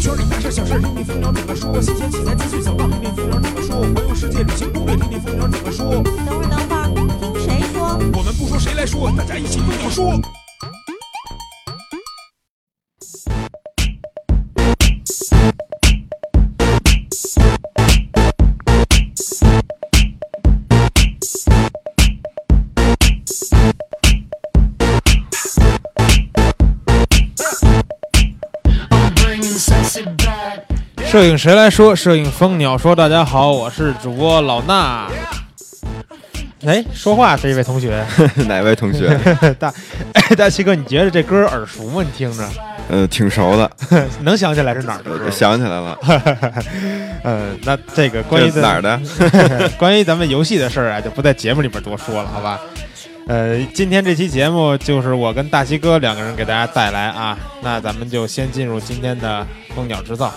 说人大事小事，听听蜂鸟怎么说。新鲜题材继续想到，听听蜂鸟怎么说。环游世界旅行攻略，听听蜂鸟怎么说。等会儿，等会儿，听谁说？我们不说谁来说，大家一起跟我说。摄影谁来说？摄影蜂鸟说：“大家好，我是主播老衲。”哎，说话是一位同学， 哪位同学？ 大 大西哥，你觉得这歌耳熟吗？你听着，呃，挺 熟的，能想起 来是哪儿的呃歌？想起来了，呃，那这个关于这哪儿的？ 关于咱们游戏的事儿啊，就不在节目里面多说了，好吧？呃，今天这期节目就是我跟大西哥两个人给大家带来啊，那咱们就先进入今天的蜂鸟制造。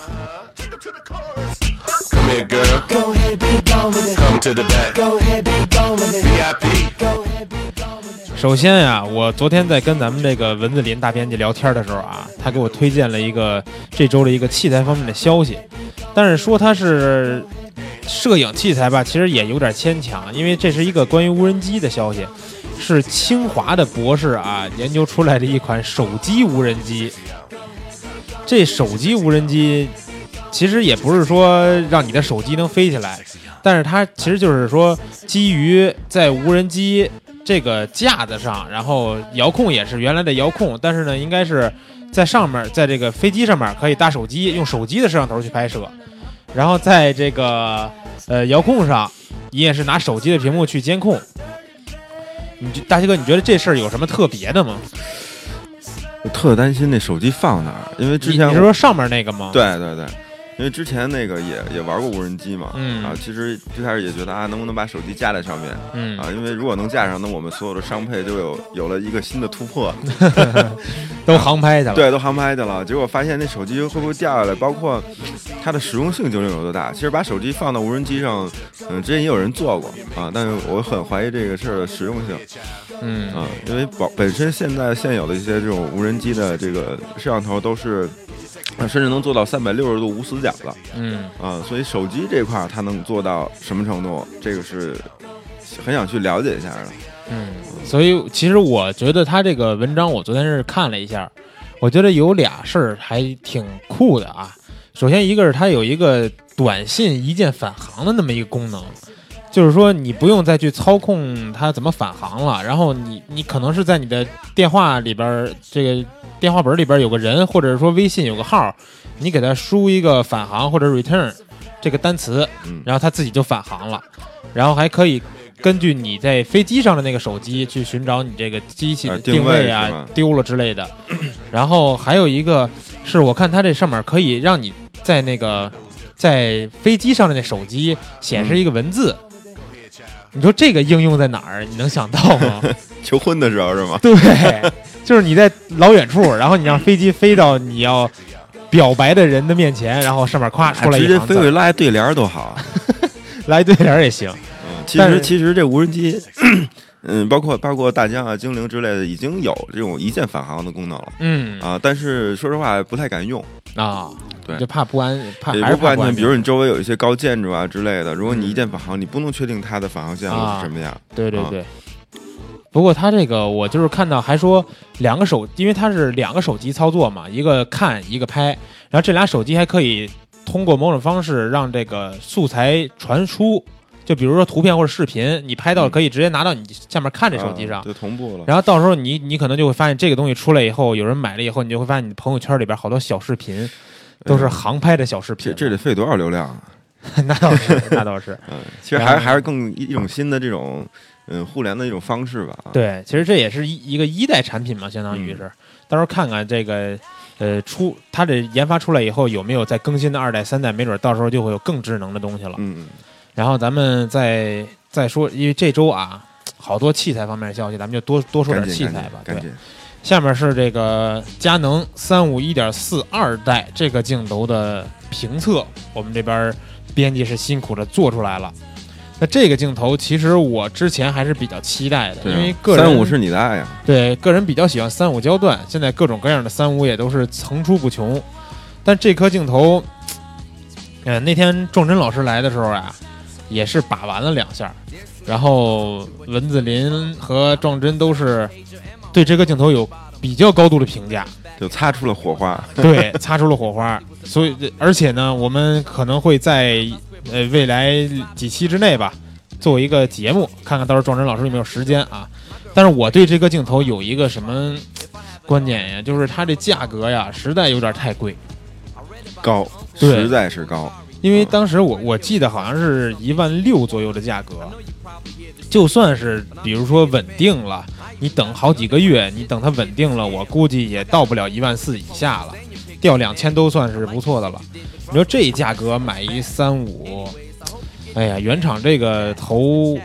Come here, girl. Go ahead, be gone with it. Come to the back. Go ahead, be gone with it. VIP. Go ahead, be gone with it. 首先呀、我昨天在跟咱们这个文字林大编辑聊天的时候啊，他给我推荐了一个这周的一个器材方面的消息，但是说它是摄影器材吧，其实也有点牵强，因为这是一个关于无人机的消息，是清华的博士啊研究出来的一款手机无人机。这手机无人机其实也不是说让你的手机能飞起来，但是它其实就是说基于在无人机这个架子上，然后遥控也是原来的遥控，但是呢，应该是在上面，在这个飞机上面可以搭手机，用手机的摄像头去拍摄，然后在这个呃遥控上，你也是拿手机的屏幕去监控。你觉大西哥，你觉得这事儿有什么特别的吗？ 我特担心那手机放哪儿，因为之你前你是说上面那个吗？，对对对，因为之前那个也也玩过无人机嘛，嗯啊，其实最开始也觉得啊，能不能把手机架在上面嗯啊？因为如果能架上，那我们所有的商配就有有了一个新的突破，嗯都航拍去了。，对，都航拍去了。结果发现那手机会不会掉下来，包括它的实用性究竟有多大？其实把手机放到无人机上，嗯，之前也有人做过啊，但是我很怀疑这个事儿的实用性。嗯啊，因为保本身现在现有的一些这种无人机的这个摄像头都是，呃甚至能做到三百六十度无死角的嗯，啊，所以手机这块儿它能做到什么程度，这个是很想去了解一下的。所以其实我觉得他这个文章，我昨天是看了一下，我觉得有俩事儿还挺酷的啊。首先，一个是它有一个短信一键返航的那么一个功能，就是说你不用再去操控它怎么返航了，然后你你可能是在你的电话里边儿这个电话本里边儿有个人，或者是说微信有个号，你给它输一个返航或者 return 这个单词嗯，然后它自己就返航了，然后还可以。根据你在飞机上的那个手机去寻找你这个机器啊的定定位位是吧啊、丢了之类的，然后还有一个是我看它这上面可以让你在那个在飞机上的那手机显嗯示一个文字。你说这个应用在哪儿？你能想到吗？求婚的时候是吗？ 对，就是你在老远处，然后你让飞机飞到你要表白的人的面前，然后上面咵出来哎啊直一接行飞字过去拉一对联儿多好。啊来对联儿也 行。嗯，其但实是其实这无人机，嗯，包括包括大疆啊、精灵之类的，已经有这种一键返航的功能了嗯啊，但是说实话不太敢用。啊，对就怕不安，怕也还是不怕嗯安不全。安比如你周围有一些高建筑啊之类的，如果你一键返航，你不能确定它的返航线路是什么样。对对啊对。不过它这个我就是看到还说两个手，因为它是两个手机操作嘛，一个看一个拍，然后这俩手机还可以通过某种方式让这个素材传输，就比如说图片或者视频，你拍到嗯可以直接拿到你下面看这手机啊上，就同步了。然后到时候你你可能就会发现这个东西出来以后，有人买了以后，你就会发现你的朋友圈里边好多小视频。都是航拍的小视频嗯这了，这得费多少流量啊？ 那倒是，那倒 是，嗯，其实还是还是更一种新的这种嗯互联的一种方式吧。啊，对，其实这也是一一个一代产品嘛，相当于嗯是，到时候看看这个，呃，出它这研发出来以后有没有再更新的二代、三代，没准到时候就会有更智能的东西了。嗯，然后咱们再再说，因为这周啊，好多器材方面的消息，咱们就多多说赶点紧器赶紧材吧。对赶，紧。下面是这个佳能三五一点四二代这个镜头的评测，我们这边编辑是辛苦的做出来了。那这个镜头其实我之前还是比较期待的，对啊因为个人三五是你的爱啊呀，对个人比较喜欢三五焦段，现在各种各样的三五也都是层出不穷。但这颗镜头，呃，那天仲真老师来的时候啊，也是把玩了两下，然后文子林和壮真都是对这颗镜头有比较高度的评价，就擦出了火花。对，擦出了火花。所以，而且呢，我们可能会在呃未来几期之内吧，做一个节目，看看到时候壮真老师有没有时间啊。但是我对这个镜头有一个什么观点呀？就是它这价格呀，实在有点太贵。高，对实在是高。因为当时我我记得好像是一万六左右的价格，就算是比如说稳定了，你等好几个月，你等它稳定了，我估计也到不了一万四以下了，掉两千都算是不错的了。你说这价格买一三五，哎呀，原厂这个头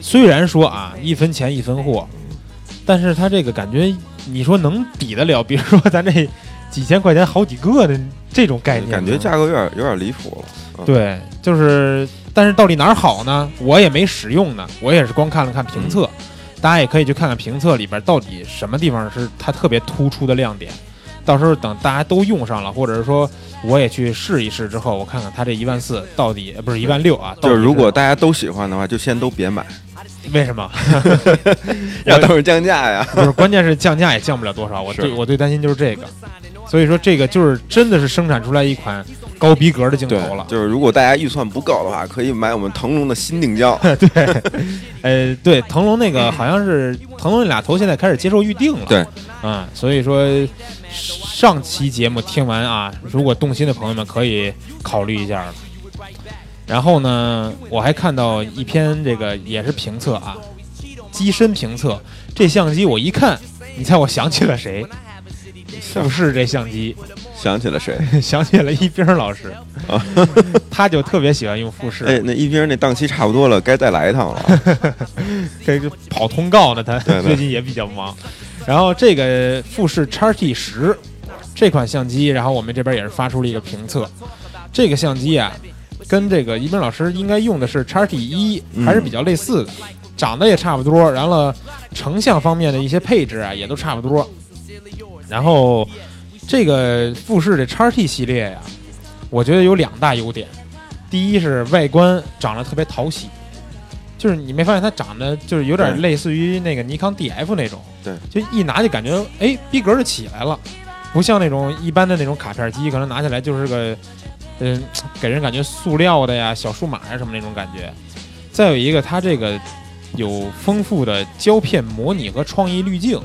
虽然说啊一分钱一分货，但是它这个感觉你说能比得了，比如说咱这几千块钱好几个的这种概念吗，嗯感觉价格有点有点离谱了。对，就是，但是到底哪儿好呢？我也没使用呢，我也是光看了看嗯评测，大家也可以去看看评测里边到底什么地方是它特别突出的亮点。到时候等大家都用上了，或者是说我也去试一试之后，我看看它这一万四到底呃不是一万六啊？到就底是如果大家都喜欢的话，就先都 别买，为 什么？要等会儿降 价呀。不是，关键是降价也降不了多少。我是最我最担心就是这个，所以说这个就是真的是生产出来一款高逼格的镜对头了，。就是如果大家预算不够的话，可以买我们腾龙的新 定焦。呃，对，腾龙那个好像是腾龙那俩头现在开始接受预定了。对，嗯，所以说上期节目听完啊，如果动心的朋友们可以考虑一下了。然后呢，我还看到一篇这个也是评测啊，机身评测。这相机我一看，你猜我想起了谁？富士这相机， 想起了谁？想起了一冰老师啊，他就特别喜欢用富士。哎，那一冰那档期差不多了，该再来一 趟了。这个跑通告呢，他对对最近也比较忙。然后这个富士 XT 十这款相机，然后我们这边也是发出了一个评测。这个相机啊，跟这个一斌老师应该用的是 XT 一，嗯还是比较类似的，长得也差不多，然后呢成像方面的一些配置啊也都差不多。然后这个富士的 XT 系列呀、我觉得有两大优点，第一是外观长得特别讨喜，就是你没发现它长得就是有点对类似于那个尼康 DF 那种，对，就一拿就感觉哎逼格就起来了，不像那种一般的那种卡片机，可能拿起来就是个嗯、给人感觉塑料的呀、小数码呀什么那种感觉。再有一个，它这个有丰富的胶片模拟和创意滤镜，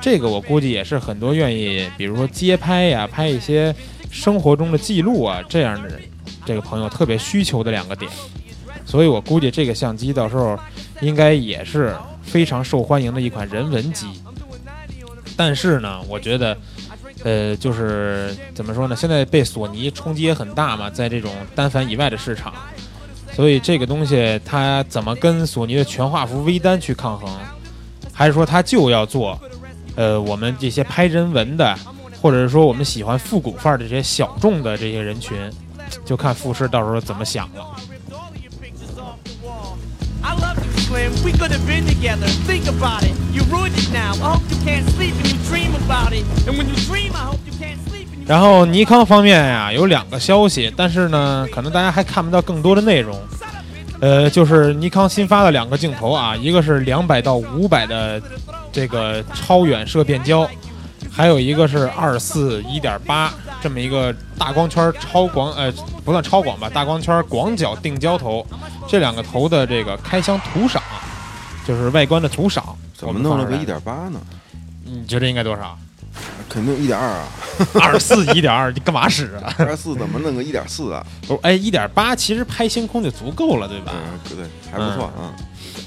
这个我估计也是很多愿意，比如说街拍呀、拍一些生活中的记录啊这样的人，这个朋友特别需求的两个点。所以我估计这个相机到时候应该也是非常受欢迎的一款人文机。但是呢，我觉得，呃，就是怎么说呢？现在被索尼冲击也很大嘛，在这种单反以外的市场，所以这个东西它怎么跟索尼的全画幅微单去抗衡，还是说它就要做，呃，我们这些拍人文的，或者是说我们喜欢复古范儿的这些小众的这些人群，就看富士到时候怎么想了。 I love you, Slim. We could have been together. Think about it. You ruined it now. I hope you can't sleep and you dream about it. And when you dream, I hope you can't sleep and you. 然后尼康方面呀、有两个消息，但是呢，可能大家还看不到更多的内容。呃，就是尼康新发的两个镜头啊，一个是两百到五百的这个超远射变焦，还有一个是二四一点八这么一个大光圈超广呃不算超广吧，大光圈广角定焦头，这两个头的这个开箱图赏，啊就是外观的图赏，怎么弄了个一点？点八呢？你觉得应该多少？肯定一点二啊，二四一点二，你干嘛使啊？ 二四怎么弄个一点四啊？不是，哎，一点八其实拍星空就足够了，对吧？嗯，对，还不错嗯啊。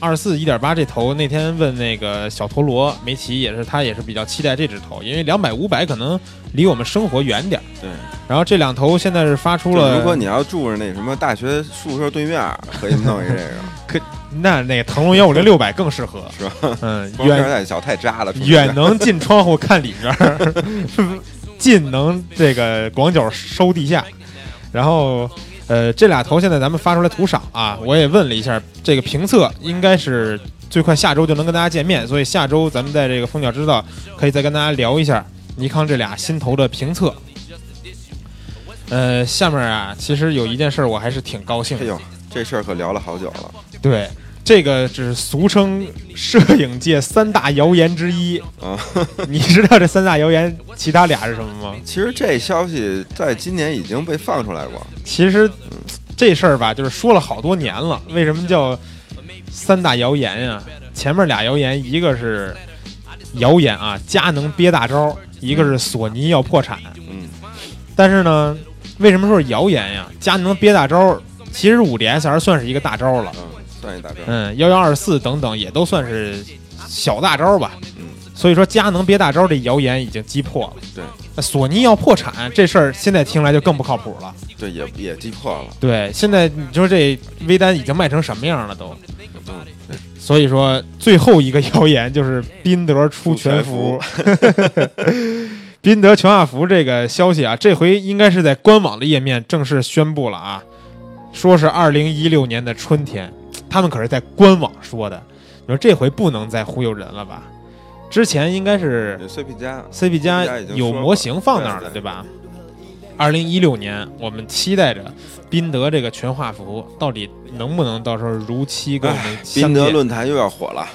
二四一点八这头，那天问那个小陀螺梅奇也是，他也是比较期待这只头，因为两百五百可能离我们生活远点儿。对，然后这两头现在是发出就了，如果你要住着那什么大学宿舍对面儿，可以弄一这 个，那那个腾龙幺五零六百更适合，是吧？嗯， 光圈远太小太渣了。出去远能进窗户看里边儿， 近能这个广角收地下。然后，呃，这俩头现在咱们发出来图赏啊，我也问了一下，这个评测应该是最快下周就能跟大家见面，所以下周咱们在这个蜂鸟知道可以再跟大家聊一下尼康这俩新头的评测。呃，下面啊，其实有一件事儿我还是挺高兴哎的。呦，这事儿可聊了好久了对，这个只是俗称摄影界三大谣言之一。啊。 你知道这三大谣言其他俩是什么吗？其实这消息在今年已经被放出来过，其实这事儿吧，就是说了好多年了。为什么叫三大谣言啊？前面俩谣言，一个是谣言啊，佳能憋大招；一个是索尼要破产。嗯，但是呢，为什么说是谣言呀？佳能憋大招，其实五 DSR 算是一个大招了。嗯，算一大哥，嗯，幺幺二四等等也都算是小大招吧。嗯，所以说佳能憋大招这谣言已经击破了。对那索尼要破产这事儿，现在听来就更不靠谱了。对，也也击破了，对，现在你说这微单已经卖成什么样了都？嗯，对，所以说最后一个谣言就是宾得出全 服，宾得全画幅这个消息啊，这回应该是在官网的页面正式宣布了啊，说是二零一六年的春天，他们可是在官网说的，你说这回不能再忽悠人了吧？之前应该是有 CP 加， CP 加家已经有说模过型放那儿了，对对吧？二零一六年，我们期待着宾得这个全画幅到底能不能到时候如期跟我们相宾见得论坛又要火了，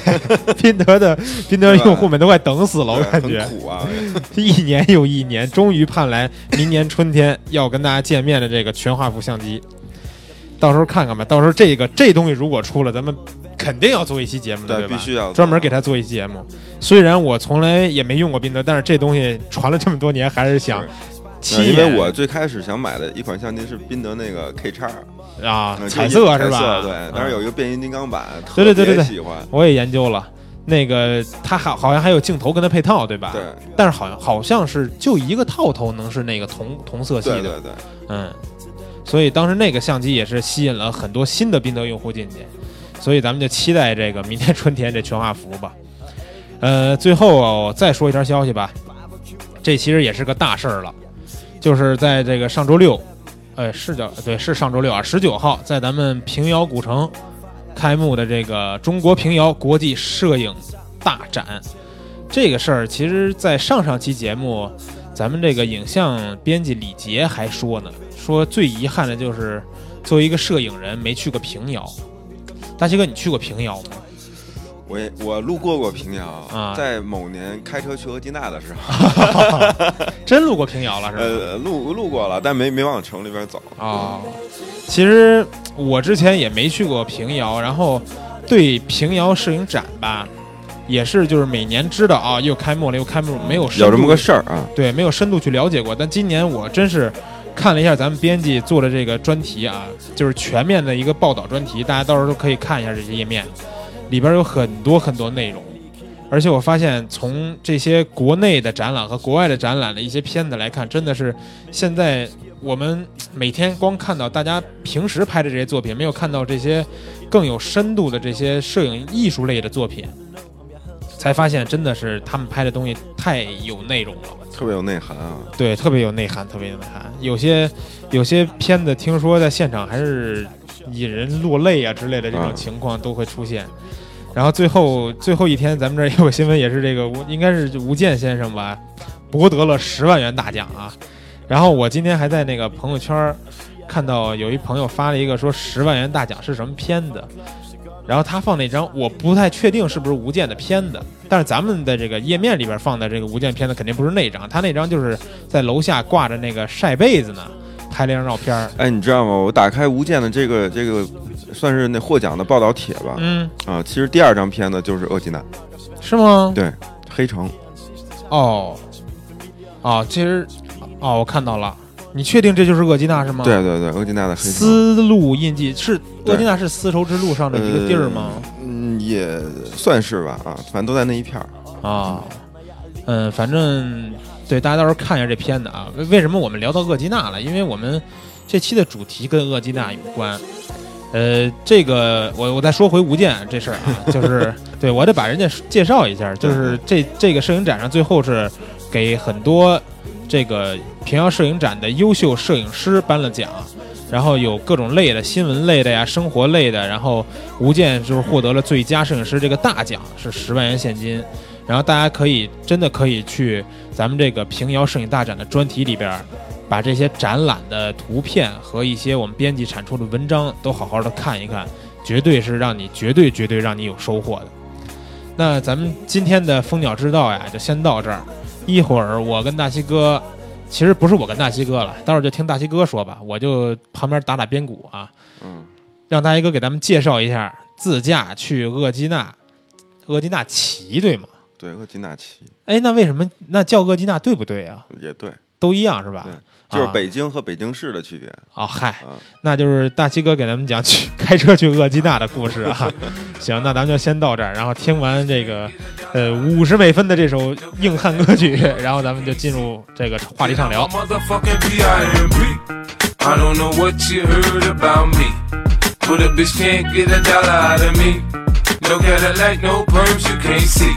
宾得的宾得用户们都快等死了，我对感觉很苦啊，一年又一年，终于盼来明年春天要跟大家见面的这个全画幅相机。到时候看看吧，到时候这个这东西如果出了，咱们肯定要做一期节目的，对，对吧必须要专门给他做一期节目。虽然我从来也没用过宾得，但是这东西传了这么多年，还是想是亲眼。啊因为我最开始想买的一款相机是宾得那个 K 叉，啊，嗯彩就是色一是彩吧？色对，当嗯时有一个变形金刚版，对对对对特别对喜欢，我也研究了，那个它好好像还有镜头跟它配套，对吧？对。但是好像好像是就一个套头能是那个同同色系的，对对对，嗯，所以当时那个相机也是吸引了很多新的宾得用户进去，所以咱们就期待这个明年春天这全画幅吧。呃，最后、啊、我再说一条消息吧，这其实也是个大事儿了，就是在这个上周六，呃，是叫对，是上周六啊，十九号在咱们平遥古城开幕的这个中国平遥国际摄影大展。这个事儿，其实，在上上期节目，咱们这个影像编辑李杰还说呢，说最遗憾的就是作为一个摄影人没去过平遥。大西哥，你去过平遥吗？我也我路过过平遥啊，在某年开车去额济纳的时候，真路过平遥了是吧？啊呃，路路过了，但没没往城里边走。哦，其实我之前也没去过平遥，然后对平遥摄影展吧，也是就是每年知道啊又开幕了又开幕了，没有深有这度么个事儿啊，对，没有深度去了解过。但今年我真是看了一下咱们编辑做的这个专题啊，就是全面的一个报道专题，大家到时候都可以看一下这些页面，里边有很多很多内容。而且我发现，从这些国内的展览和国外的展览的一些片子来看，真的是现在我们每天光看到大家平时拍的这些作品，没有看到这些更有深度的这些摄影艺术类的作品，才发现真的是他们拍的东西太有内容了。特别有内涵啊。对，特别有内涵，特别有内涵。有些有些片子听说在现场还是引人落泪啊之类的这种嗯情况都会出现。然后最后最后一天，咱们这儿有个新闻，也是这个吴应该是吴健先生吧，博得了十万元大奖啊。然后我今天还在那个朋友圈儿看到有一朋友发了一个说十万元大奖是什么片子，然后他放那张我不太确定是不是吴健的片子，但是咱们的这个页面里边放的这个吴健片子肯定不是那张，他那张就是在楼下挂着那个晒被子呢，拍了一张照片儿。哎，你知道吗？我打开吴健的这个这个，算是那获奖的报道帖吧。嗯，啊，其实第二张片子就是《额济纳》，是吗？对，《黑城》。哦，哦，其实，哦，我看到了。你确定这就是厄吉纳是吗？对，对对，《额济纳的黑城》丝路印记是对厄吉纳是丝绸之路上的一个地儿吗？嗯，也算是吧啊，反正都在那一片儿。啊，嗯，反正对大家到时候看一下这片子啊。为为什么我们聊到厄吉纳了？因为我们这期的主题跟厄吉纳有关。呃，这个我我再说回吴健这事儿啊，就是对我得把人家介绍一下，就是这这个摄影展上最后是给很多这个平遥摄影展的优秀摄影师颁了奖，然后有各种类的新闻类的呀、生活类的，然后吴健就是获得了最佳摄影师这个大奖，是十万元现金。然后大家可以真的可以去咱们这个平遥摄影大展的专题里边儿把这些展览的图片和一些我们编辑产出的文章都好好的看一看，绝对是让你绝对绝对让你有收获的。那咱们今天的蜂鸟之道呀，就先到这儿。一会儿我跟大西哥，其实不是我跟大西哥了，待会儿就听大西哥说吧，我就旁边打打边鼓啊。嗯，让大一哥给咱们介绍一下自驾去厄基纳，厄基纳奇对吗？对，和吉纳奇哎，那为什么那叫厄基纳对不对啊？也对，都一样是吧？就啊是北京和北京市的区别哦，嗨，啊。那就是大西哥给咱们讲去 开车去厄基纳的故事 啊。行，那咱们就先到这儿，然后听完这个呃五十美分的这首硬汉歌曲，然后咱们就进入这个话题畅聊。 Motherfucking P.I.M.P. I don't know what you heard about me. But a bitch can't get a dollar out of me. No Cadillac, no perms, you can't see.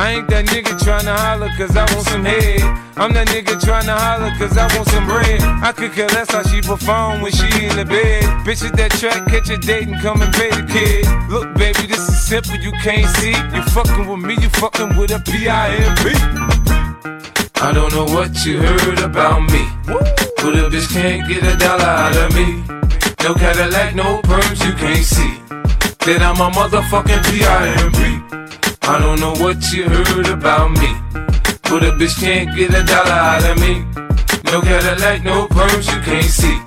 I ain't that nigga trying to holler cause I want some head. I'm that nigga trying to holler cause I want some bread. I could care less how she perform when she in the bed. Bitches that track, catch a date and come and pay the kid. Look, baby, this is simple, you can't see. You fucking with me, you fucking with a P.I.M.B. I don't know what you heard about me. But a bitch can't get a dollar out of me. No Cadillac, no perms, you can't see. That I'm a motherfucking P.I.M.P. I don't know what you heard about me. But a bitch can't get a dollar out of me. No Cadillac, no perms, you can't see.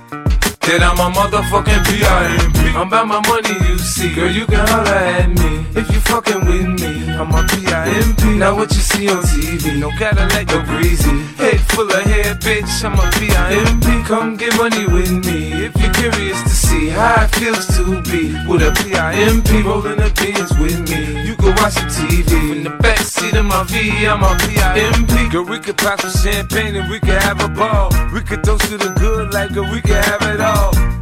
That I'm a motherfucking P.I.M.P. I'm about my money, you see. Girl, you can holler at me. If you fucking with me, I'm a P.I.M.P. Now what you see on TV, no Cadillac, no greasy. Head full of hair, bitch, I'm a P.I.M.P. Come get money with me. If you're curious to see how it feels to be with a P.I.M.P. Rolling the beers with me. You can watch the TV. In the backseat of my V, I'm a P.I.M.P. Girl, we could pop some champagne and we could have a ball. We could toast to the good like a we could have it all.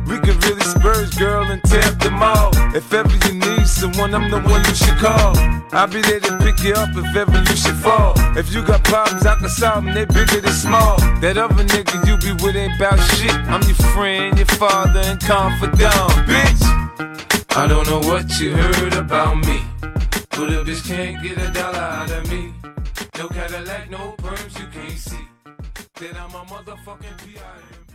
We could really spurge, girl, and tap them all. If ever you need someone, I'm the one you should call. I'll be there to pick you up if ever you should fall. If you got problems, I can solve them, they bigger than small. That other nigga you be with ain't about shit. I'm your friend, your father, and confidant, bitch. I don't know what you heard about me. But a bitch can't get a dollar out of me. No Cadillac, no perms, you can't see. That I'm a motherfucking P.I.M.P.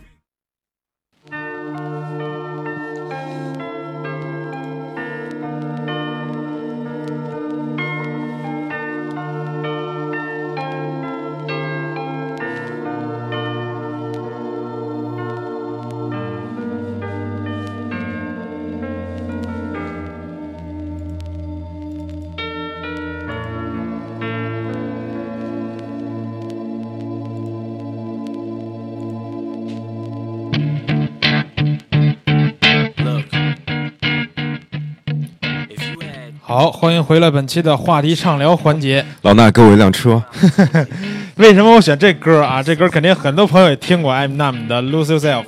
好，欢迎回来本期的话题畅聊环节。老衲给我一辆车，为什么我选这歌啊？这歌肯定很多朋友也听过，I'm Numb 的《Lose Yourself》。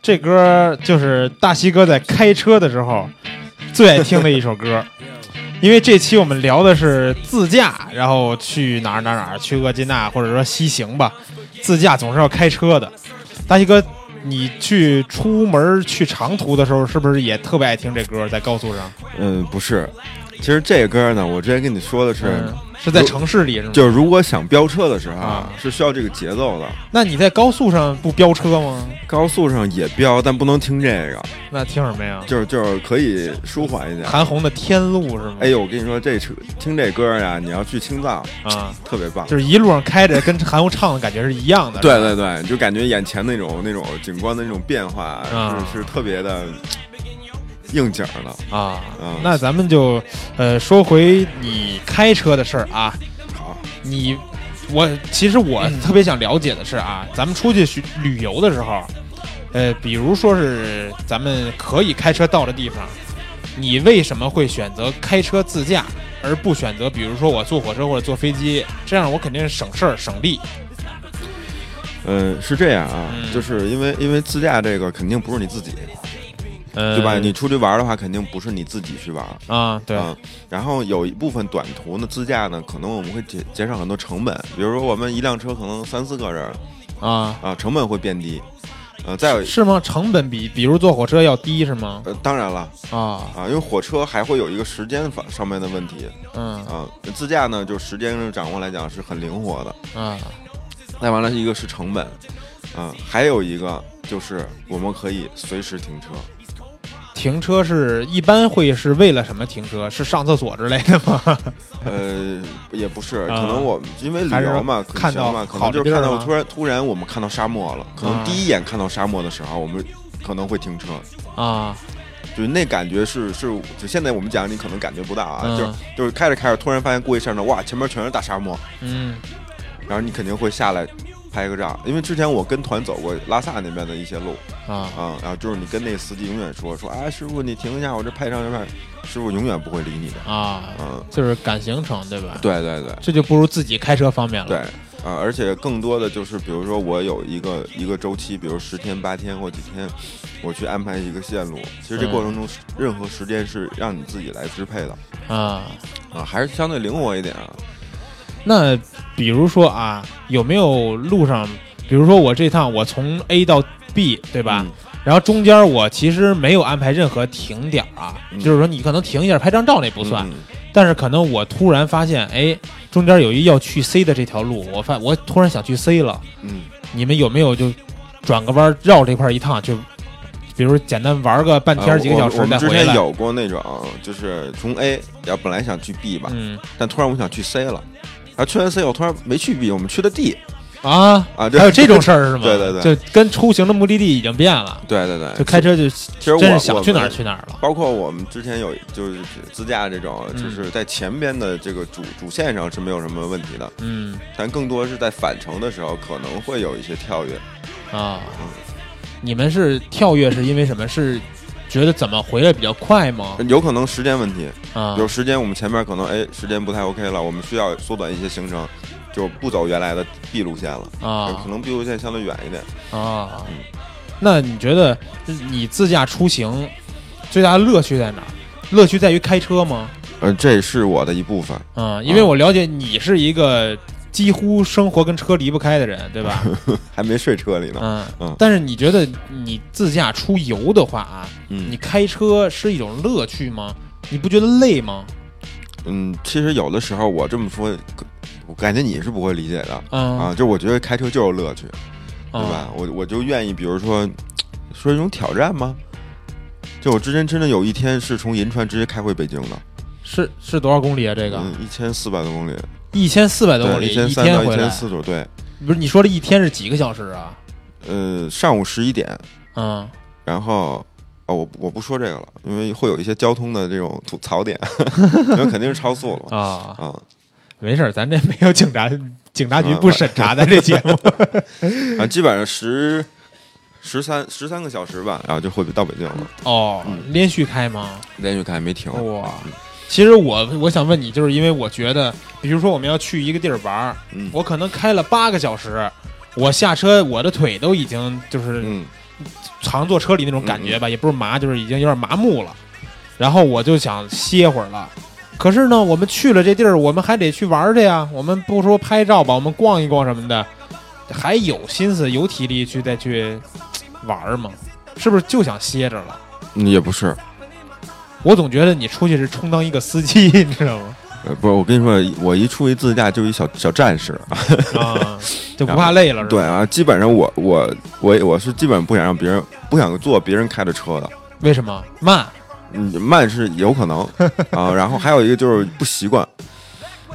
这歌就是大西哥在开车的时候最爱听的一首歌。因为这期我们聊的是自驾，然后去哪儿哪儿哪儿，去厄金纳或者说西行吧。自驾总是要开车的。大西哥，你去出门去长途的时候，是不是也特别爱听这歌？在高速上，嗯，不是。其实这个歌呢，我之前跟你说的是，嗯是在城市里是吗？就是如果想飙车的时候啊是需要这个节奏的。那你在高速上不飙车吗？高速上也飙，但不能听这个，那听什么呀？就是就是可以舒缓一点。韩红的《天路》是吗？哎呦，我跟你说，这车听这歌呀，你要去青藏，啊，特别棒。就是一路上开着，跟韩红唱的感觉是一样的。对对对，就感觉眼前那种那种景观的那种变化，啊是是特别的应景儿的。啊嗯，那咱们就呃说回你开车的事儿啊。好，你我其实我特别想了解的是啊，嗯咱们出去去旅游的时候，呃，比如说是咱们可以开车到的地方，你为什么会选择开车自驾，而不选择比如说我坐火车或者坐飞机？这样我肯定省事儿省力。呃，是这样啊，嗯就是因为因为自驾这个肯定不是你自己，嗯，对吧？你出去玩的话，肯定不是你自己去玩。啊，对，啊，然后有一部分短途的自驾呢，可能我们会减减少很多成本，比如说我们一辆车可能三四个人啊，啊，成本会变低。呃，再有，是吗？成本比比如坐火车要低是吗？呃，当然了啊，啊，因为火车还会有一个时间方上面的问题嗯啊，自驾呢，就时间掌握来讲是很灵活的。啊，再完了，一个是成本，啊，还有一个就是我们可以随时停车。停车是一般会是为了什么停车？是上厕所之类的 吗？呃，也不是，啊可能我因为旅还是游嘛，说可看行到嘛，可好能的就是地儿看到吗突然突然我们看到沙漠了，可能啊第一眼看到沙漠的时候，我们可能会停车，啊，就是那感觉是是，就现在我们讲你可能感觉不到啊，嗯就是就是开着开着突然发现过一山头，哇，前面全是大沙漠，嗯然后你肯定会下来拍个照，因为之前我跟团走过拉萨那边的一些路啊，啊、然后就是你跟那司机永远说说啊，师傅你停一下，我这拍张照片，师傅永远不会理你的，啊，嗯，就是赶行程对吧？，对对对。这就不如自己开车方便了。对，啊，而且更多的就是，比如说我有一个一个周期，比如十天、八天或几天，我去安排一个线路。其实这过嗯程中，任何时间是让你自己来支配的啊，啊，还是相对灵活一点啊。那比如说啊，有没有路上，比如说我这趟我从 A 到 B 对吧？嗯然后中间我其实没有安排任何停点儿啊，嗯就是说你可能停一下拍张照那不算，嗯但是可能我突然发现，哎，中间有一要去 C 的这条路，我发我突然想去 C 了，嗯，你们有没有就转个弯儿绕这块儿一趟就？比如简单玩个半天啊儿几个小我时我再们之回前来，有过那种，就是从 A，然后本来想去 B 吧，嗯但突然我想去 C 了，然后去完 C 我突然没去 B，我们去的 D 啊，啊，还有这种事儿是吗？对对对就跟出行的目的地已经变了，对对对，就开车就其实我真是想去哪我儿们去哪儿了。包括我们之前有就是自驾这种，嗯就是在前边的这个主主线上是没有什么问题的，嗯但更多是在返程的时候可能会有一些跳跃。啊，你们是跳跃是因为什么？是觉得怎么回来比较快吗？呃有可能时间问题，啊有时间我们前面可能哎时间不太 OK 了，我们需要缩短一些行程，就不走原来的 B 路线了，可啊能 B 路线相对远一点。啊！那你觉得你自驾出行最大的乐趣在哪儿？乐趣在于开车吗？呃，这是我的一部分，啊，因为我了解你是一个几乎生活跟车离不开的人，对 吧？还没睡车里呢。嗯嗯但是你觉得你自驾出游的话啊，你嗯开车是一种乐趣吗？你不觉得累吗？嗯，其实有的时候我这么说，我感觉你是不会理解的。嗯啊，就是我觉得开车就是乐趣，对啊吧？我我就愿意，比如说说一种挑战吗？就我之前真的有一天是从银川直接开回北京的，是是多少公里啊？这个嗯，一千四百多公里，一千四百多公对，里，一千三天到一回来千，四左右，对，不是你说这一天是几个小时啊？呃，上午十一点，嗯，然后。哦，我不我不说这个了，因为会有一些交通的这种吐槽点， 因为肯定是超速 了啊，啊、没事儿，咱这没有警察警察局嗯不审查的这节 目啊，基本上十十三十三个小时吧，然后就会到北京了，哦，连续开吗？嗯连续开没停。哇，其实我我想问你，就是因为我觉得，比如说我们要去一个地儿玩儿，嗯我可能开了八个小时。我下车，我的腿都已经就是嗯，常坐车里那种感觉吧，也不是麻，就是已经有点麻木了。然后我就想歇会儿了。可是呢，我们去了这地儿，我们还得去玩儿去呀。我们不说拍照吧，我们逛一逛什么的，还有心思、有体力去再去嘖玩儿吗？是不是就想歇着了？嗯也不是，我总觉得你出去是充当一个司机，你知道吗？呃，不是，我跟你说，我一出一自驾就一小小战士。啊， 就不怕累了是吧？对啊，基本上我我我我是基本上不想让别人不想坐别人开的车的。为什么慢？嗯，慢是有可能啊，然后还有一个就是不习惯。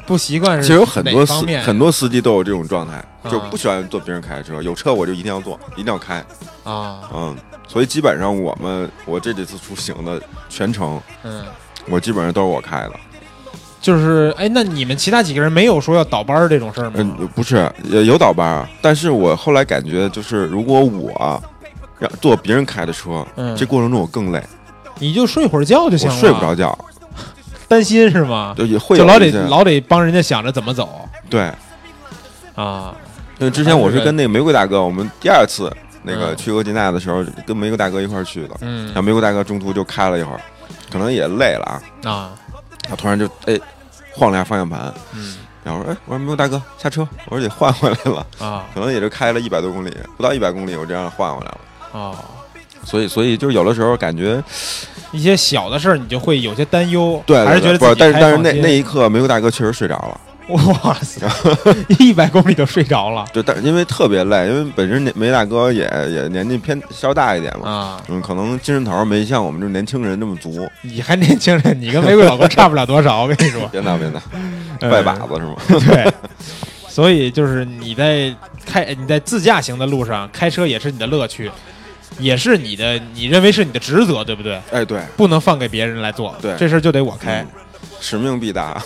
不习惯是其实有很多哪司方面很多司机都有这种状态，啊就不喜欢坐别人开的车，有车我就一定要坐，一定要开。啊，嗯，所以基本上我们我这几次出行的全程，嗯，我基本上都是我开的。就是哎，那你们其他几个人没有说要倒班儿这种事儿吗？嗯，不是，也有倒班儿，但是我后来感觉就是，如果我让坐别人开的车，嗯这过程中我更累，你就睡会儿觉就行我了，睡不着，觉，担心是吗？就也会就有老一得些老得帮人家想着怎么走对，啊。因为之前我是跟那个玫瑰大哥，我们第二次那个嗯去厄吉纳的时候，跟玫瑰大哥一块儿去的。嗯然后玫瑰大哥中途就开了一会儿，可能也累了啊，啊，他突然就哎晃了一下方向盘，嗯然后我说哎，我说玫瑰大哥下车，我说得换回来了，啊可能也就开了一百多公里，不到一百公里我这样换回来了。哦，所以，所以就是有的时候感觉一些小的事儿你就会有些担忧，对，还是觉对得不是自己但是开但是放那心那一刻，玫瑰大哥确实睡着了。哇塞，一百公里就睡着了对，但是因为特别累，因为本身那梅大哥也也年纪偏稍大一点嘛，啊！嗯，可能精神头儿没像我们这种年轻人那么足。你还年轻人，你跟玫瑰老公差不了多少，我跟你 说，别闹别闹，呃拜把子是吗？对，所以就是你在开你在自驾行的路上开车也是你的乐趣，也是你的你认为是你的职责，对不对？哎， 对，不能放给别人来做，对嗯这事儿就得我开。使命必 达。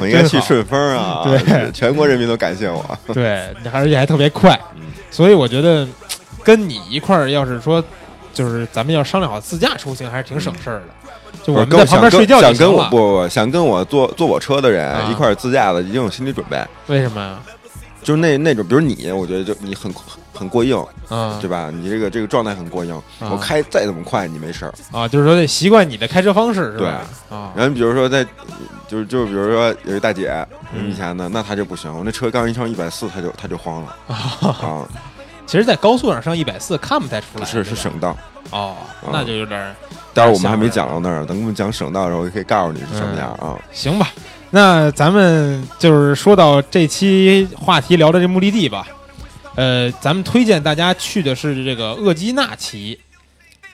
我应该去顺风啊！真好对全国人民都感谢我。 对，你还而且还特别快，嗯所以我觉得跟你一块儿，要是说就是咱们要商量好自驾出行，还是挺省事儿的。就我们跟在我旁想边跟睡觉就想行跟我了不。不不想跟我坐坐我车的人、啊一块儿自驾的，已经有心理准备。为什么啊呀？就是那那种，比如你，我觉得就你很很过硬，啊对吧？你这个这个状态很过硬，啊我开再怎么快你没事儿。啊，就是说得习惯你的开车方式，是吧？啊然后比如说在，就是就是比如说有一大姐，嗯以前的那她就不行，我那车刚一上一百四，她就她就 慌了啊，其实，在高速上上一百四看不太出来，是是对吧省道。哦，啊那就有点儿待会儿我们还没讲到那儿，等我们讲省道的时候，我可以告诉你是什么样嗯啊。行吧。那咱们就是说到这期话题聊的这目的地吧，呃，咱们推荐大家去的是这个厄基纳奇，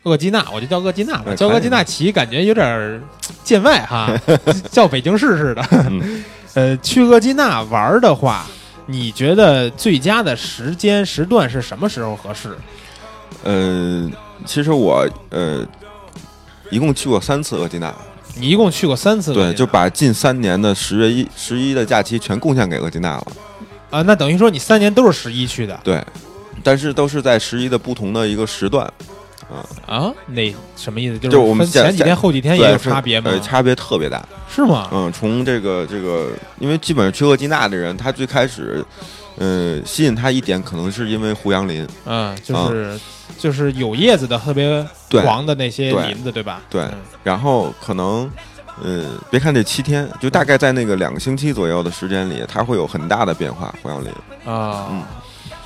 厄基纳，我就叫厄基纳吧，哎叫可以厄基纳奇感觉有点儿见外哈， 叫北京市似的。嗯 呃，去厄基纳玩儿的话，你觉得最佳的时间时段是什么时候合适？呃，其实我呃，一共去过三次厄吉纳，你一共去过三次厄基纳，对，就把近三年的十月一十一的假期全贡献给厄吉纳了，啊，那等于说你三年都是十一去的对，但是都是在十一的不同的一个时段，啊？那什么意思？就就我是分们现前几天现后几天对，也有是差别吗呃，？差别特别大，是吗？嗯，从这个这个，因为基本上去厄吉纳的人，他最开始，呃，吸引他一点可能是因为胡杨林，嗯，就是就是有叶子的特别对黄的那些对林子，对吧？对嗯然后可能，呃，别看这七天，就大概在那个两个星期左右的时间里，它会有很大的变化。胡杨林，嗯啊，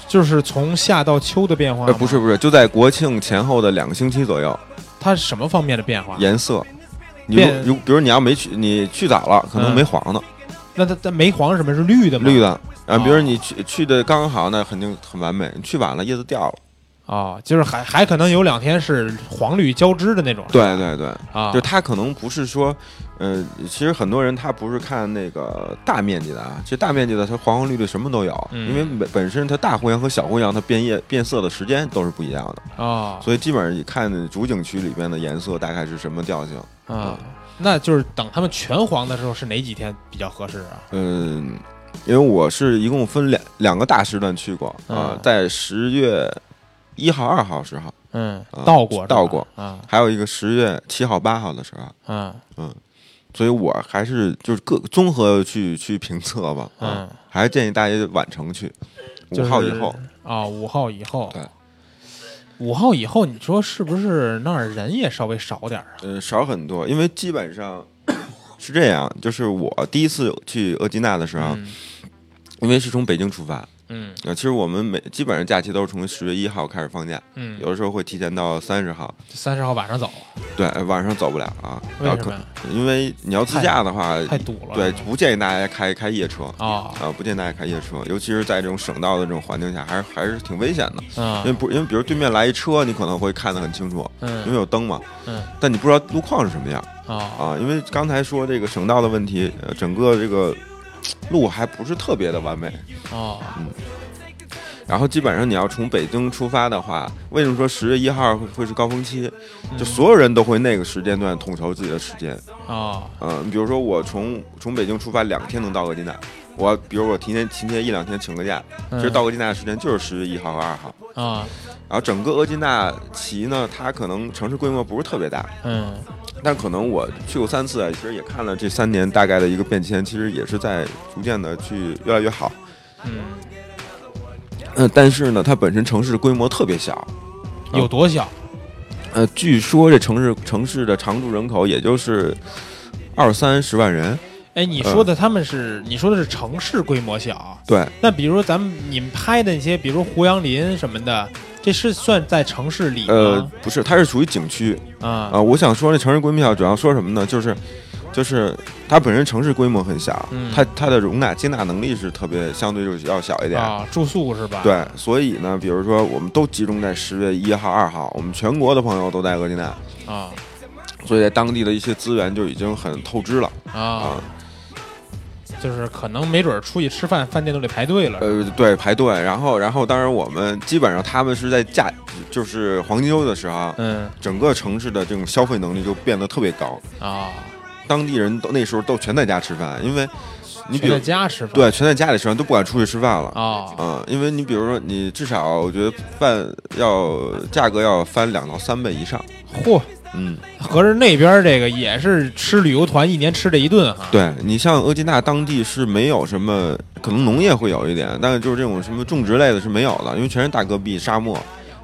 就是从夏到秋的变化呃，吗，不是不是，就在国庆前后的两个星期左右，它是什么方面的变化？颜色。你变如如比如你要没去，你去早了，可嗯能没黄的，那它它梅黄是什么是绿的吗？绿的。啊，比如哦你去去的刚刚好，那肯定很完美。你去晚了，叶子掉了。哦，就是还还可能有两天是黄绿交织的那种。对对对，啊，就他可能不是说，呃，其实很多人他不是看那个大面积的啊，其实大面积的它黄黄绿绿什么都有，嗯因为本本身它大胡杨和小胡杨它变叶变色的时间都是不一样的，啊所以基本上你看主景区里边的颜色大概是什么调性，啊，那就是等它们全黄的时候是哪几天比较合适啊？嗯。因为我是一共分两两个大时段去过啊、嗯在十月一号、二号、十号，嗯啊，倒过是吧倒过啊还有一个十月七号、八号的时候，啊所以我还是就是各综合去去评测吧，啊嗯还是建议大家晚程去，就五是号以后。啊，五号以后对。五号以后，你说是不是那儿人也稍微少点儿啊？呃，少很多，因为基本上是这样，就是我第一次去厄吉纳的时候，嗯因为是从北京出发，嗯呃，其实我们每基本上假期都是从十月一号开始放假，嗯，有的时候会提前到三十号，三十号晚上走，对，呃晚上走不了啊，为然后什可么呀因为你要自驾的话，太堵了。对，不建议大家开开夜车。啊，啊，不建议大家开夜车，尤其是在这种省道的这种环境下，还是还是挺危险的。因为嗯不，因为比如对面来一车，你可能会看得很清楚，因为嗯有灯嘛。嗯。但你不知道路况是什么样啊啊，因为刚才说这个省道的问题，呃，整个这个嘖路还不是特别的完美。啊然后基本上你要从北京出发的话，为什么说十月一号会会是高峰期？嗯就所有人都会那个时间段统筹自己的时间。啊嗯、你比如说我从从北京出发两天能到格金纳，我比如我提前提前一两天请个假，其实到格金纳的时间就是十月一号和二号。啊然后整个额济纳奇呢，它可能城市规模不是特别大，嗯但可能我去过三次，啊，其实也看了这三年大概的一个变迁，其实也是在逐渐的去越来越好。嗯，呃，但是呢，它本身城市规模特别小，有多小？呃，据说这城市城市的常住人口也就是二三十万人，哎，你说嗯的他们是，你说的是城市规模小，对，那比如说咱们你们拍的那些，比如说胡杨林什么的，这是算在城市里呃吗？，不是，它是属于景区啊、啊，我想说，那城市规模小主要说什么呢？就是，就是它本身城市规模很小，嗯它它的容纳接纳能力是特别相对就是要小一点。啊，住宿是吧？，对，所以呢，比如说我们都集中在十月一号、二号，我们全国的朋友都在额济纳，啊所以在当地的一些资源就已经很透支了啊啊，。就是可能没准儿出去吃饭，饭店都得排队了。呃，对，排队，然后，然后，当然我们基本上他们是在假，就是黄金周的时候，嗯整个城市的这种消费能力就变得特别高，啊，当地人都那时候都全在家吃饭，因为你比全如在家吃饭。对全在家里吃饭都不敢出去吃饭了。啊嗯，因为你比如说，你至少我觉得饭要价格要翻两到三倍以上。嚯，嗯，合着那边儿这个也是吃旅游团一年吃这一顿哈。对你像额济纳当地是没有什么，可能农业会有一点，但是就是这种什么种植类的是没有的，因为全是大戈壁沙漠。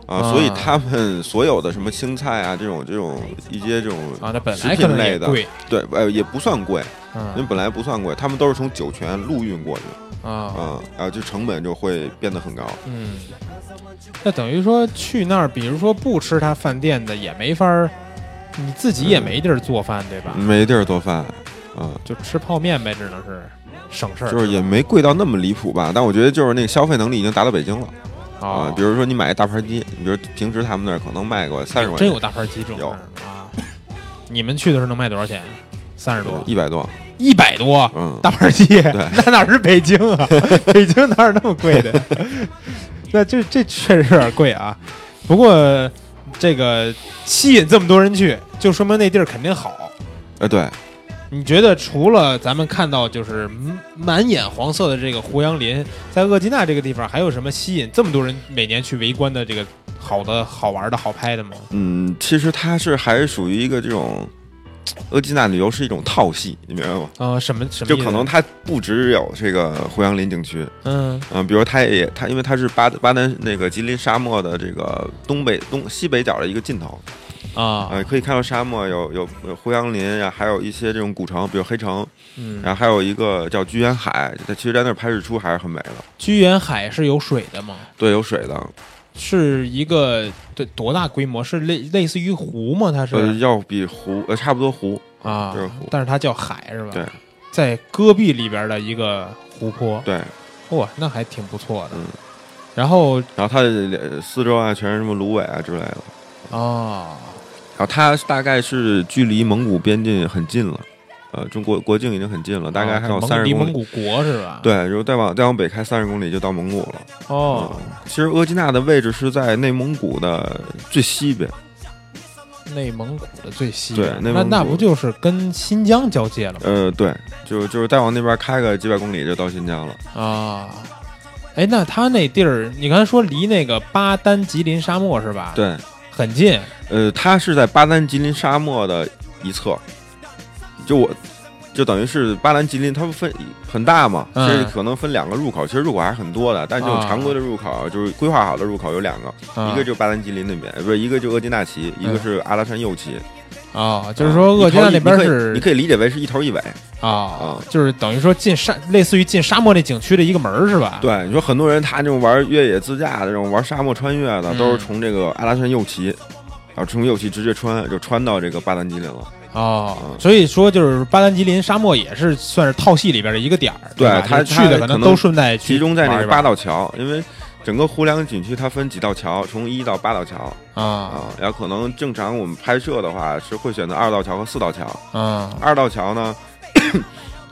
啊，啊所以他们所有的什么青菜啊，这种这种一些这种啊，那本食来可品能类也的，贵。对，呃，也不算贵，因为嗯本来不算贵，他们都是从酒泉陆运过去，啊啊，然后就成本就会变得很高。嗯，那等于说去那儿，比如说不吃他饭店的也没法儿，你自己嗯也没地儿做饭对吧？没地儿做饭，啊，就吃泡面呗，只能是省事儿。就是也没贵到那么离谱吧，但我觉得就是那个消费能力已经达到北京了啊啊，。比如说你买一大盘鸡，你比如平时他们那儿可能卖个三十块哎真钱，有大盘鸡这种有事儿啊。你们去的时候能卖多少钱？三十多，一百多，一百多，嗯，大盘鸡，那哪是北京啊？ 北京哪有那么贵的？ 那这这确实有点贵啊。不过这个吸引这么多人去，就说明那地儿肯定好。呃，对，你觉得除了咱们看到就是嗯满眼黄色的这个胡杨林，在厄吉纳这个地方还有什么吸引这么多人每年去围观的这个好的、好玩的、好拍的吗？嗯，其实它是还是属于一个这种。额济纳旅游是一种套系，你明白吗？啊、什么什么就意思？可能它不只有这个胡杨林景区，嗯嗯、比如它也它，因为它是巴巴南那个吉林沙漠的这个东北东西北角的一个尽头，啊呃，可以看到沙漠有有有胡杨林啊，还有一些这种古城，比如黑城，嗯，然后还有一个叫居园海，它其实在那儿拍日出还是很美的。居园海是有水的吗？对，有水的，是一个对多大规模？是类类似于湖吗？它是、呃，要比湖呃差不多湖啊就是湖，但是它叫海是吧？对，在戈壁里边的一个湖泊，对，哇、那还挺不错的。嗯然后然后它的四周啊全是什么芦苇啊之类的，啊，然后它大概是距离蒙古边境很近了，呃，中国国境已经很近了，哦大概还有啊三十离公蒙里。古国是吧？，对，然后再往再往北开三十公里就到蒙古了。呃哦，其实额济纳的位置是在内蒙古的最西边，内蒙古的最西嗯对边，内那蒙那古不就是跟新疆交界了吗？呃，对，就就是再往那边开个几百公里就到新疆了。啊，哎，那它那地儿，你刚才说离那个巴丹吉林沙漠是吧？，对，很近呃，它是在巴丹吉林沙漠的一侧，就我就等于是巴丹吉林，它不分很大嘛，其嗯实可能分两个入口，其实入口还是很多的，但这种啊常规的入口就是规划好的入口有两个，啊一个就巴丹吉林那边，呃不是一个就额济纳旗，一个嗯是阿拉善右旗，啊，就是说啊鄂一军头那一边你可以是你可以理解为是一头一尾。啊啊，就是等于说进沙，类似于进沙漠那景区的一个门儿是吧？，对，你说很多人他这种玩越野自驾的，这种玩沙漠穿越的，嗯都是从这个阿拉善右旗，然后从右旗直接穿就穿到这个巴丹吉林了。嗯哦，所以说就是巴丹吉林沙漠也是算是套系里边的一个点儿，对吧它就是去的它可能能都顺带去集中在那玩个一八玩道桥，因为整个胡梁景区它分几道桥，从一到八道桥啊啊。然后可能正常我们拍摄的话是会选择二道桥和四道桥。啊二道桥呢，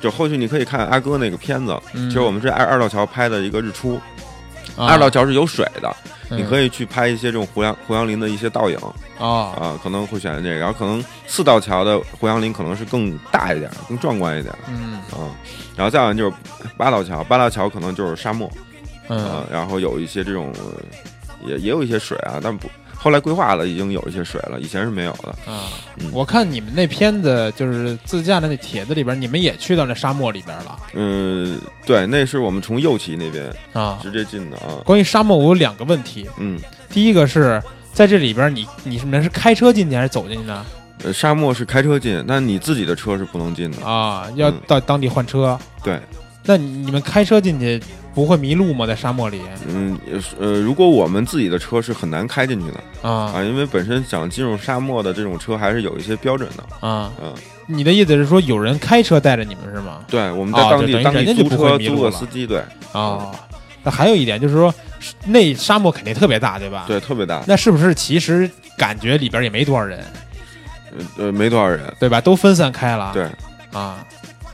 就后续你可以看阿哥那个片子，嗯其实我们是二二道桥拍的一个日出。啊嗯二道桥是有水的，你以可以去拍一些这种胡杨胡杨林的一些倒影啊啊，可能会选择这个。然后可能四道桥的胡杨林可能是更大一点，更壮观一点嗯啊。然后再往就是八道桥，八道桥可能就是沙漠。啊嗯呃，然后有一些这种，呃也也有一些水啊，但不后来规划了，已经有一些水了，以前是没有的。啊嗯！我看你们那片子就是自驾的那帖子里边，你们也去到那沙漠里边了嗯，对，那是我们从右旗那边啊。直接进的啊。关于沙漠，我有两个问题。嗯，第一个是在这里边你，你是们是开车进去还是走进去呢？呃沙漠是开车进，但你自己的车是不能进的。啊，要嗯到当地换车。对，那你你们开车进去不会迷路吗？在沙漠里嗯，也是呃，如果我们自己的车是很难开进去的啊啊，因为本身想进入沙漠的这种车还是有一些标准的。啊！嗯，你的意思是说有人开车带着你们是吗？对，我们在哦当就地、等于当人地家就租不会车迷租路个了司机，对啊，那还有一点就是说，是那沙漠肯定特别大，对吧？。对，特别大，那是不是其实感觉里边也没多少人，呃呃，没多少人。对吧？都分散开了。对，啊，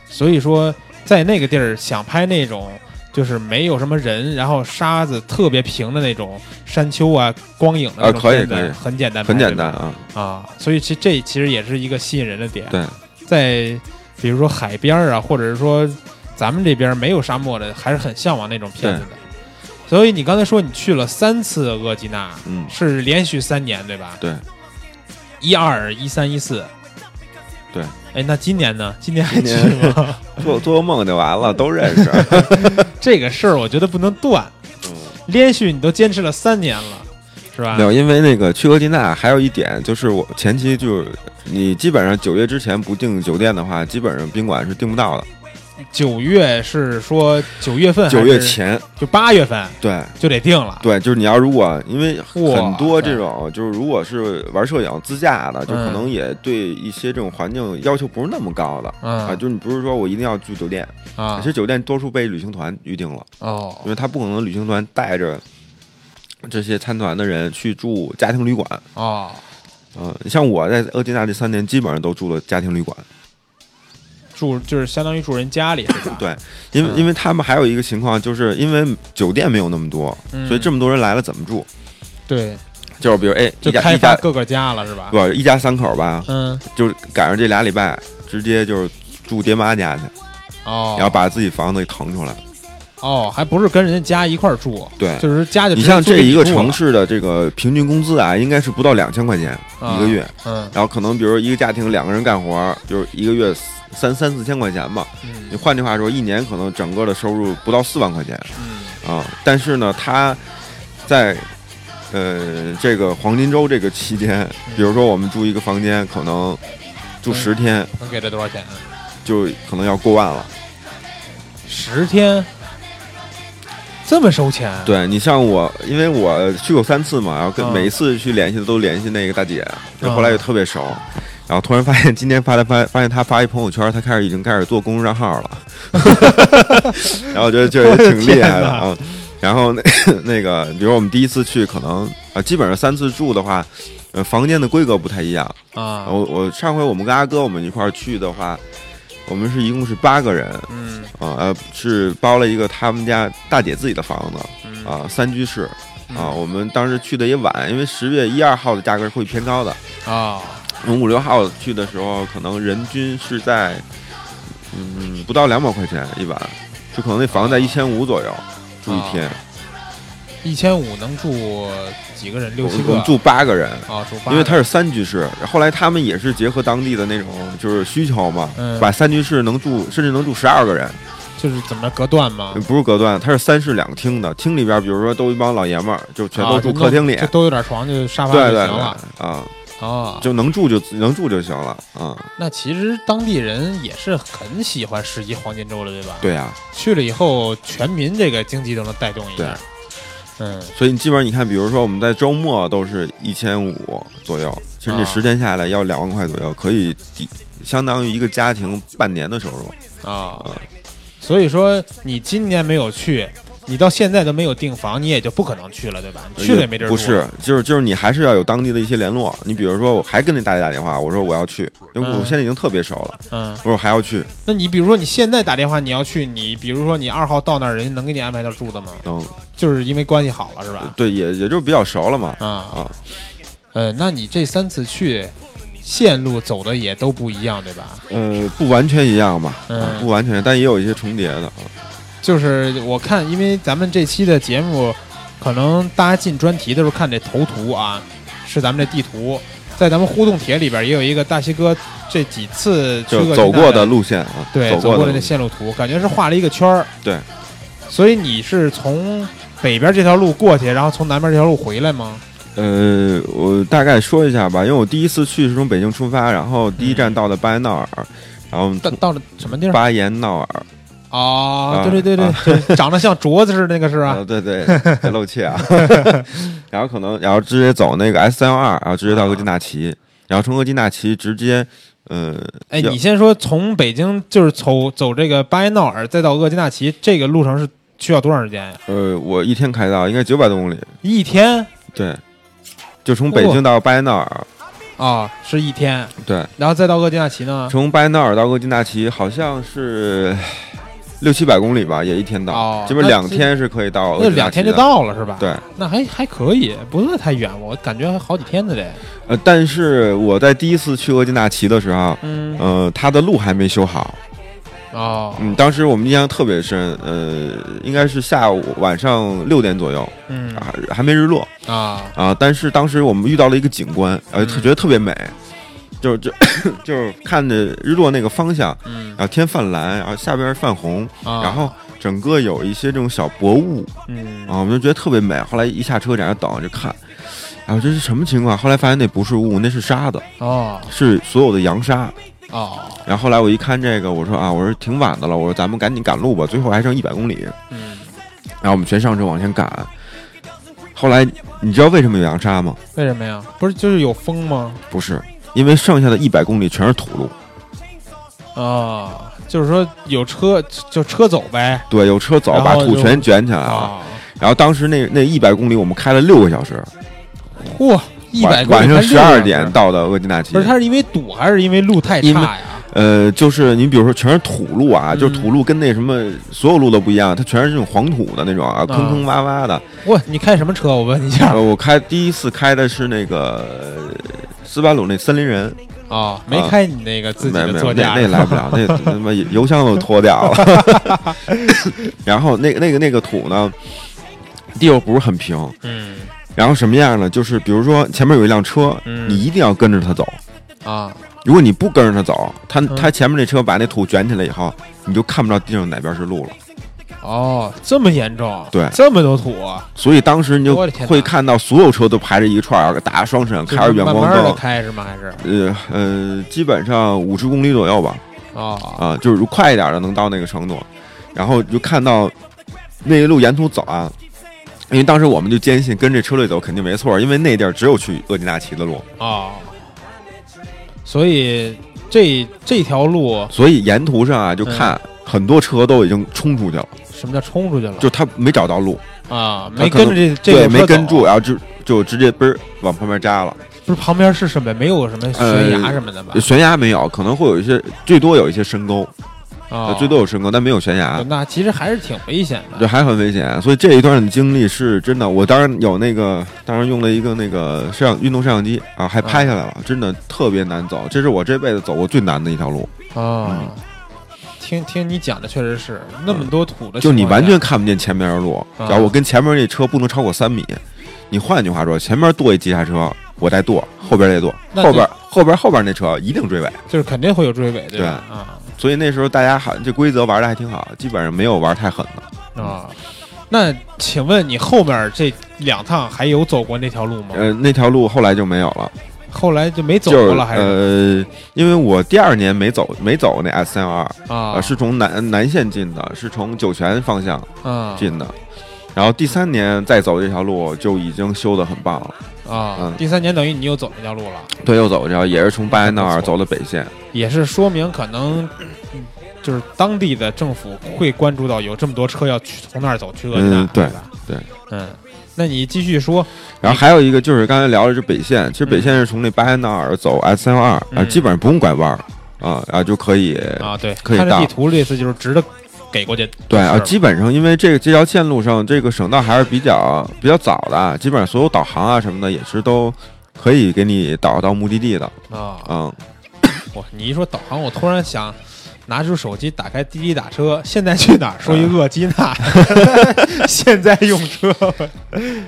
所以说在那个地儿想拍那种就是没有什么人，然后沙子特别平的那种山丘啊，光影的那种啊可以片子可以很简单拍，很简对吧单啊，啊，所以其这其实也是一个吸引人的点。对，在比如说海边儿啊，或者是说咱们这边儿没有沙漠的，还是很向往那种片子的。所以你刚才说你去了三次额济纳，嗯是连续三年对吧？对，一二一三一四。对，哎，那今年呢？今年还今去年吗？做做个梦就完了，都认识。这个事儿我觉得不能断，连续你都坚持了三年了，是吧没？有，因为嗯那个去额济纳还有一点就是，我前期就是你基本上九月之前不订酒店的话，基本上宾馆是订不到的。九月是说九月份还是，九月前，就八月份对就得定了。对，就是你要如果因为很哇多塞这种就是如果是玩摄影自驾的，就可嗯能也对一些这种环境要求不是那么高的。啊，嗯就是你不是说我一定要住酒店，啊其实酒店多数被旅行团预定了，哦因为他不可能旅行团带着这些参团的人去住家庭旅馆。哦，嗯，你像我在厄济纳这三年，基本上都住了家庭旅馆，住就是相当于住人家里是吧？对因为、嗯因为他们还有一个情况，就是因为酒店没有那么多，嗯所以这么多人来了怎么住？对，就是比如哎，就一家开一发家各个家了是吧？不一家三口吧，嗯就是赶上这俩礼拜，直接就是住爹妈家去，哦，然后把自己房子给腾出来。哦，还不是跟人家家一块儿住，对就是家就你直接像租这给一个住了城市的这个平均工资啊，应该是不到两千块钱一个月，，啊然后可能比如一个家庭两个人干活，就是一个月三三四千块钱吧。嗯你换句话说，一年可能整个的收入不到四万块钱。嗯啊，但是呢，他在呃这个黄金周这个期间，嗯比如说我们住一个房间，可能住十天，嗯，能给他多少钱？就可能要过万了。十天，这么收钱？，对你像我，因为我去过三次嘛，然后跟嗯每一次去联系的都联系那个大姐，就嗯后来就特别熟。然后突然发现，今天发的发发现她发一朋友圈，她开始已经开始做公众账号 了，然后我觉得这也挺 厉害的啊。然后那那个，比如我们第一次去，可能啊，基本上三次住的话，呃，房间的规格不太一样。啊，我我上回我们跟阿哥我们一块儿去的话，我们是一共是八个人，嗯啊，呃，是包了一个他们家大姐自己的房嗯子啊，三居室啊。我们当时去的也晚，因为十月一二号的价格会偏高的。啊，我们五六号去的时候，可能人均是在嗯不到两百块钱一晚，就可能那房子在一千五左右住啊一天。一千五能住几个人？我六七们个？我们住八个人。啊，住八个，因为它是三居室，后来他们也是结合当地的那种就是需求嘛，嗯把三居室能住，甚至能住十二个人，就是怎么着隔断嘛，不是隔断，它是三室两厅的，厅里边比如说都一帮老爷们儿，就全都啊住就客厅里，弄就都有点床，就沙发对就对行对了。啊，啊，就能住就能住就行了啊，那其实当地人也是很喜欢十一黄金周的，对吧？，对呀，去了以后，全民这个经济都能带动一下。嗯，所以你基本上你看，比如说我们在周末都是一千五左右，其实啊你十天下来要两万块左右，可以抵相当于一个家庭半年的收入，啊、所以说你今年没有去，你到现在都没有订房，你也就不可能去了，对吧？你去了也没地儿不住是，就是就是你还是要有当地的一些联络。你比如说，我还跟那大姐打电话，我说我要去，因为嗯我现在已经特别熟了，嗯我，说我还要去，那你比如说你现在打电话你要去，你比如说你二号到那儿，人家能给你安排到住的吗？嗯，就是因为关系好了是吧？对，也也就是比较熟了嘛。啊、啊，呃，那你这三次去线路走的也都不一样对吧？呃，不完全一样吧，嗯啊不完全，但也有一些重叠的。啊就是我看，因为咱们这期的节目，可能大家进专题的时候看这头图啊，是咱们这地图，在咱们互动帖里边也有一个大西哥这几次去就过走过的的路线啊，对，走走过的路那线，线路图，感觉是画了一个圈儿。对，所以你是从北边这条路过去，然后从南边这条路回来吗？呃，我大概说一下吧，因为我第一次去是从北京出发，然后第一站到的巴彦淖尔，然后到到了什么地儿？巴彦淖尔，哦啊，对对对啊对，就是 长得像镯子似的那个是吧啊，？对 对，别漏气啊。然后可能，然后直接走那个 S 三幺二，然后直接到额济纳啊旗，然后从额济纳旗直接，呃，哎，要你先说从北京就是走走这个巴彦淖尔，再到额济纳旗，这个路程是需要多长时间呀？呃，我一天开到应该九百多公里，一天对，就从北京到巴彦淖尔，啊，是一天，对，然后再到额济纳旗呢？从巴彦淖尔到额济纳旗好像是六七百公里吧，也一天哦到，这边那两这天是可以到额济那纳两旗天就的。到了是吧？对，那还还可以，不算太远，我感觉还好几天的得。呃，但是我在第一次去额济纳旗的时候，嗯，呃，它的路还没修好，哦，嗯，当时我们印象特别深，呃，应该是下午晚上六点左右，嗯啊，还没日落啊，啊。但是当时我们遇到了一个景观，呃，嗯特觉得特别美，就是就就是看着日落那个方向，嗯然后天泛蓝，然后下边泛红，啊，然后整个有一些这种小薄雾嗯啊，我们就觉得特别美。后来一下车在那等就看，然后这是什么情况？后来发现那不是雾，那是沙子，哦是所有的扬沙。哦然后后来我一看这个，我说啊，我说挺晚的了，我说咱们赶紧赶路吧，最后还剩一百公里。嗯，然后我们全上车往前赶。后来你知道为什么有扬沙吗？为什么呀？不是就是有风吗？不是，因为剩下的一百公里全是土路。啊，就是说有车就车走呗对，有车走然后把土就全卷起来了。啊，然后当时那那一百公里我们开了六个小时，嚯，一百晚晚上十二点到。到的额济纳旗不。是，他是因为堵还是因为路太差呀？呃，就是你比如说全是土路啊，嗯就是土路跟那什么所有路都不一样，它全是这种黄土的那种啊，坑坑洼洼的。我你开什么车？我问一 下呃，我开第一次开的是那个呃斯巴鲁那森林人，啊，没开你那个自己没没的有座驾那那来不了，那他妈油箱都脱掉了。 然后那个那个那个土呢，地又不是很平，嗯然后什么样呢？就是比如说前面有一辆车，嗯你一定要跟着它走。啊如果你不跟着它走，它嗯它前面那车把那土卷起来以后，你就看不到地上哪边是路了。哦，这么严重？对这么多土啊，所以当时你就我的天哪会看到所有车都排着一串儿，打着双闪，开着远慢光慢的灯。开是吗？还是呃呃，基本上五十公里左右吧。哦啊，就是如果快一点的能到那个程度，然后就看到那一路沿途走啊，因为当时我们就坚信跟这车队走肯定没错，因为那地儿只有去额济纳旗的路，哦，所以这这条路所以沿途上啊嗯就看很多车都已经冲出去了，什么叫冲出去了？就他没找到路，啊，他没可能跟着这这个对，没车跟走啊住，，然后就就直接嘣儿往旁边扎了，不是旁边是什么？没有什么呃悬崖什么的吧？悬崖没有，可能会有一些，最多有一些深沟，啊，呃嗯最多有深沟，但没有悬崖。那其实还是挺危险这的。还很危险，所以这一段的经历是真的。我当然有那个，当时用了一个那个摄像运动摄像机啊，还拍下来了，真的特别难走。这是我这辈子走过最难的一条路，啊，听听你讲的确实是那么多土呃的情况下，嗯就你完全看不见前面的路。啊然后我跟前面那车不能超过三米，你换句话说，前面跺一急刹车，我再跺，后边再跺，嗯那后边后边后边那车一定追尾。就是肯定会有追尾，对对吧？啊所以那时候大家还这规则玩的还挺好，基本上没有玩太狠的。啊，那请问你后面这两趟还有走过那条路吗？呃，那条路后来就没有了。后来就哦没走就过是了，还是呃，因为我第二年没走没走那 S 三幺二啊啊，是从南南线进的，是从酒泉方向啊进的。然后第三年再走这条路就已经修得很棒了。啊嗯！第三年等于你又走那条路了，对，又走这条也是从巴彦淖那尔不错走的北线。也是说明可能。嗯就是当地的政府会关注到有这么多车要去从那儿走去额济纳，嗯对吧？对，嗯，那你继续说，然后还有一个就是刚才聊的是北线，其实北线是从那巴彦淖尔走 S 三幺二啊，嗯基本上不用拐弯儿啊啊就可以啊，对，可以看着到地图这次就是直的给过去的事儿。对啊，基本上因为这个这条线路上这个省道还是比较比较早的，基本上所有导航啊什么的也是都可以给你导到目的地的。啊，嗯，我你一说导航，我突然想拿出手机打开滴滴打车，现在去哪儿？说一嗯饿 鸡蛋，现在用车。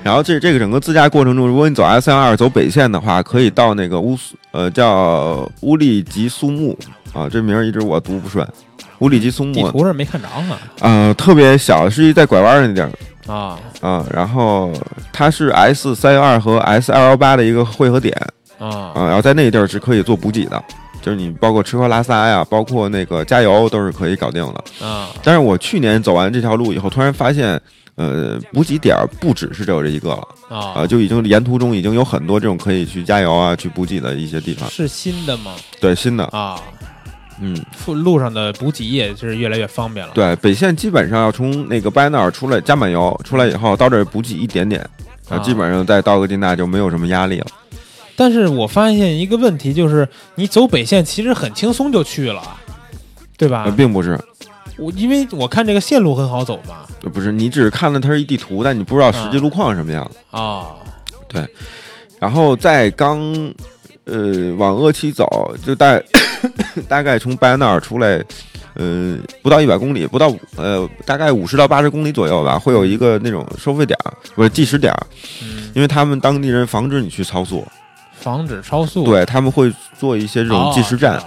然后这这个整个自驾过程中，如果你走 S 幺二走北线的话，可以到那个乌苏呃叫乌里吉苏木啊，这名儿一直我读不顺。乌里吉苏地木图上没看着呢呃特别小，是一在拐弯儿那地儿啊啊。然后它是 S 三幺二和 S 二幺八的一个汇合点啊啊，然后在那地儿是可以做补给的，就是你包括吃喝拉撒呀，包括那个加油都是可以搞定的。啊！但是我去年走完这条路以后，突然发现，呃，补给点儿不只是只有这一个了。啊，啊，就已经沿途中已经有很多这种可以去加油啊、去补给的一些地方。是新的吗？对，新的，啊，嗯，路路上的补给也是越来越方便了。对，北线基本上要从那个巴彦淖尔出来加满油，出来以后到这儿补给一点点，啊啊，基本上再到个金大就没有什么压力了。但是我发现一个问题，就是你走北线其实很轻松就去了，对吧呃？并不是，我因为我看这个线路很好走嘛。呃不是，你只是看了它是一地图，但你不知道实际啊路况是什么样的。啊然后在刚，呃，往鄂西走，就大 大概从巴彦淖尔出来，呃，不到一百公里，不到呃，大概五十到八十公里左右吧，会有一个那种收费点儿，不是计时点儿，嗯，因为他们当地人防止你去超速，防止超速。对他们会做一些这这种计时站啊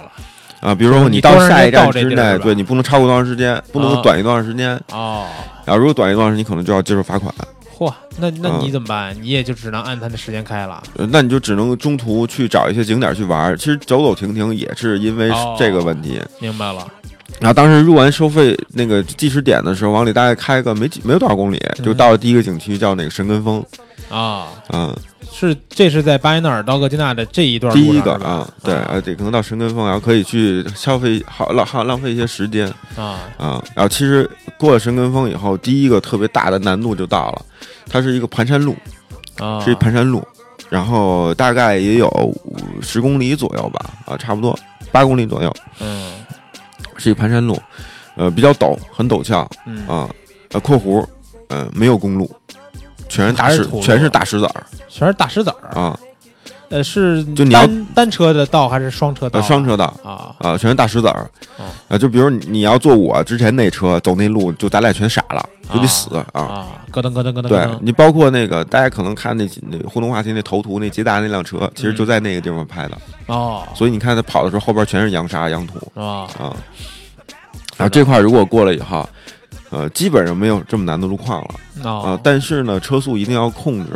啊，比如说你你多到长时下间一站到这之地儿是内，吧对你不能超过多长时间，不啊能短于多长时间，哦，然后如果短于多长时间，你可能就要接受罚款，嚯，那那啊你怎么办？你也就只能按他的时间开了。呃那你就只能中途去找一些景点儿去玩儿。其实走走停停也是因为哦这个问题，明白了，然后当时入完收费那个计时点的时候，往里大概开个没几没有多少公里，就到了第一个景区，叫那个神根峰啊，啊、是这是在巴彦淖尔到格金纳的这一段第路一上个是吧嗯啊，对，啊，得可能到神根峰，然后可以去消费好浪好浪费一些时间啊啊。然后其实过了神根峰以后，第一个特别大的难度就到了，它是一个盘山路，啊，是一盘山路，然后大概也有十公里左右吧，啊，差不多八公里左右，嗯是一盘山路，呃，比较陡，很陡峭，嗯啊，呃，括弧，嗯、没有公路，全是大还是石土，路全是大石子儿全是大石子儿，啊，呃，是就你要单单车的道还是双车道呃，啊？双车道啊啊，全是大石子儿哦啊，就比如你你要坐我之前那车走那路，就咱俩全傻了，就得死啊。啊，咯噔咯噔咯噔咯对噔，你包括那个，大家可能看那那互动话题那头图那捷达那辆车，其实嗯就在那个地方拍的，哦所以你看他跑的时候后边全是扬沙扬土啊啊。然后这块儿如果过了以后，呃，基本上没有这么难的路况了。啊哦，但是呢，车速一定要控制，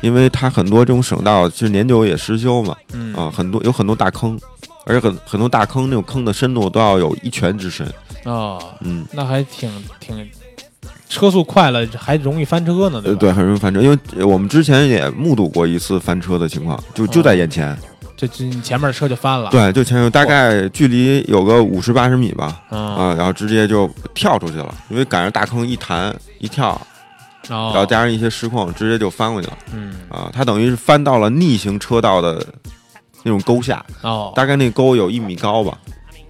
因为它很多这种省道，其实年久也失修嘛，嗯啊，很多有很多大坑，而且很很多大坑那种坑的深度都要有一拳之深，哦，嗯，那还挺挺，车速快了还容易翻车呢，呃，吧？对，很容易翻车，因为我们之前也目睹过一次翻车的情况，啊就就在眼前，这这你前面车就翻了，对，就前有大概距离有个五十八十米吧，啊啊，然后直接就跳出去了，因为赶上大坑一弹一跳，然然后加上一些失控，直接就翻过去了，哦嗯啊，它等于是翻到了逆行车道的那种沟下。哦，大概那沟有一米高吧。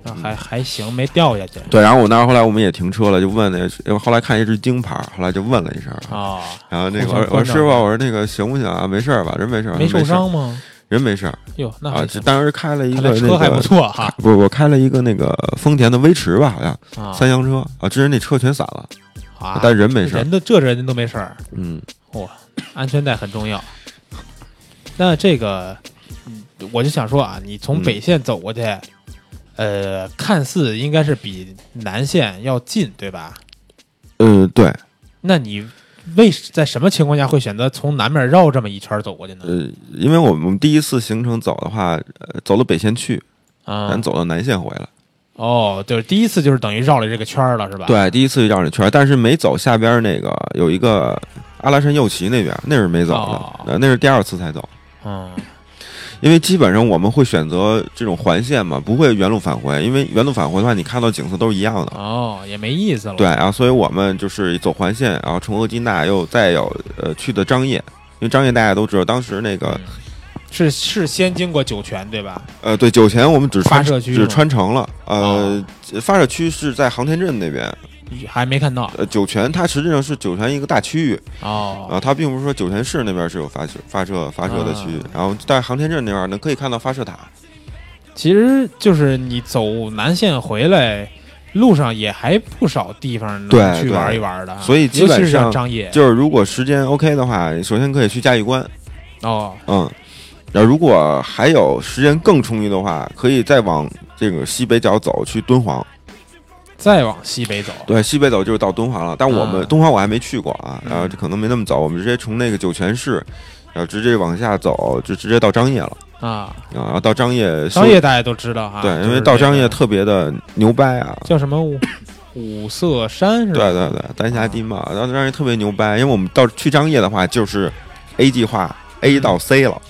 那还还行，没掉下去对，然后我那儿后来我们也停车了，就问那个，后来看一是金牌，后来就问了一声，啊，然后那互个相我说我说关照师傅，我说那个行不行啊？没事儿吧，人没事儿，没人受事儿伤吗？人没事儿哟，那啊还。行，当时开了一看个来那车还不个，错啊哈不，我开了一个那个丰田的威驰吧，好像啊三厢车啊，之前那车全散了，啊，但人没事儿人。都这人都没事儿，嗯，哇，安全带很重要。那这个，嗯我就想说啊，你从嗯北线走过去，呃，看似应该是比南线要近，对吧？呃，对，那你为在什么情况下会选择从南面绕这么一圈儿走过去呢？呃，因为我们我们第一次行程走的话，呃走了北线去，啊、呃咱走到南线回来。哦，就是第一次就是等于绕了这个圈儿了，是吧？，对，第一次就绕这圈儿，但是没走下边儿那个有一个阿拉善右旗那边儿，那是没走的，哦呃那是第二次才走。嗯，因为基本上我们会选择这种环线嘛，不会原路返回，因为原路返回的话，你看到景色都是一样的。哦，也没意思了。对，然、后所以我们就是走环线，然后从额济纳又再有呃去的张掖，因为张掖大家都知道，当时那个嗯，是是先经过酒泉对吧？呃对酒泉我们只穿发射区只吗穿城了，呃哦发射区是在航天镇那边，嗯还没看到呃酒泉它实际上是酒泉一个大区域，哦啊，它并不是说酒泉市那边是有发射发射发射的区域啊，然后在航天镇那边呢可以看到发射塔。其实就是你走南线回来，路上也还不少地方能对去对玩一玩的，啊所以基尤其本是像上张掖就是如果时间 OK 的话，首先可以去嘉峪关，哦，嗯，然后如果还有时间更充裕的话，可以再往这个西北角走去敦煌。再往西北走，对，西北走就是到敦煌了，但我们、啊嗯敦煌我还没去过啊，然后就可能没那么走，我们直接从那个酒泉市，然后直接往下走，就直接到张掖了啊，啊，然后到张掖是，张掖大家都知道哈，对，就是因为到张这掖个特别的牛掰啊。叫什么五五色山是吧？啊对对对，丹霞地貌，然后张掖特别牛掰，因为我们到去张掖的话，就是 A 计划 A 到 C 了，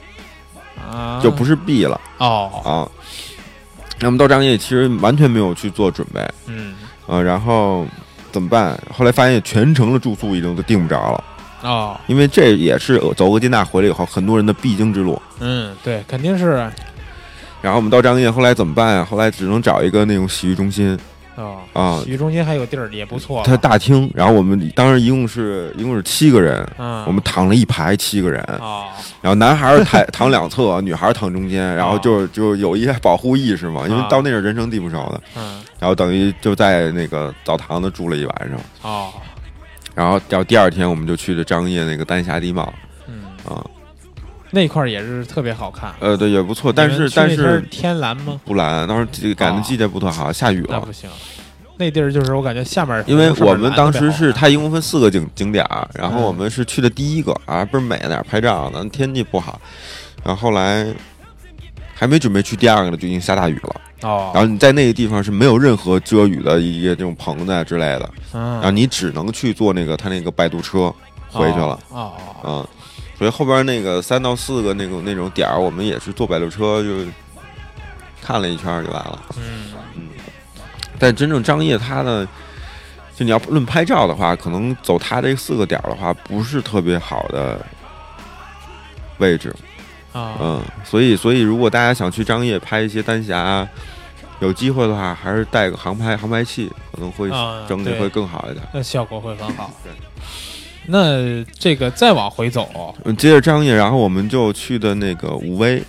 嗯啊，就不是 B 了哦，啊。那么到张掖其实完全没有去做准备，嗯，啊，然后怎么办？后来发现全程的住宿已经都订不着了，哦，因为这也是走额济纳回来以后很多人的必经之路。嗯，对，肯定是然后我们到张掖，后来怎么办啊？后来只能找一个那种洗浴中心哦，啊洗，浴中心还有地儿也不错了，它大厅。然后我们当时一共是一共是七个人，嗯，我们躺了一排七个人，哦，然后男孩儿躺躺两侧，女孩儿躺中间，然后就就有一些保护意识嘛，因为啊到那是人生地不熟的。嗯，然后等于就在那个澡堂子住了一晚上，哦，然后然后第二天我们就去了张掖那个丹霞地貌嗯，啊，那块儿也是特别好看，呃，对，也不错，但你们是去但那天儿是天蓝吗？不蓝，当时这个赶的季节不特好，下雨那了不。行，那地儿就是我感觉下面儿因为红上面我们蓝当特别时好是看它一共分四个景景点儿，然后嗯我们是去的第一个啊，倍儿美那儿拍照呢，天气不好，然后后来还没准备去第二个呢，就已经下大雨了。哦，然后你在那个地方是没有任何遮雨的一个这种棚子啊之类的，嗯然后你只能去坐那个他那个摆渡车回去了，哦哦哦啊。所以后边那个三到四个那种那种点儿，我们也是坐摆渡车就看了一圈儿就完了。嗯，但真正张掖它的，就你要论拍照的话，可能走它这四个点儿的话，不是特别好的位置，啊，嗯，所以所以如果大家想去张掖拍一些丹霞，有机会的话，还是带个航拍航拍器，可能会啊整体对会更好一点。那效果会很好。对，那这个再往回走，嗯，接着张掖，然后我们就去的那个武威，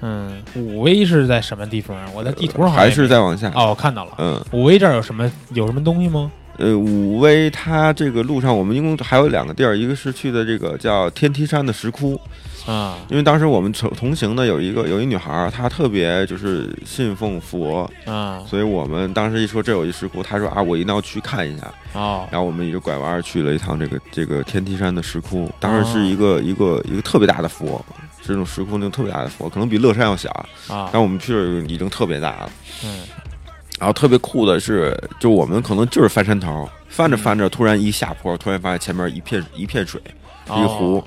嗯，武威是在什么地方啊？我在地图上好像还也没是再往下，哦，我看到了。嗯，武威这儿有什么有什么东西吗？呃，武威它这个路上，我们一共还有两个地儿，一个是去的这个叫天梯山的石窟，啊因为当时我们同同行的有一个有一女孩儿，她特别就是信奉佛，啊所以我们当时一说这有一石窟，她说啊，我一定要去看一下。哦然后我们也就拐弯儿去了一趟这个这个天梯山的石窟，当哦时是一个、一个一个特别大的佛，是那种石窟那种特别大的佛，可能比乐山要小，啊但我们去的时候已经特别大了。嗯然后特别酷的是，就我们可能就是翻山头，翻着翻着，突然一下坡，突然发现前面一片一片水，一个湖。哦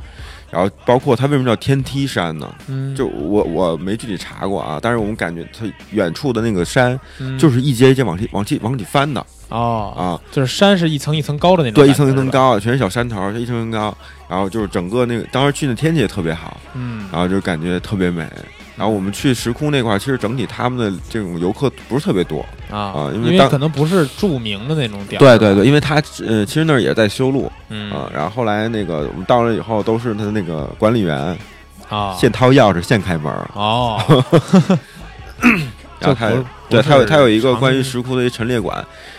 然后包括它为什么叫天梯山呢？嗯，就我我没具体查过啊，但是我们感觉它远处的那个山嗯就是一阶一阶往起往起往起翻的哦啊，就是山是一层一层高的那种感对，觉，一层一层是吧。高，全是小山头，一层一层高。然后就是整个那个当时去那天气也特别好，嗯然后就感觉特别美。然后我们去石窟那块儿，其实整体他们的这种游客不是特别多。啊啊因因为当可能不是著名的那种点儿。对对对，因为它呃，其实那儿也在修路嗯啊。然后后来那个我们到了以后，都是他的那个管理员啊现掏钥匙现开门儿，哦然后他就不对不是他有他有一个常关于见石窟的一陈列馆，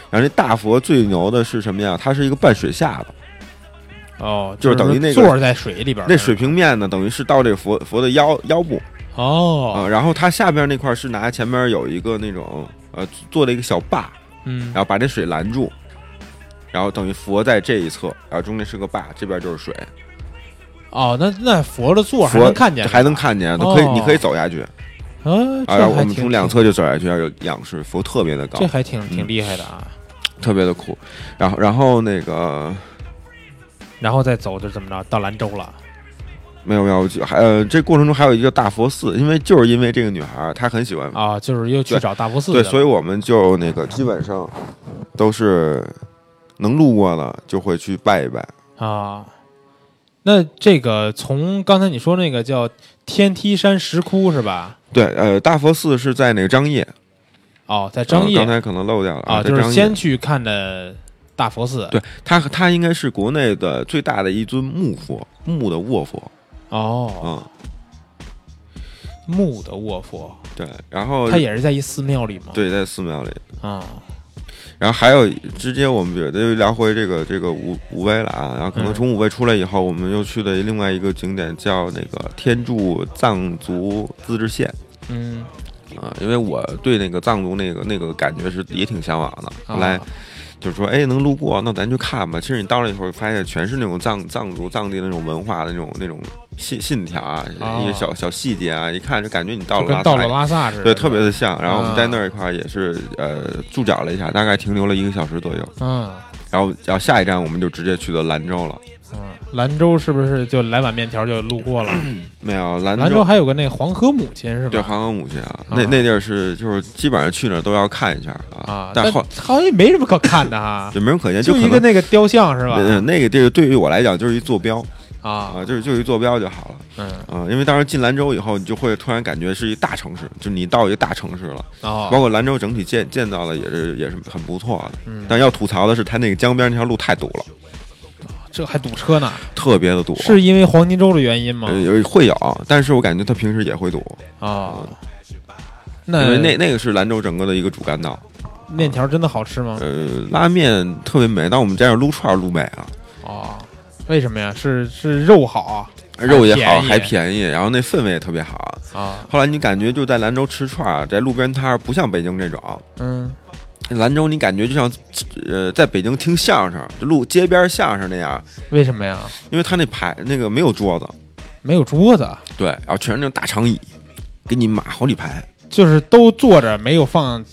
然后那大佛最牛的是什么呀？它是一个半水下的， 哦，就是等于那个坐在水里边儿那水平面呢等于是到这佛佛的腰腰部啊、哦，然后它下边那块是拿前面有一个那种呃做了一个小坝，嗯然后把这水拦住，然后等于佛在这一侧，然后中间是个坝，这边就是水，哦，那那佛的座还佛能看见，还能。看见，它可以你可以哦走下去。啊，这啊，然后还我们挺从两，侧就走下去，然后有仰视，佛特别的高挺这，还挺挺嗯厉害的啊。特别的酷。然后，然后那个然后再走就怎么着到兰州了没有没有，就还呃，这过程中还有一个大佛寺，因为就是因为这个女孩儿她很喜欢，啊，就是又去嗯对找大佛寺去对，了。所以我们就那个基本上都是能路过的就会去拜一拜。啊，那这个从刚才你说那个叫天梯山石窟是吧？对，呃，大佛寺是在那个张掖，哦，在张掖呃刚才可能漏掉了啊，在就是张掖先去看的大佛寺。对它它应该是国内的最大的一尊木佛，木的卧佛，哦，嗯，木的卧佛，对，然后它也是在一寺庙里嘛。对在寺庙里。啊，然后还有直接我们觉得又聊回这个这个武武威了啊，然后可能嗯从武威出来以后，我们又去的另外一个景点叫那个天柱藏族自治县。嗯，啊，因为我对那个藏族那个那个感觉是也挺向往的。后来啊就是说，哎，能路过，那咱去看吧。其实你到了以后，发现全是那种藏藏族藏地那种文化的那种那种信信条啊，啊一些小小细节啊，一看就感觉你到就了跟到拉萨了一样。拉萨似的，对，特别的像。然后我啊们在那儿一块儿也是呃驻脚了一下，大概停留了一个小时左右。嗯。然后，然后下一站我们就直接去的兰州了。嗯，兰州是不是就来碗面条就路过了？没有，兰兰州还有个那黄河母亲是吧？嗯对，黄河母亲啊，啊那那地儿是就是基本上去那儿都要看一下啊，但但后好像也没什么可看的 哈，也没人可见，就可一能个那个雕像是吧？嗯，那个地儿对于我来讲就是一坐标啊，啊，就是就是一坐标就好了嗯，啊、因为当时进兰州以后，你就会突然感觉是一大城市，就是你到一个大城市了。包哦，括兰州整体建建造的也是也是很不错的，嗯但要吐槽的是它那个江边那条路太堵了，这还堵车呢，特别的堵。是因为黄金周的原因吗？呃有会有，但是我感觉它平时也会堵，啊，因那为那那个是兰州整个的一个主干道。面条真的好吃吗？呃，拉面特别美，但我们这儿撸串儿撸美啊了，哦，为什么呀？是是肉好啊肉也好，便宜还便宜，然后那氛围也特别好。啊，后来你感觉就在兰州吃串儿，啊在路边摊儿不像北京这种，嗯兰州你感觉就像，呃，在北京听相声，就路街边相声那样，为什么呀？因为他那牌那个没有桌子，没有桌子，对，然后全是那种大长椅，给你码好几排，就是都坐着，没有放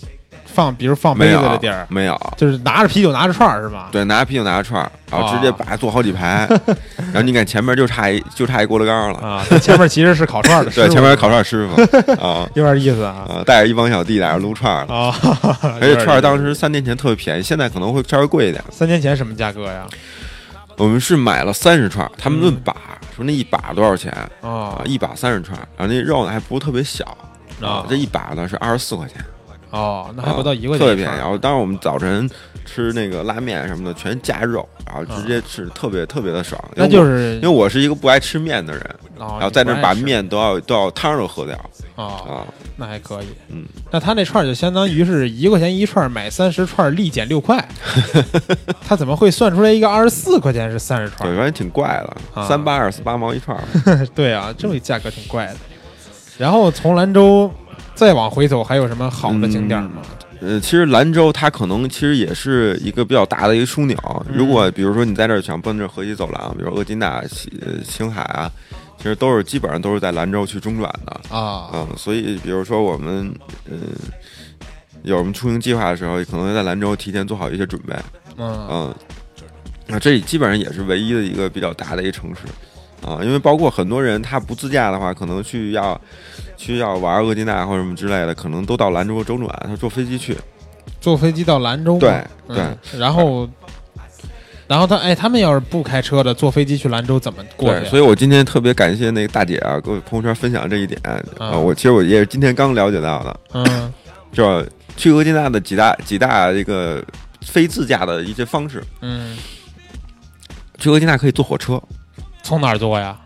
放，比如放杯子没有哦的地儿，没有，就是拿着啤酒拿着串儿是吧？对，拿啤酒拿着串儿，然后啊直接摆坐好 几排，然后你看前面就差一就差一锅炉缸了，啊，这前面其实是烤串儿的师 对，傅，前面烤串师傅 啊。有点意思啊啊，带着一帮小弟在那儿撸串儿了，啊！ 而且串儿当时时三年前特别便宜，现在可能会稍微贵一点。三年前什么价格呀？我们是买了三十串儿，他们论嗯把，说那一把多少钱，啊啊，一把三十串，然后那肉呢还不是特别小啊这一把呢是二十四块钱，哦，那啊还不到一块钱，特别便宜。然后当时我们早晨吃那个拉面什么的，全加肉，然后直接吃，特别特别的爽。因啊那就为我是哦因为我是一个不爱吃面的人，然然后在那儿把面都要都要汤都喝掉啊，啊，那还可以。嗯，那他那串儿就相当于是一块钱一串儿，买三十串儿立减六 块，他怎么会算出来一个二十四块钱是三十串对，儿？反正挺怪的，啊三八二十八毛 一串儿，对啊，这个价格挺怪的。然后从兰州再往回走，还有什么好的景点吗？呃，其实兰州它可能其实也是一个比较大的一个枢纽。如果比如说你在这儿想奔着河西走廊，比如说鄂金纳、西呃青海啊，其实都是基本上都是在兰州去中转的。啊，嗯，所以比如说我们嗯、有什么出行计划的时候，可能在兰州提前做好一些准备。嗯嗯，那这基本上也是唯一的一个比较大的一个城市。啊，因为包括很多人他不自驾的话，可能去要去要玩鄂金纳或者什么之类的，可能都到兰州周转，他坐飞机去。坐飞机到兰州吗，对对嗯，然后，然后他哎，他们要是不开车的，坐飞机去兰州怎么过去对，啊？所以我今天特别感谢那个大姐啊，给我朋友圈分享这一点啊、啊我其实我也是今天刚了解到的，嗯，是吧？去额济纳的几大几大这个非自驾的一些方式，嗯，去额济纳可以坐火车，从哪儿坐呀？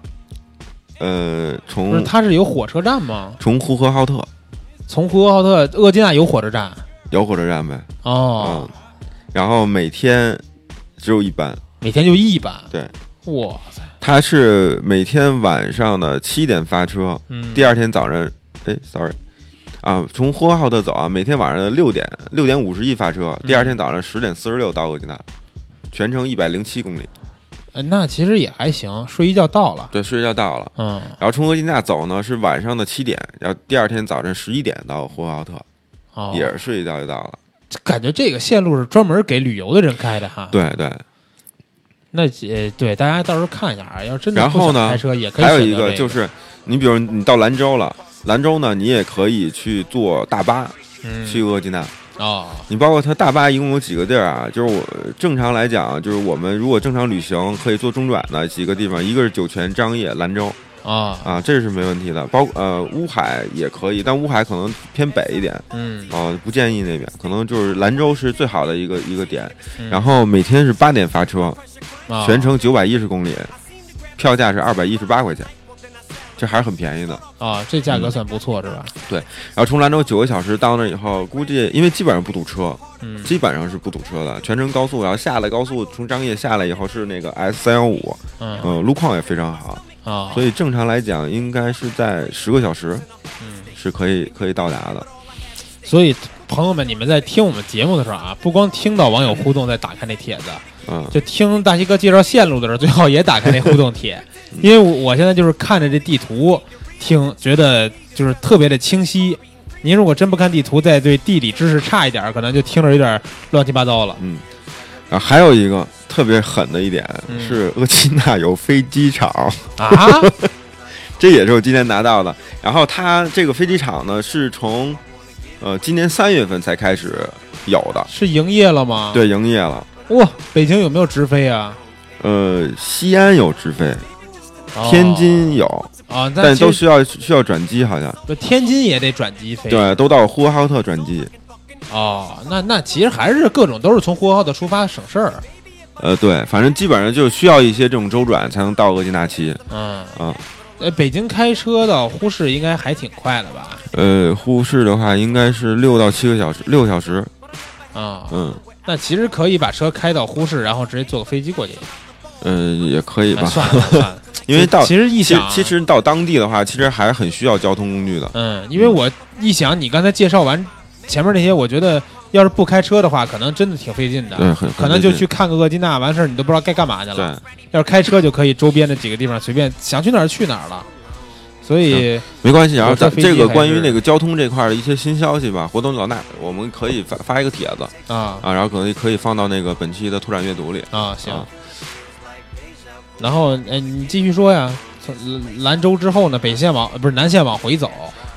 呃，不是，从它是有火车站吗？从呼和浩特从呼和浩特，鄂金纳有火车站有火车站呗，哦，嗯，然后每天只有一班，每天就一班。对，哇塞，它是每天晚上的七点发车，嗯，第二天早上，哎，sorry，啊，从呼和浩特走啊，每天晚上的六点六点五十一发车，第二天早上十点四十六到额济纳，全程一百零七公里，呃那其实也还行，睡一觉到了。对，睡觉到了。嗯，然后从额济纳走呢是晚上的七点，然后第二天早晨十一点到呼和浩特，哦，也是睡一觉就到了。感觉这个线路是专门给旅游的人开的哈。，对对，那也对，大家到时候看一下啊，要真的然不后想呢开车也可以。还有一个就，是，你比如你到兰州了，兰州呢你也可以去坐大巴嗯，去额济纳。哦，你包括它大巴一共有几个地儿啊？就是我正常来讲，就是我们如果正常旅行可以做中转的几个地方，一个是酒泉、张掖、兰州啊，啊，这是没问题的。包括呃乌海也可以，但乌海可能偏北一点嗯，啊，不建议那边。可能就是兰州是最好的一个一个点。嗯然后每天是八点发车，啊全程九百一十公里，票价是二百一十八块钱。这还是很便宜的。啊，这嗯价格算不错是吧？然后从兰州九个小时到那儿以后，估计因为基本上不堵车，嗯基本上是不堵车的，全程高速。然后下了高速，从张掖下来以后是那个 S 三幺五，嗯嗯，路况也非常好，啊，所以正常来讲应该是在十个小时嗯是可以可以到达的。所以朋友们，你们在听我们节目的时候啊，不光听到网友互动，再打开那帖子，嗯，就听大西哥介绍线路的时候，最好也打开那互动 帖，因为我我现在就是看着这地图听，觉得就是特别的清晰。您如果真不看地图，再对地理知识差一点儿，可能就听着有点儿乱七八糟 了。然后还有一个特别狠的一点嗯是鄂基纳有飞机场。 啊，这也是我今年拿到的。然后它这个飞机场呢，是从呃今年三月份才开始有的，是营业了吗？，对，营业了。哇，北京有没有直飞啊？呃，西安有直飞，哦天津有，啊，但其都实需要需要转机，好像不天津也得转机飞。对，都到呼和浩特转机。哦，那那其实还是各种都是从呼和浩特出发省事儿。呃，对，反正基本上就需要一些这种周转才能到额济纳旗。嗯啊，呃，北京开车到呼市应该还挺快的吧？呃，呼市的话应该是六到七个小时，六个小时。啊、嗯那其实可以把车开到呼市，然后直接坐个飞机过去。嗯、呃也可以哎吧，算了算 了，因为到其实一其实想，其实到当地的话，其实还是很需要交通工具的。嗯，因为我一想你刚才介绍完前面那些，我觉得要是不开车的话，可能真的挺费劲的。对，很可能就很费去劲看个厄基纳，完事儿你都不知道该干嘛去了。对。要是开车就可以周边的几个地方随便想去哪儿去哪儿了。所以，没关系，然后我坐咱飞机这个还关于是那个交通这块儿的一些新消息吧，活动老大，我们可以发发一个帖子啊啊，然后可能可以放到那个本期的拓展阅读里。啊，行。啊然后，哎，你继续说呀。从兰兰州之后呢，北线往呃不是南线往回走，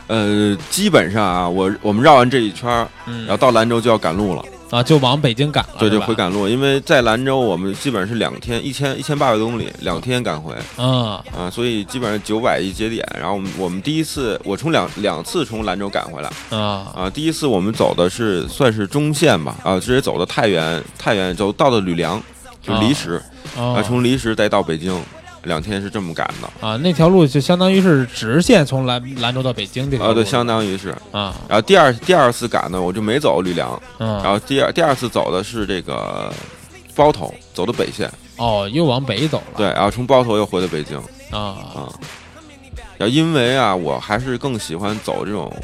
呃，基本上啊，我我们绕完这一圈儿，嗯，然后到兰州就要赶路了，啊就往北京赶了，对，是就吧回。赶路，因为在兰州我们基本上是两天，一千一千八百公里，两天赶回嗯啊，所以基本上九百一节点。然后我们我们第一次，我从两两次从兰州赶回来啊啊，第一次我们走的是算是中线吧，啊，直接走的太原，太原走到的吕梁，就离啊石。啊，啊从离石再到北京，两天是这么赶的。啊！那条路就相当于是直线从兰兰州到北京这条啊，路对，相当于是。啊然后第二第二次赶呢，我就没走吕梁，然嗯后第二第二次走的是这个包头，走的北线。哦，又往北走了对，然后从包头又回到北京啊啊。然后因为啊，我还是更喜欢走这种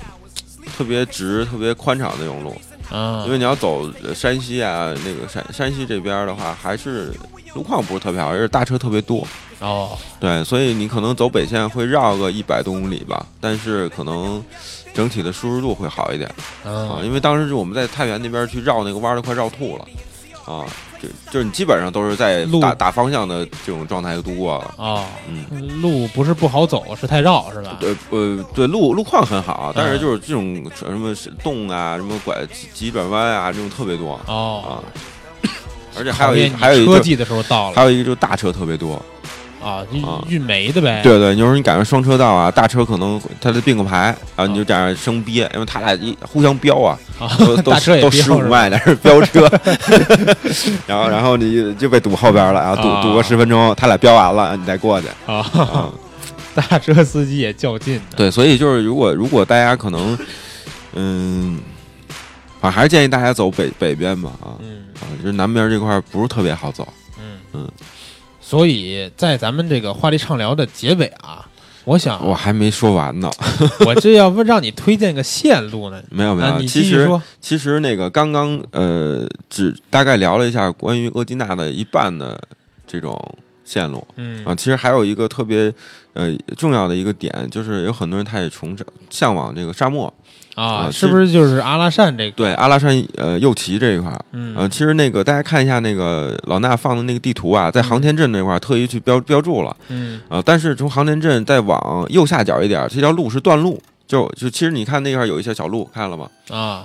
特别直、特别宽敞的那种路，啊因为你要走呃山西啊，那个山山西这边的话，还是路况不是特别好，而且大车特别多。哦对，所以你可能走北线会绕个一百多公里吧，但是可能整体的舒适度会好一点啊，嗯因为当时是我们在太原那边去绕那个弯儿都快绕吐了啊，就就是你基本上都是在路打打方向的这种状态就度过了。哦，嗯路不是不好走，是太绕是吧？对，呃，对，路路况很好，啊但嗯是就是这种什么洞啊、什么拐急急转弯啊，这种特别多哦，啊， 而啊且还考有一验你还有一车个就技的时候到还了有一个就是大车特别多，啊，啊运运煤的呗。对对，你说你赶上双车道啊，大车可能会它得并个排，然后你就这样生憋，因为他俩一互相飙啊，啊， 都都大车也都飙十五是吧迈在 那儿飙车， 然后然后你就被堵后边了，然后堵、啊堵个十分钟，他俩飙完了，你再过去。啊，啊，大车司机也较劲的。对，所以就是如果如果大家可能，嗯，反正还是建议大家走北北边吧啊嗯啊，就是南边这块儿不是特别好走，嗯嗯。所以在咱们这个话题畅聊的结尾啊，我想我还没说完呢，我这要问让你推荐个线路呢。没 有没啊，有，你其继续实说其实那个刚刚呃，只大概聊了一下关于厄基纳的一半的这种线路嗯啊，其实还有一个特别呃重要的一个点，就是有很多人他也崇尚向往这个沙漠，啊，啊是不是就是阿拉善这个？对阿拉善呃右旗这一块儿。呃，嗯其实那个大家看一下那个老衲放的那个地图啊，在航天镇那块儿特意去标标注了嗯啊、但是从航天镇再往右下角一点儿，这条路是断路，就就其实你看那块儿有一些小路，看了吗？啊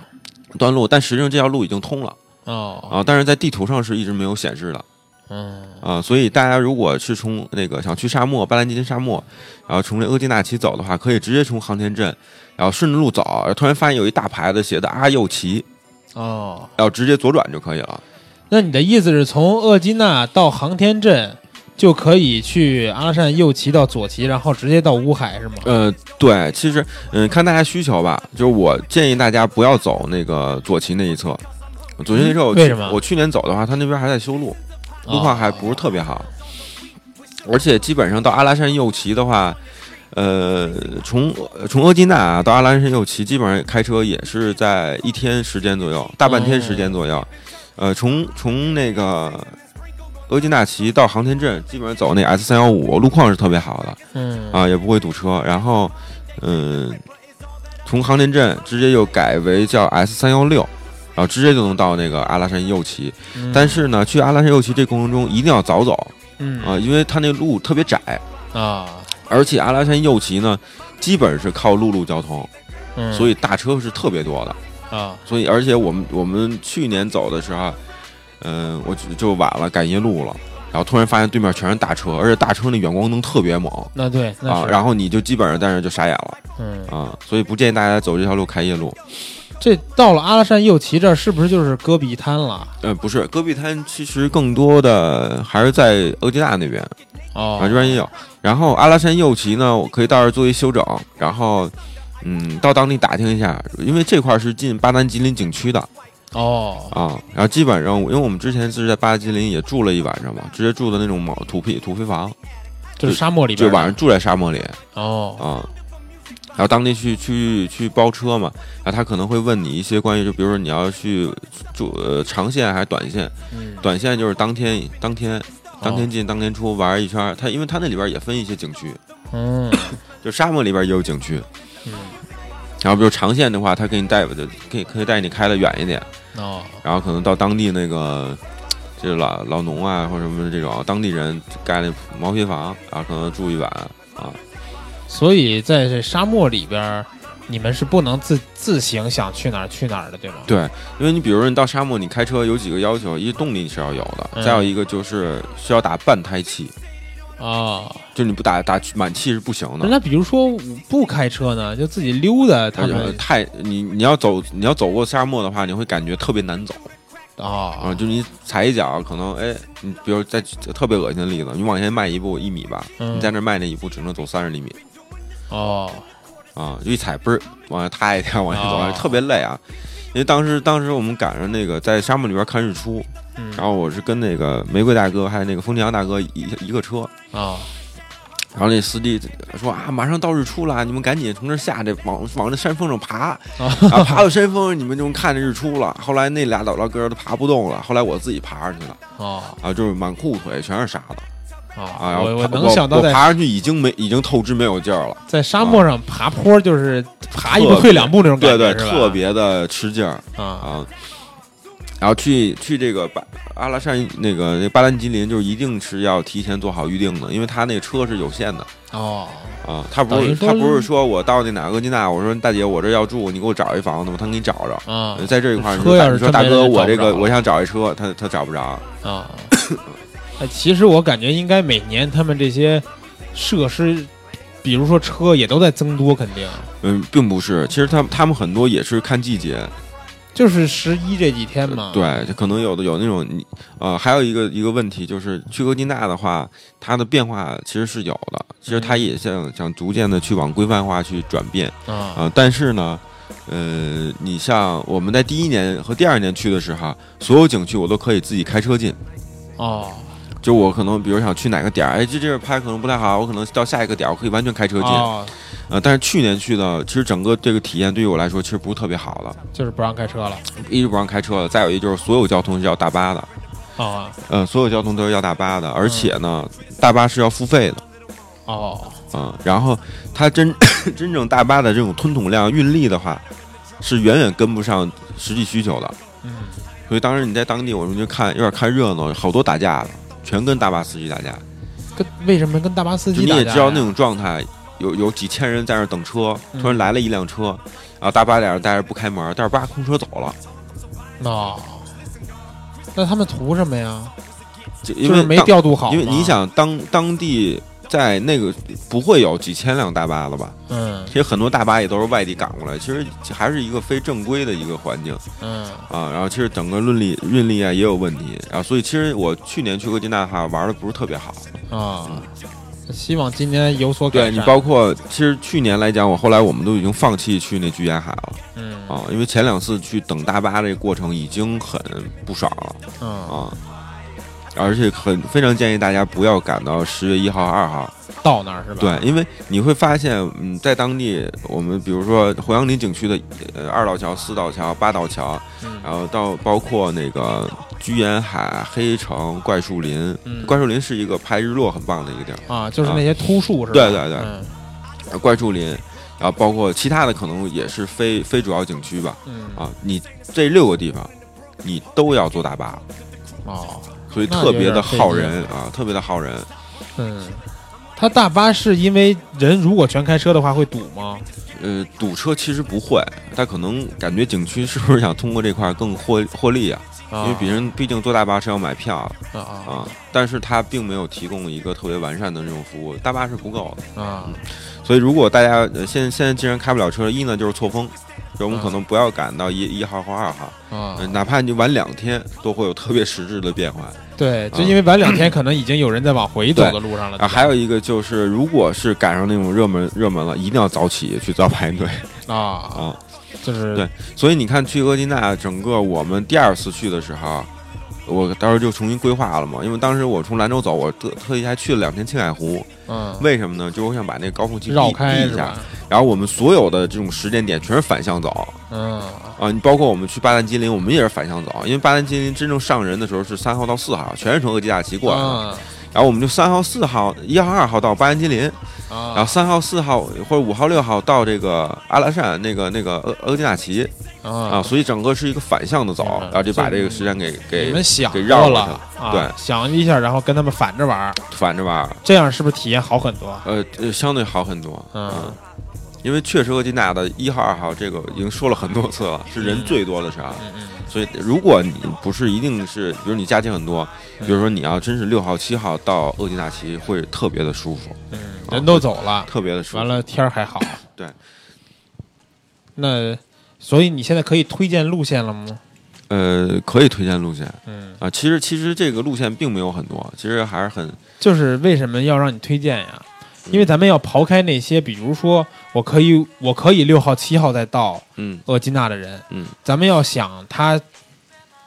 断路，但实际上这条路已经通了。哦啊，但是在地图上是一直没有显示的嗯啊，所以大家如果是从那个想去沙漠巴兰吉金沙漠，然后从这额济纳旗走的话，可以直接从航天镇，然后顺着路走，然后突然发现有一大牌子写的阿右旗，哦，然后直接左转就可以了。那你的意思是从厄基纳到航天镇，就可以去阿拉善右旗到左旗，然后直接到乌海是吗？呃，对，其实嗯，看大家需求吧。就是我建议大家不要走那个左旗那一侧，左旗那一侧我去嗯为什么哦我去年走的话，他那边还在修路，路况还不是特别好，而且基本上到阿拉善右旗的话。呃，从呃从额济纳啊到阿拉善右旗，基本上开车也是在一天时间左右，大半天时间左右。哦呃，从从那个额济纳旗到航天镇，基本上走那 S 三幺五，路况是特别好的。嗯啊，也不会堵车。然后，嗯，从航天镇直接又改为叫 S 三幺六，然后直接就能到那个阿拉善右旗。嗯但是呢，去阿拉善右旗这过程中一定要早走嗯啊，因为它那路特别窄，啊，而且阿拉善右旗呢，基本是靠陆路交通，嗯所以大车是特别多的。啊，所以，而且我们我们去年走的时候，嗯、我就就晚了，赶夜路了。然后突然发现对面全是大车，而且大车那远光灯特别猛那对，那啊，是然后你就基本上在那就傻眼了。嗯，啊，所以不建议大家走这条路开夜路。这到了阿拉善右旗这儿是不是就是戈壁滩了？呃，不是，戈壁滩其实更多的还是在额济纳那边哦啊，，这边也有。然后阿拉善右旗呢，我可以到这儿做一休整，然后嗯，到当地打听一下，因为这块儿是进巴南吉林景区的哦，啊。然后基本上，因为我们之前是在巴南吉林也住了一晚上嘛，直接住的那种毛土坯土坯房，就是沙漠里就边晚的上住在沙漠里哦，啊。然后当地去去去包车嘛，然后他可能会问你一些关于，就比如说你要去住呃长线还是短线，嗯短线就是当天当天当天进当天出玩一圈儿，它因为它那里边也分一些景区，嗯就沙漠里边也有景区。嗯，然后比如长线的话，它给你带就可以可以带你开的远一点，哦，然后可能到当地那个这老老农啊或者什么这种当地人盖那毛坯房，然后可能住一晚啊。所以在这沙漠里边儿，你们是不能自自行想去哪儿去哪儿的，对吗？对，因为你比如说你到沙漠，你开车有几个要求，一动力是要有的，嗯再有一个就是需要打半胎气，哦，就是你不打打满气是不行的。那比如说我不开车呢，就自己溜达，他而且们太你你要走你要走过沙漠的话，你会感觉特别难走啊！哦，就你踩一脚，可能哎，你比如在特别恶心的例子，你往前迈一步一米吧，嗯你在那迈那一步只能走三十厘米哦，啊，就一踩嘣儿往下塌一下，往下走，哦特别累啊！因为当时当时我们赶上那个在沙漠里边看日出，嗯然后我是跟那个玫瑰大哥还有那个风清扬大哥一一个车，哦，然后那司机说啊，马上到日出了，你们赶紧从这儿下，这往往这山峰上爬，哦啊，爬到山峰，你们就能看着日出了。后来那俩老大哥都爬不动了，后来我自己爬上去了，哦，啊，就是满裤腿全是沙子啊，然哦，后我爬能想到我在爬上去已经没已经透支没有劲儿了，在沙漠上爬坡，就是爬一特步别退两步那种感对觉，对，是吧特别的吃劲儿啊，啊。然后啊去去这个巴阿拉善那个那巴丹吉林，就是一定是要提前做好预定的，因为他那个车是有限的。哦，啊，他不等是于说他不是说我到那哪个额济纳，我说大姐，我这要住，你给我找一房子吗？他给你找着。啊在这一块儿，你车说大要是你说真大没哥，人我找这不个着我想找一车，他他找不着。 啊，哎其实我感觉应该每年他们这些设施，比如说车也都在增多，肯定嗯，并不是，其实他们他们很多也是看季节，就是十一这几天嘛。，对，就可能有的有那种你呃，还有一个一个问题就是去额济纳的话，它的变化其实是有的，其实它也想想逐渐的去往规范化去转变啊、啊，但是呢。呃，你像我们在第一年和第二年去的时候，呃所有景区我都可以自己开车进，哦，就我可能比如想去哪个点儿，哎，这这儿拍可能不太好，我可能到下一个点儿，我可以完全开车进。哦，呃，但是去年去的，其实整个这个体验对于我来说其实不是特别好的，就是不让开车了。一是不让开车了，再有一就是所有交通是要大巴的，啊，嗯、所有交通都是要大巴的，嗯而且呢，大巴是要付费的，哦，嗯、然后它真 真正大巴的这种吞吐量、运力的话，是远远跟不上实际需求的，嗯，所以当时你在当地，我们就看有点看热闹，好多打架的，全跟大巴司机打架。跟为什么跟大巴司就机你打架呀？也知道那种状态，有有几千人在那儿等车，嗯突然来了一辆车，然后大巴在那儿待着不开门，但是巴空车走了，哦，那他们图什么呀？就因就为是没当调度好嘛。因为你想当当地在那个不会有几千辆大巴了吧？嗯其实很多大巴也都是外地赶过来，其实还是一个非正规的一个环境嗯啊。然后其实整个运力运力啊也有问题，然、后所以其实我去年去哥金纳哈玩的不是特别好。啊，希望今年有所改对善。你包括其实去年来讲，我后来我们都已经放弃去那居延海了嗯啊，因为前两次去等大巴这个过程已经很不爽了。嗯，啊，而且很非常建议大家不要赶到十月一号、二号，到那儿是吧？对，因为你会发现，嗯，在当地，我们比如说胡杨林景区的呃二道桥、四道桥、八道桥，嗯然后到包括那个居延海、黑城、怪树林，嗯怪树林是一个拍日落很棒的一个地儿，啊，就是那些秃树是吧？对对对嗯呃怪树林，然后包括其他的可能也是非非主要景区吧，嗯啊，你这六个地方，你都要坐大巴，哦所以那特别有点的费耗劲人啊，特别的耗人。嗯，他大巴是因为人如果全开车的话会堵吗？呃，堵车其实不会，他可能感觉景区是不是想通过这块儿更获获利啊？啊、因为别人毕竟坐大巴是要买票的啊啊啊，但是他并没有提供一个特别完善的这种服务，大巴是不够的。啊所以如果大家呃现现在既然开不了车，一呢就是错峰，就我们啊可能不要赶到一一号或二号，啊呃！哪怕你晚两天，都会有特别实质的变化。对，就因为晚两天可能已经有人在往回走的路上了。啊，还有一个就是，如果是赶上那种热门热门了，一定要早起去早排队啊，啊。就是对所以你看，去额济纳，整个我们第二次去的时候，我当时就重新规划了嘛。因为当时我从兰州走，我特特意还去了两天青海湖，嗯，为什么呢？就是我想把那高峰期绕避开避一是下吧。？然后我们所有的这种时间点全是反向走嗯啊，你包括我们去巴旦金林，我们也是反向走，因为巴旦金林真正上人的时候是三号到四号，全是从额济纳旗过来的。啊然后我们就三号、四号、一号、二号到巴旦金林，啊，然后三号、四号或者五号、六号到这个阿拉善那个那个额额济纳旗。啊，啊，所以整个是一个反向的走，嗯然后就把这这个时间给你们给想给过绕了过去了啊，对想一下，然后跟他们反着玩儿，反着玩，这样是不是体验好很多？呃，呃相对好很多，嗯嗯，因为确实额济纳的一号、二号这个已经说了很多次了，是人最多的时候，嗯嗯所以如果你不是一定是，比如你假期很多，比如说你要真是六号、七号到额济纳旗，会特别的舒服，嗯，人都走了，特别的舒服。完了天儿还好。对，那所以你现在可以推荐路线了吗？呃，可以推荐路线嗯，啊，其实其实这个路线并没有很多，其实还是很就是为什么要让你推荐呀？嗯因为咱们要刨开那些，比如说我可以我可以六号七号再到嗯厄金纳的人，嗯，咱们要想他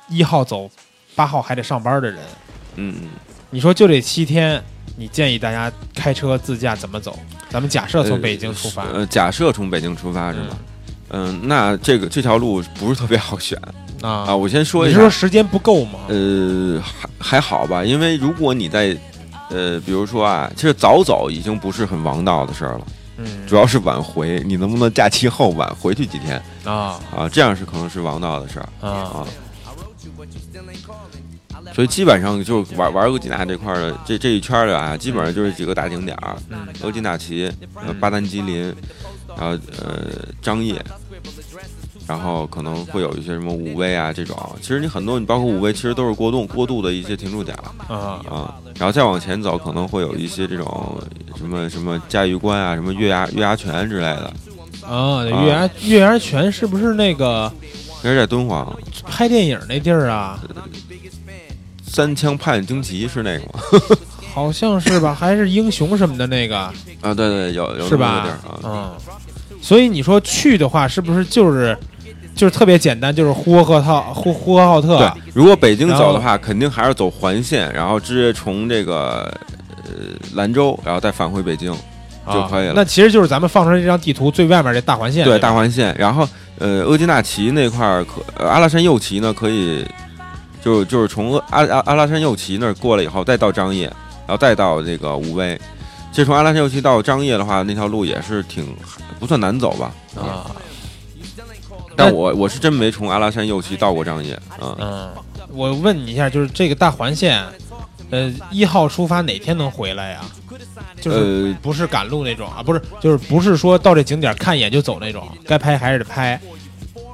一号走，八号还得上班的人，嗯嗯。你说就这七天，你建议大家开车自驾怎么走？咱们假设从北京出发，呃，假设从北京出发是吗？嗯、那这个这条路不是特别好选啊。啊，我先说你一是下说，时间不够吗？呃，还还好吧，因为如果你在呃，比如说啊，其实早走已经不是很王道的事儿了，嗯，主要是晚回，你能不能假期后晚回去几天啊啊？这样是可能是王道的事儿啊啊。所以基本上就玩玩额济纳这块儿的这这一圈儿的啊，基本上就是几个大景点儿，嗯额济纳旗、呃嗯巴丹吉林，然后呃张掖，然后可能会有一些什么武威啊这种。其实你很多，你包括武威，其实都是过渡过渡的一些停驻点儿啊啊。然后再往前走，可能会有一些这种什么什么嘉峪关啊、什么月牙月牙泉之类的。啊！月牙月牙泉是不是那个应该在敦煌，拍电影那地儿啊？呃三枪判惊奇是那个吗？好像是吧，还是英雄什么的那个啊，对对，有有是这么吧个地儿？啊。嗯，所以你说去的话，是不是就是就是特别简单，就是呼和浩特呼呼和浩特啊对，如果北京走的话，肯定还是走环线，然后直接从这个呃兰州，然后再返回北京。啊就可以了那其实就是咱们放出来这张地图最外面这大环线，对吧大环线，然后呃，额济纳旗那块儿可、呃阿拉善右旗呢可以，就就是从阿阿阿拉善右旗那儿过来以后，再到张掖，然后再到这个武威。其实从阿拉善右旗到张掖的话，那条路也是挺不算难走吧。啊，但我我是真没从阿拉善右旗到过张掖啊、嗯嗯，我问你一下，就是这个大环线，呃，一号出发哪天能回来呀、就是呃，不是赶路那种啊？不是，就是不是说到这景点看一眼就走那种，该拍还是得拍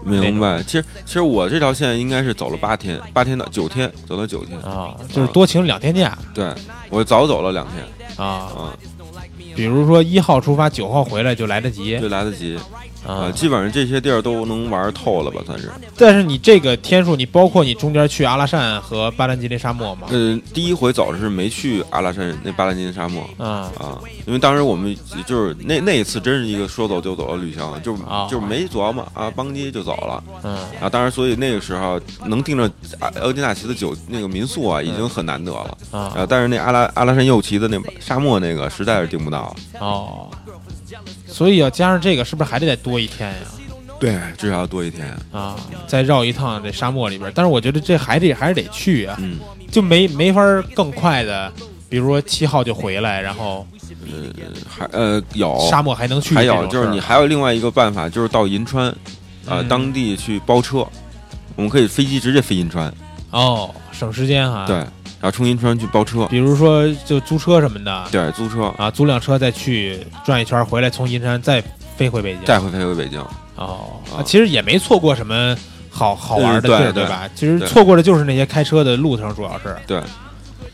明白。其实其实我这条线应该是走了八天，八天到九天，走到九天。啊，就是多请两天假对，我早走了两天，啊。啊，比如说一号出发，九号回来就来得及就来得及啊。啊。基本上这些地儿都能玩透了吧，算是。但是你这个天数，你包括你中间去阿拉善和巴丹吉林沙漠吗？嗯，第一回走是没去阿拉善那巴兰金沙漠啊啊，因为当时我们就是那那一次真是一个说走就走的旅行，就是啊就是没琢磨啊，邦迪就走了。嗯啊，当然，所以那个时候能订着啊欧迪纳奇的酒那个民宿啊，已经很难得了嗯啊啊。但是那阿拉阿拉善右旗的那沙漠那个，实在是订不到。哦，所以要加上这个，是不是还得再多一天呀？对，至少要多一天。啊，再绕一趟这沙漠里边儿。但是我觉得这还得还是得去啊，嗯，就没没法儿更快的，比如说七号就回来，然后还呃有沙漠还能去。哦还有就是你还有另外一个办法，就是到银川啊嗯当地去包车，我们可以飞机直接飞银川，哦，省时间哈。对，，然后冲银川去包车，比如说就租车什么的，对，租车啊，租辆车再去转一圈儿，回来从银山再飞回北京。再回飞回北京。哦、啊啊，其实也没错过什么好好玩的地儿，嗯对对吧？其实对错过的就是那些开车的路程，主要是对，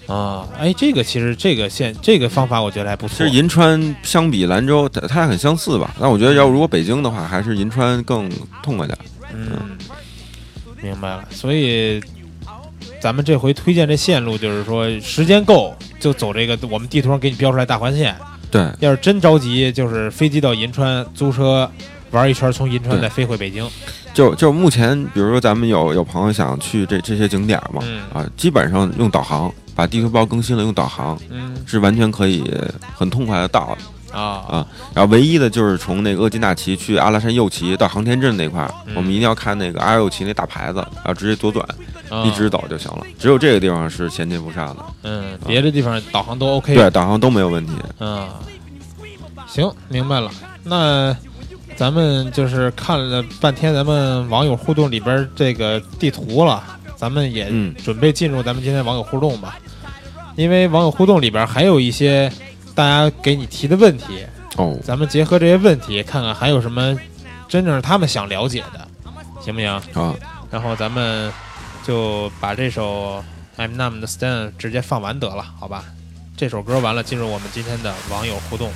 啊，哎，这个其实这个线这个方法我觉得还不其错实。银川相比兰州，它它俩很相似吧？但我觉得要如果北京的话，还是银川更痛快点。嗯，明白了。所以咱们这回推荐这线路，就是说时间够就走这个我们地图上给你标出来大环线。对，要是真着急，就是飞机到银川租车玩一圈儿，从银川对再飞回北京。就就目前，比如说咱们有有朋友想去这这些景点嘛，嗯啊，基本上用导航，把地图包更新了，用导航嗯是完全可以很痛快的到的。啊啊然后唯一的就是从那个额济纳旗去阿拉善右旗到航天镇那块儿，嗯我们一定要看那个阿右旗那大牌子，然后直接左转，啊一直啊走就行了。只有这个地方是衔接不上的，嗯，别的地方导航都 OK。对，导航都没有问题。嗯，行，明白了。那咱们就是看了半天咱们网友互动里边这个地图了，咱们也嗯准备进入咱们今天网友互动吧。因为网友互动里边还有一些大家给你提的问题，哦，咱们结合这些问题，看看还有什么真正是他们想了解的，行不行？啊，然后咱们就把这首《I'm Numb 的 Stand》直接放完得了，好吧？这首歌完了，进入我们今天的网友互动。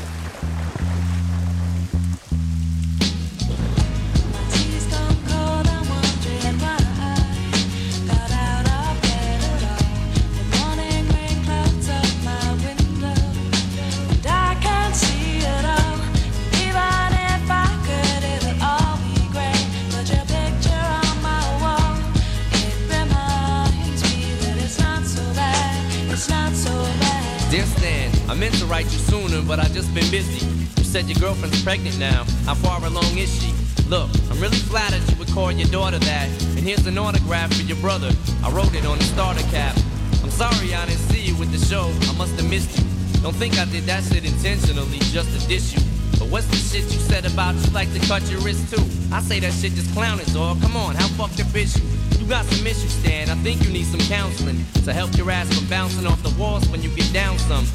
It's not so bad. Dear Stan, I meant to write you sooner, but I just been busy. You said your girlfriend's pregnant now. How far along is she? Look, I'm really flattered you would call your daughter that. And here's an autograph for your brother. I wrote it on the starter cap. I'm sorry I didn't see you with the show. I must have missed you. Don't think I did that shit intentionally just to diss you. But what's the shit you said about you like to cut your wrist too? I say that shit just clowning, dog. Come on, how fucked up is you? You got some issues, Stan. I think you need some counseling to help your ass from bouncing off the walls when you get down some.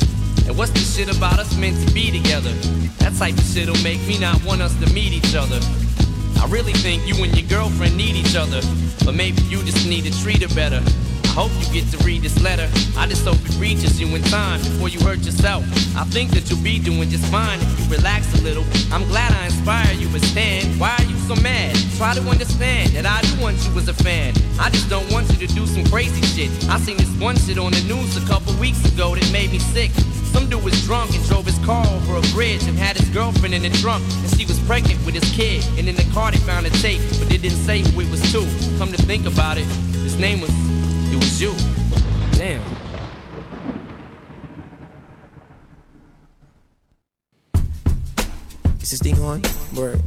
And what's the shit about us meant to be together? That type of shit'll make me not want us to meet each other. I really think you and your girlfriend need each other, but maybe you just need to treat her better. I hope you get to read this letter. I just hope it reaches you in time before you hurt yourself. I think that you'll be doing just fine if you relax a little. I'm glad I inspired you, but Stan, why are you so mad? Try to understand that I do want you as a fan. I just don't want you to do some crazy shit. I seen this one shit on the news a couple weeks ago that made me sick. Some dude was drunk and drove his car over a bridge and had his girlfriend in the trunk. And she was pregnant with his kid. And in the car they found a tape, but they didn't say who it was to. Come to think about it, his name was, it was you. Damn. Is this thing on? Word.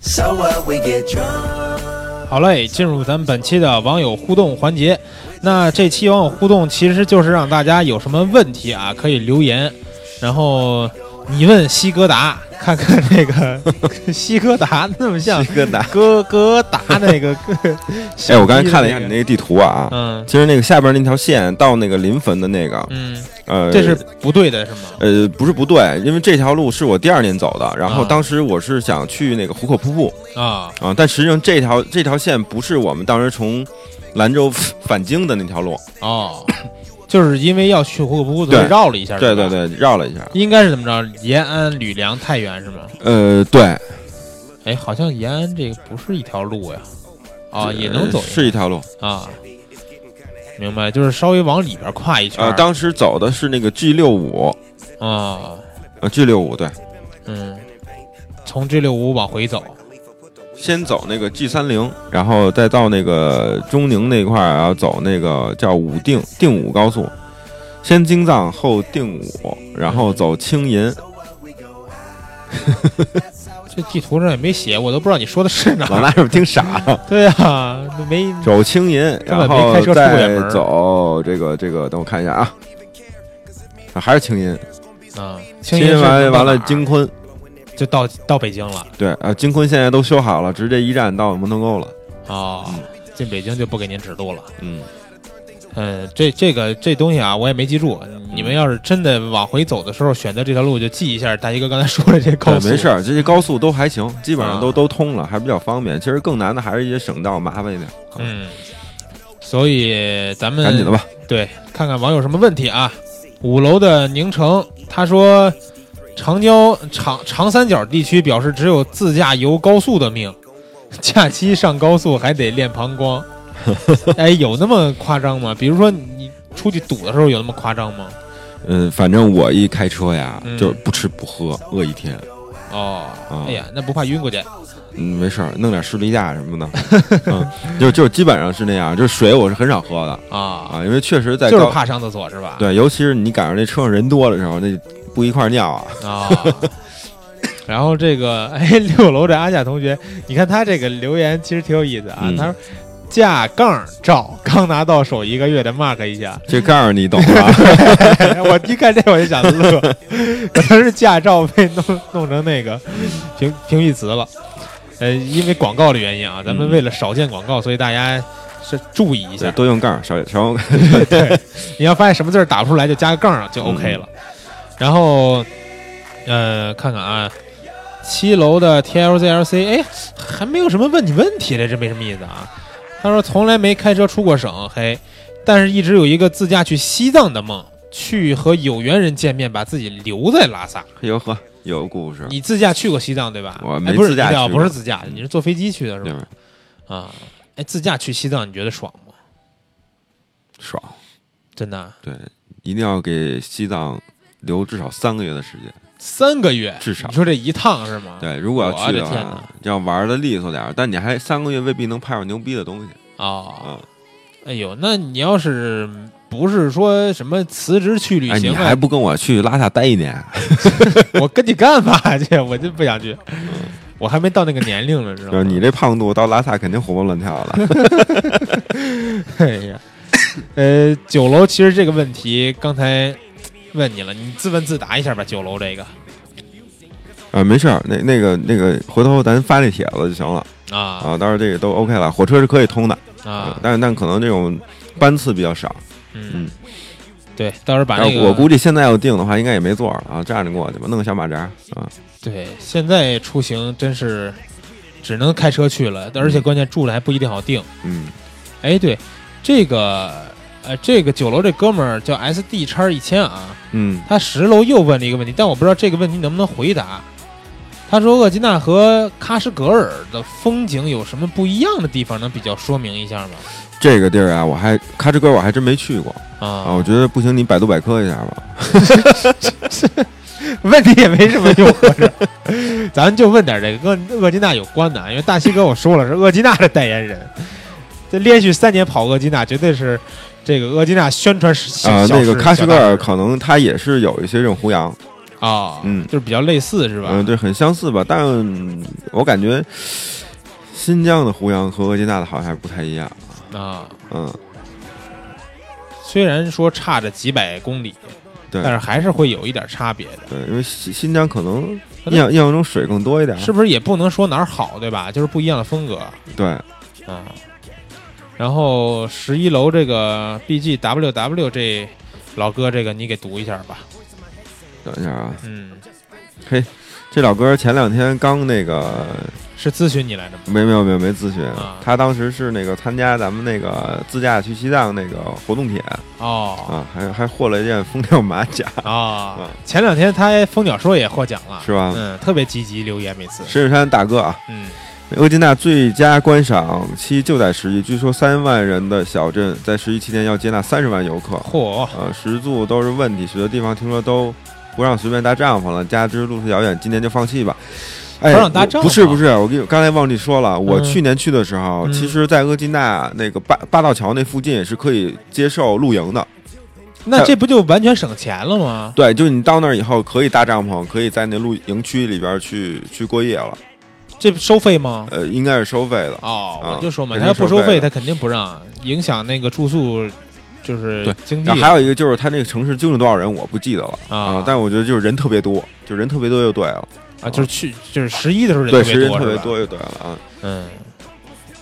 So what we get drunk. 好嘞，进入咱们本期的网友互动环节。那这期网友互动其实就是让大家有什么问题啊，可以留言，然后你问西哥达，看看那个 西哥达那么像西哥达哥哥达那个。 哎，我刚才看了一下你那那个，个地图啊，嗯其实那个下边那条线到那个临汾的那个，嗯呃，这是不对的，是吗？呃，不是不对，因为这条路是我第二年走的，然后啊当时我是想去那个壶口瀑布啊啊、但实际上这条这条线不是我们当时从兰州 返京的那条路，哦， 就是因为要去虎口瀑布，所以对绕了一下，对是吧对，对，绕了一下，应该是怎么着？延安、吕梁、太原是吗？呃，对，哎，好像延安这个不是一条路呀，啊，也呃能走是一条路，啊，明白，就是稍微往里边跨一圈儿，呃，当时走的是那个 G 六五，啊，呃，G 六五对，嗯，从 G 六五往回走，先走那个 G 三零，然后再到那个中宁那块儿，然后走那个叫武定定武高速，先京藏后定武，然后走青银，这地图上也没写，我都不知道你说的是哪老儿。衲是不是听傻了？对啊，没走青银，根本然没后开车出过再远门走这个这个，等我看一下啊，啊还是青银，啊，青青银是完从完哪了儿啊京昆，就到到北京了对啊，京昆现在都修好了，直接一站到门头沟了，哦，进北京就不给您指路了。嗯，嗯，这这个这东西啊，我也没记住。你们要是真的往回走的时候选择这条路，就记一下大衣哥刚才说的这高对，速。没事，儿，这些高速都还行，基本上都啊都通了，还比较方便。其实更难的还是一些省道，麻烦一点，嗯，所以咱们赶紧的吧。对，看看网友什么问题啊？五楼的宁城他说，长江长长三角地区表示只有自驾游高速的命，假期上高速还得练膀胱。 哎，有那么夸张吗？比如说你出去堵的时候有那么夸张吗？嗯，反正我一开车呀，嗯就不吃不喝，饿一天。哦啊，哎呀，那不怕晕过去？嗯，没事儿，弄点士力架什么的。嗯，就就基本上是那样。就是水我是很少喝的啊，啊，因为确实在就是高怕上厕所是吧？对，尤其是你赶上那车上人多的时候，那不一块儿尿 啊。啊。然后这个哎， 六楼这阿夏同学，你看他这个留言其实挺有意思啊。嗯他说架杠照刚拿到手一个月的 mark 一下， 哎这告诉你懂啊了，我一看这我就想乐， 可能是驾照被弄弄成那个评评语词了。呃，因为广告的原因啊，咱嗯们为了少见广告，所以大家是注意一对，下。多用杠，少少用。 对，你要发现什么字儿打不出来，就加个杠儿就嗯 OK 了。然后，呃，看看啊，七楼的 TLZLC，哎，还没有什么问你问题嘞，这没什么意思啊。他说从来没开车出过省，嘿，但是一直有一个自驾去西藏的梦，去和有缘人见面，把自己留在拉萨。哟呵，有故事。你自驾去过西藏对吧？我哎没不是自驾对啊去过嗯不是自驾，你是坐飞机去的是对吧吧？啊，哎，自驾去西藏你觉得爽吗？爽，真的啊，对，一定要给西藏留至少三个月的时间。三个月至少你说这一趟是吗？对，如果要啊我去的的天话哪，要玩的利索点儿，但你还三个月未必能拍上牛逼的东西哦，啊。哎呦，那你要是不是说什么辞职去旅哎，你行还啊？哎不跟我去拉萨待一年？ 我跟你干嘛去？我就不想去，我还没到那个年龄呢，知道就吗？是你这胖度到拉萨肯定活蹦乱 跳了。哎呀，呃，九楼其实这个问题刚才问你了，你自问自答一下吧。九楼这个啊，没事儿，那那个那个，回头咱发那帖子就行了啊啊。到时候这个都 OK 了，火车是可以通的，啊，嗯但是但可能这种班次比较少。嗯，对，到时候把但那是个哎我估计现在要订的话，应该也没座儿了啊，站着过去吧，弄个小马扎啊。对，现在出行真是只能开车去了，而且关键住的还不一定好定。嗯，哎，对，这个呃，这个九楼这哥们儿叫 S D 叉一千啊，嗯，他十楼又问了一个问题，但我不知道这个问题能不能回答。他说厄吉纳和喀什格尔的风景有什么不一样的地方，能比较说明一下吗？这个地儿啊，我还喀什格尔我还真没去过啊。啊，我觉得不行，你百度百科一下吧。问题也没什么用，合着 咱就问点这个跟厄吉纳有关的啊，因为大西哥我说了是厄吉纳的代言人，这连续三年跑厄吉纳，绝对是这个厄吉纳宣传小啊，小那个事喀什小格大尔事可能它也是有一些这种胡杨，啊，嗯就是比较类似是吧？嗯，对，很相似吧，但我感觉新疆的胡杨和额济纳的好像还不太一样。啊，嗯，虽然说差着几百公里，对但是还是会有一点差别的，对，因为新新疆可能可能印象印象中水更多一点。是不是？也不能说哪儿好，对吧？就是不一样的风格对，啊。然后十一楼这个 B G W W 这老哥，这个你给读一下吧。等一下啊，嗯，嘿，这老哥前两天刚那个是咨询你来着吗？没没有没有没咨询啊，他当时是那个参加咱们那个自驾去西藏那个活动帖哦啊，还还获了一件风调马甲，啊嗯，前两天他蜂鸟说也获奖了，是吧嗯，特别积极留言每次。石景山大哥啊，嗯，欧吉纳最佳观赏期就在十一，据说三万人的小镇在十一期间要接纳三十万游客，嚯，呃，食宿都是问题，许多地方听说都不让随便搭帐篷了，加之路途遥远，今年就放弃吧。哎，不让搭帐我不是篷不是，我跟你刚才忘记说了，我嗯去年去的时候，嗯其实，在额济纳那个八八道桥那附近是可以接受露营的。那这不就完全省钱了吗？对，就是你到那儿以后可以搭帐篷，可以在那露营区里边去去过夜了。这不收费吗？呃，应该是收费的。哦，啊我就说嘛，肯他要定不收收费费，的他肯定不让，影响那个住宿，就是对经济然后。还有一个就是它那个城市究竟多少人我不记得了嗯呃啊但我觉得就是人特别多，就人特别多就对了，啊，就是去就是十一的时候人对，特时别人多，特别是吧多就对了啊。嗯，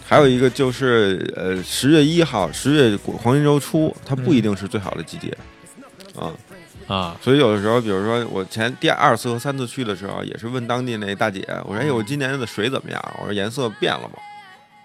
还有一个就是，呃，十月一号，十月黄金周初，它不嗯一定是最好的季节，啊，啊，所以有的时候，比如说我前第二次和三次去的时候，也是问当地那大姐，我说：“哎，嗯我今年的水怎么样？”我说：“颜色变了嘛，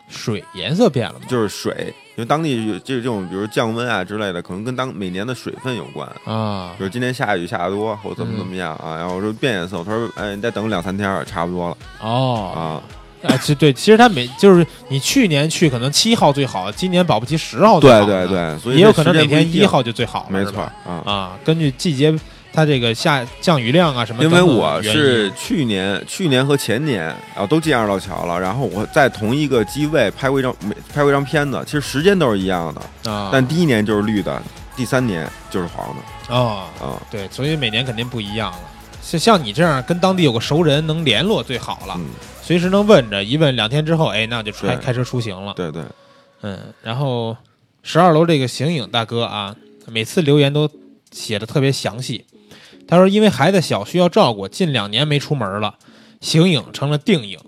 水颜色变了吗？就是水，因为当地有这这种，比如降温啊之类的，可能跟当每年的水分有关。”啊比，如今天下雨下得多，或者怎么怎么嗯样啊，然后我说变颜色，他说，哎，你再等两三天儿差不多了哦，啊，啊，其对，其实他每就是你去年去可能七号最好，今年保不齐十号最对好呢对，对，所以也有这可能时哪间不天定一号就最好了，没是错吧儿啊，啊，根据季节它这个下降雨量啊什么因等为等原因，我是去年、去年和前年啊都进二道桥了，然后我在同一个机位拍过一张没拍过一张片子，其实时间都是一样的，啊，但第一年就是绿的，第三年就是黄啊，的啊。对，所以每年肯定不一样了。像像你这样跟当地有个熟人能联络最好了，嗯，随时能问着，一问两天之后，哎，那就开对开车出行了。对对，嗯，然后十二楼这个形影大哥啊，每次留言都写的特别详细。他说，因为孩子小需要照顾，近两年没出门了，形影成了定影。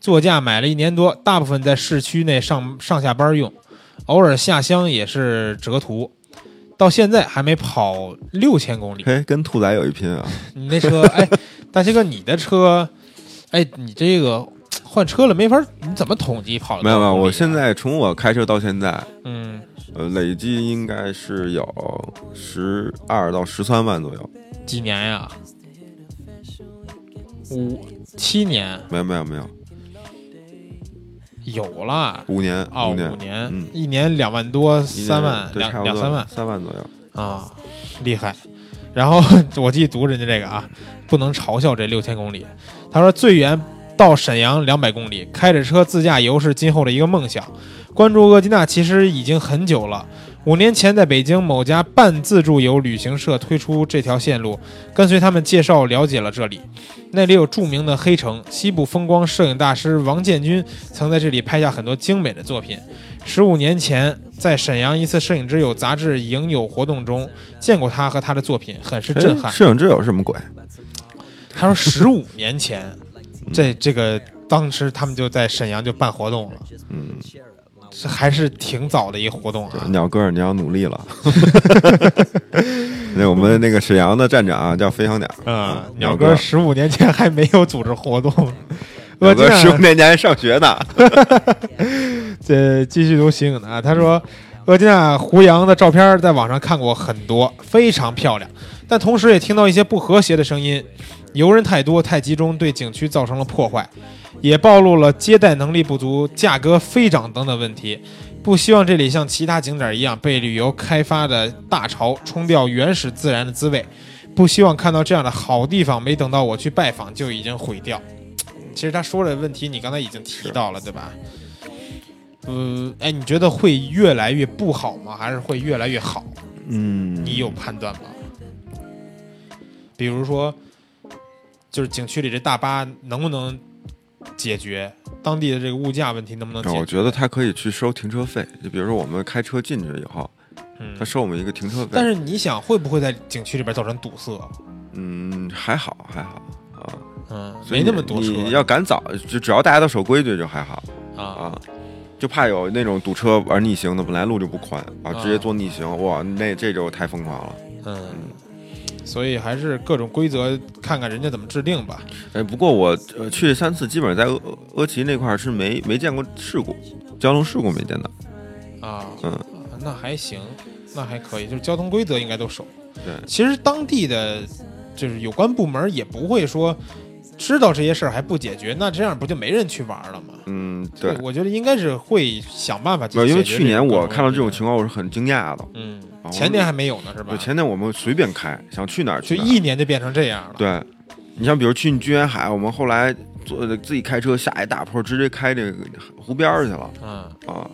座驾买了一年多，大部分在市区内上上下班用，偶尔下乡也是折途。到现在还没跑六千公里，嘿，哎跟兔仔有一拼啊！你那车，哎，大西哥，你的车，哎，你这个换车了没法，你怎么统计跑了没多少有没有，公里我啊现在从我开车到现在，嗯，呃，累计应该是有十二到十三万左右。几年呀？五七年没有没有没有，有了五年哦，年五年，嗯，一年两万多，一年三万对，差两不多两三万三万左右。啊，厉害。然后 我继续读人家这个啊，不能嘲笑这六千公里。他说最远到沈阳两百公里，开着车自驾游是今后的一个梦想。关注厄吉纳其实已经很久了，五年前在北京某家半自助游旅行社推出这条线路，跟随他们介绍了解了这里。那里有著名的黑城，西部风光摄影大师王建军曾在这里拍下很多精美的作品。十五年前，在沈阳一次摄影之友杂志影友活动中见过他和他的作品，很是震撼哎。摄影之友是什么鬼？他说十五年前，嗯这这个当时他们就在沈阳就办活动了，嗯，这还是挺早的一个活动啊。鸟哥，你要努力了。 那我们那个沈阳的站长啊叫飞翔鸟，嗯，鸟鸟哥哥十五年前还没有组织活动， 鸟哥纳十五年前还上学呢。这继续读醒的啊，他说，额吉纳胡杨的照片在网上看过很多，非常漂亮，但同时也听到一些不和谐的声音，游人太多太集中，对景区造成了破坏，也暴露了接待能力不足、价格飞涨等等问题。不希望这里像其他景点一样被旅游开发的大潮冲掉原始自然的滋味，不希望看到这样的好地方没等到我去拜访就已经毁掉。其实他说的问题你刚才已经提到了，对吧？嗯，哎，你觉得会越来越不好吗？还是会越来越好？嗯，你有判断吗？比如说，就是景区里这大巴能不能解决当地的这个物价问题？能不能解决？我觉得他可以去收停车费，就比如说我们开车进去以后，嗯哦他，收我们一个停车费。但是你想，会不会在景区里边造成堵塞？嗯，还好还好啊，嗯，所以没那么多车你你要赶早，就只要大家都守规矩就还好啊啊。就怕啊有那种堵车玩逆行的，本来路就不宽啊，直接做逆行，哇，那这就太疯狂了。嗯，所以还是各种规则看看人家怎么制定吧。哎，不过我呃去三次，基本上在阿阿奇那块儿是没没见过事故，交通事故没见到。啊，嗯，那还行，那还可以，就是交通规则应该都守。对其实当地的就是有关部门也不会说知道这些事儿还不解决，那这样不就没人去玩了吗？嗯，对，我觉得应该是会想办法解没有，决。因为去年我看到这种情况，况，我是很惊讶的。嗯，哦前年还没有呢，是吧就？前天我们随便开，想去哪嗯儿就去哪儿。一年就变成这样了。对，你像比如去居然海，我们后来坐自己开车下一大坡，直接开这个湖边儿去了嗯，啊。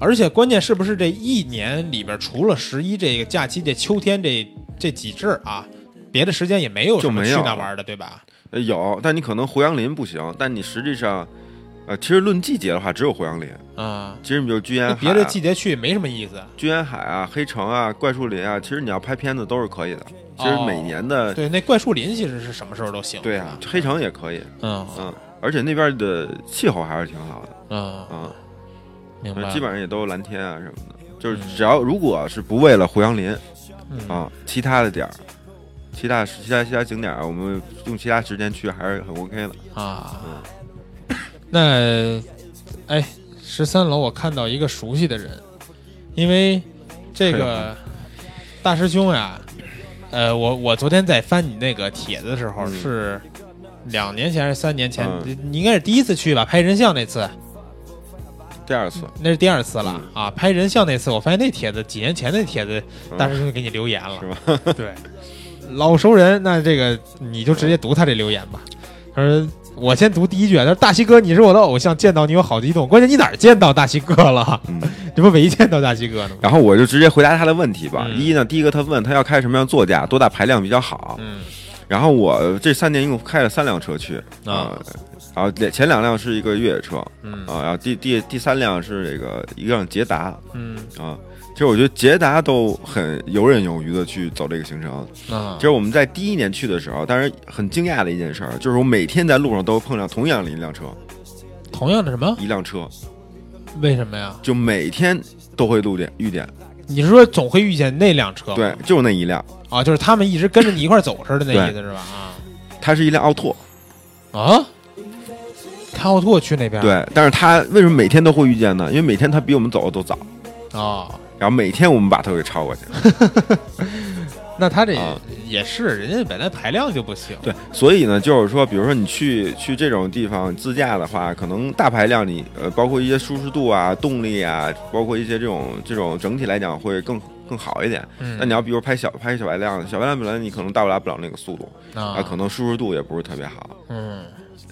而且关键是不是这一年里边，除了十一这个假期，这秋天这这几阵儿啊，别的时间也没有就什么没去有那玩的，对吧？呃有，但你可能胡杨林不行，但你实际上，呃，其实论季节的话，只有胡杨林。啊、其实你比如居然那海、啊，别的季节去没什么意思。居然海啊、黑城啊、怪树林啊，其实你要拍片子都是可以的。其实每年的、哦对，那怪树林其实是什么时候都行。嗯对啊，黑城也可以，嗯嗯，而且那边的气候还是挺好的，嗯，嗯，明白。基本上也都是蓝天啊什么的。就是只要如果是不为了胡杨林嗯啊，其他的点儿，其他其他其他景点儿，我们用其他时间去还是很 OK 的。啊，嗯那哎，十三楼我看到一个熟悉的人，因为这个大师兄呀，呃，我我昨天在翻你那个帖子的时候嗯是。两年前还是三年前，嗯你应该是第一次去吧？拍人像那次，第二次，那是第二次了、啊！拍人像那次，我发现那帖子几年前那帖子，嗯大师兄就给你留言了，是吧？对，老熟人，那这个你就直接读他这留言吧。他说：“我先读第一句，啊他说大西哥，你是我的偶像，见到你我好激动。关键你哪儿见到大西哥了？嗯，你不没见到大西哥呢吗然后我就直接回答他的问题吧。嗯一呢，第一个他问他要开什么样座驾，多大排量比较好？”。嗯然后我这三年一共开了三辆车去啊啊、然后前前两辆是一个越野车啊、嗯然后第第第三辆是这个一辆捷达啊、嗯其实我觉得捷达都很游刃有余的去走这个行程。啊其实我们在第一年去的时候，当然很惊讶的一件事儿，就是我每天在路上都碰上同样的一辆车，同样的什么？一辆车为什么呀？就每天都会路见遇见，你是说总会遇见那辆车？对，就那一辆，啊，就是他们一直跟着你一块儿走似的那对意思是吧？啊它是一辆奥拓，啊！开奥拓去那边对，但是它为什么每天都会遇见呢？因为每天它比我们走的都早，啊，然后每天我们把它给超过去。那他这啊也是人家本来排量就不行，对，所以呢，就是说，比如说你去去这种地方自驾的话，可能大排量你呃，包括一些舒适度啊、动力啊，包括一些这种这种整体来讲会更更好一点。嗯那你要比如拍小拍小排量，小排量本来你可能到达不了那个速度，啊可能舒适度也不是特别好。嗯。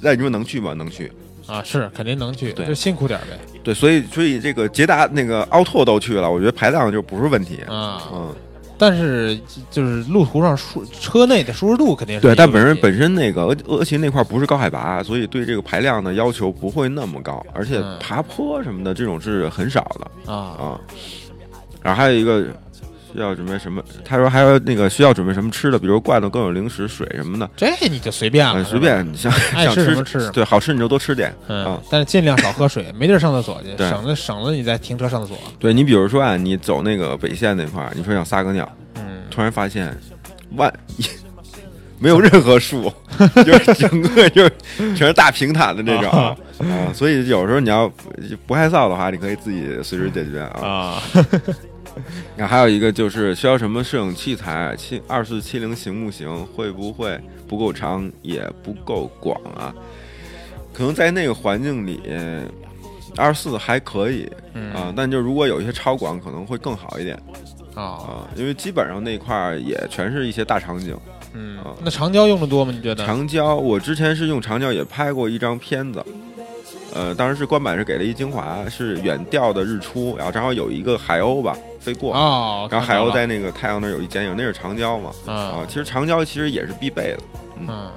那你说能去吗？能去。啊，是肯定能去，对就辛苦点儿呗。对，所以所以这个捷达那个奥拓都去了，我觉得排量就不是问题。啊，嗯，但是就是路途上舒车内的舒适度肯定是对，一个但本身问题本身那个俄俄秦那块不是高海拔，所以对这个排量的要求不会那么高，而且嗯爬坡什么的这种是很少的啊啊。然后还有一个需要准备什么，他说还有那个需要准备什么吃的，比如罐头、各种零食、水什么的，这你就随便了，嗯，是随吧便你想啊爱想吃什吃么吃什么对，好吃你就多吃点嗯啊，。但是尽量少喝水，没地儿上厕所去，对省得省得你在停车上厕所。对你比如说啊，你走那个北线那块儿，你说想撒个尿，嗯，突然发现万 没有任何树，就是整个就是全是大平坦的那种啊所以有时候你要不害臊的话，你可以自己随时解决啊。 啊，然后还有一个就是需要什么摄影器材，七二四七零行不行？会不会不够长也不够广啊？可能在那个环境里。二四还可以嗯啊，但就如果有一些超广可能会更好一点啊，啊，因为基本上那块儿也全是一些大场景，嗯啊，那长焦用的多吗？你觉得？长焦，我之前是用长焦也拍过一张片子，呃，当时是官版是给了一精华，是远调的日出，然后正好有一个海鸥吧飞过，哦，然看后海到鸥了在那个太阳那儿有一剪影，那是长焦嘛，啊啊，，其实长焦其实也是必备的。嗯，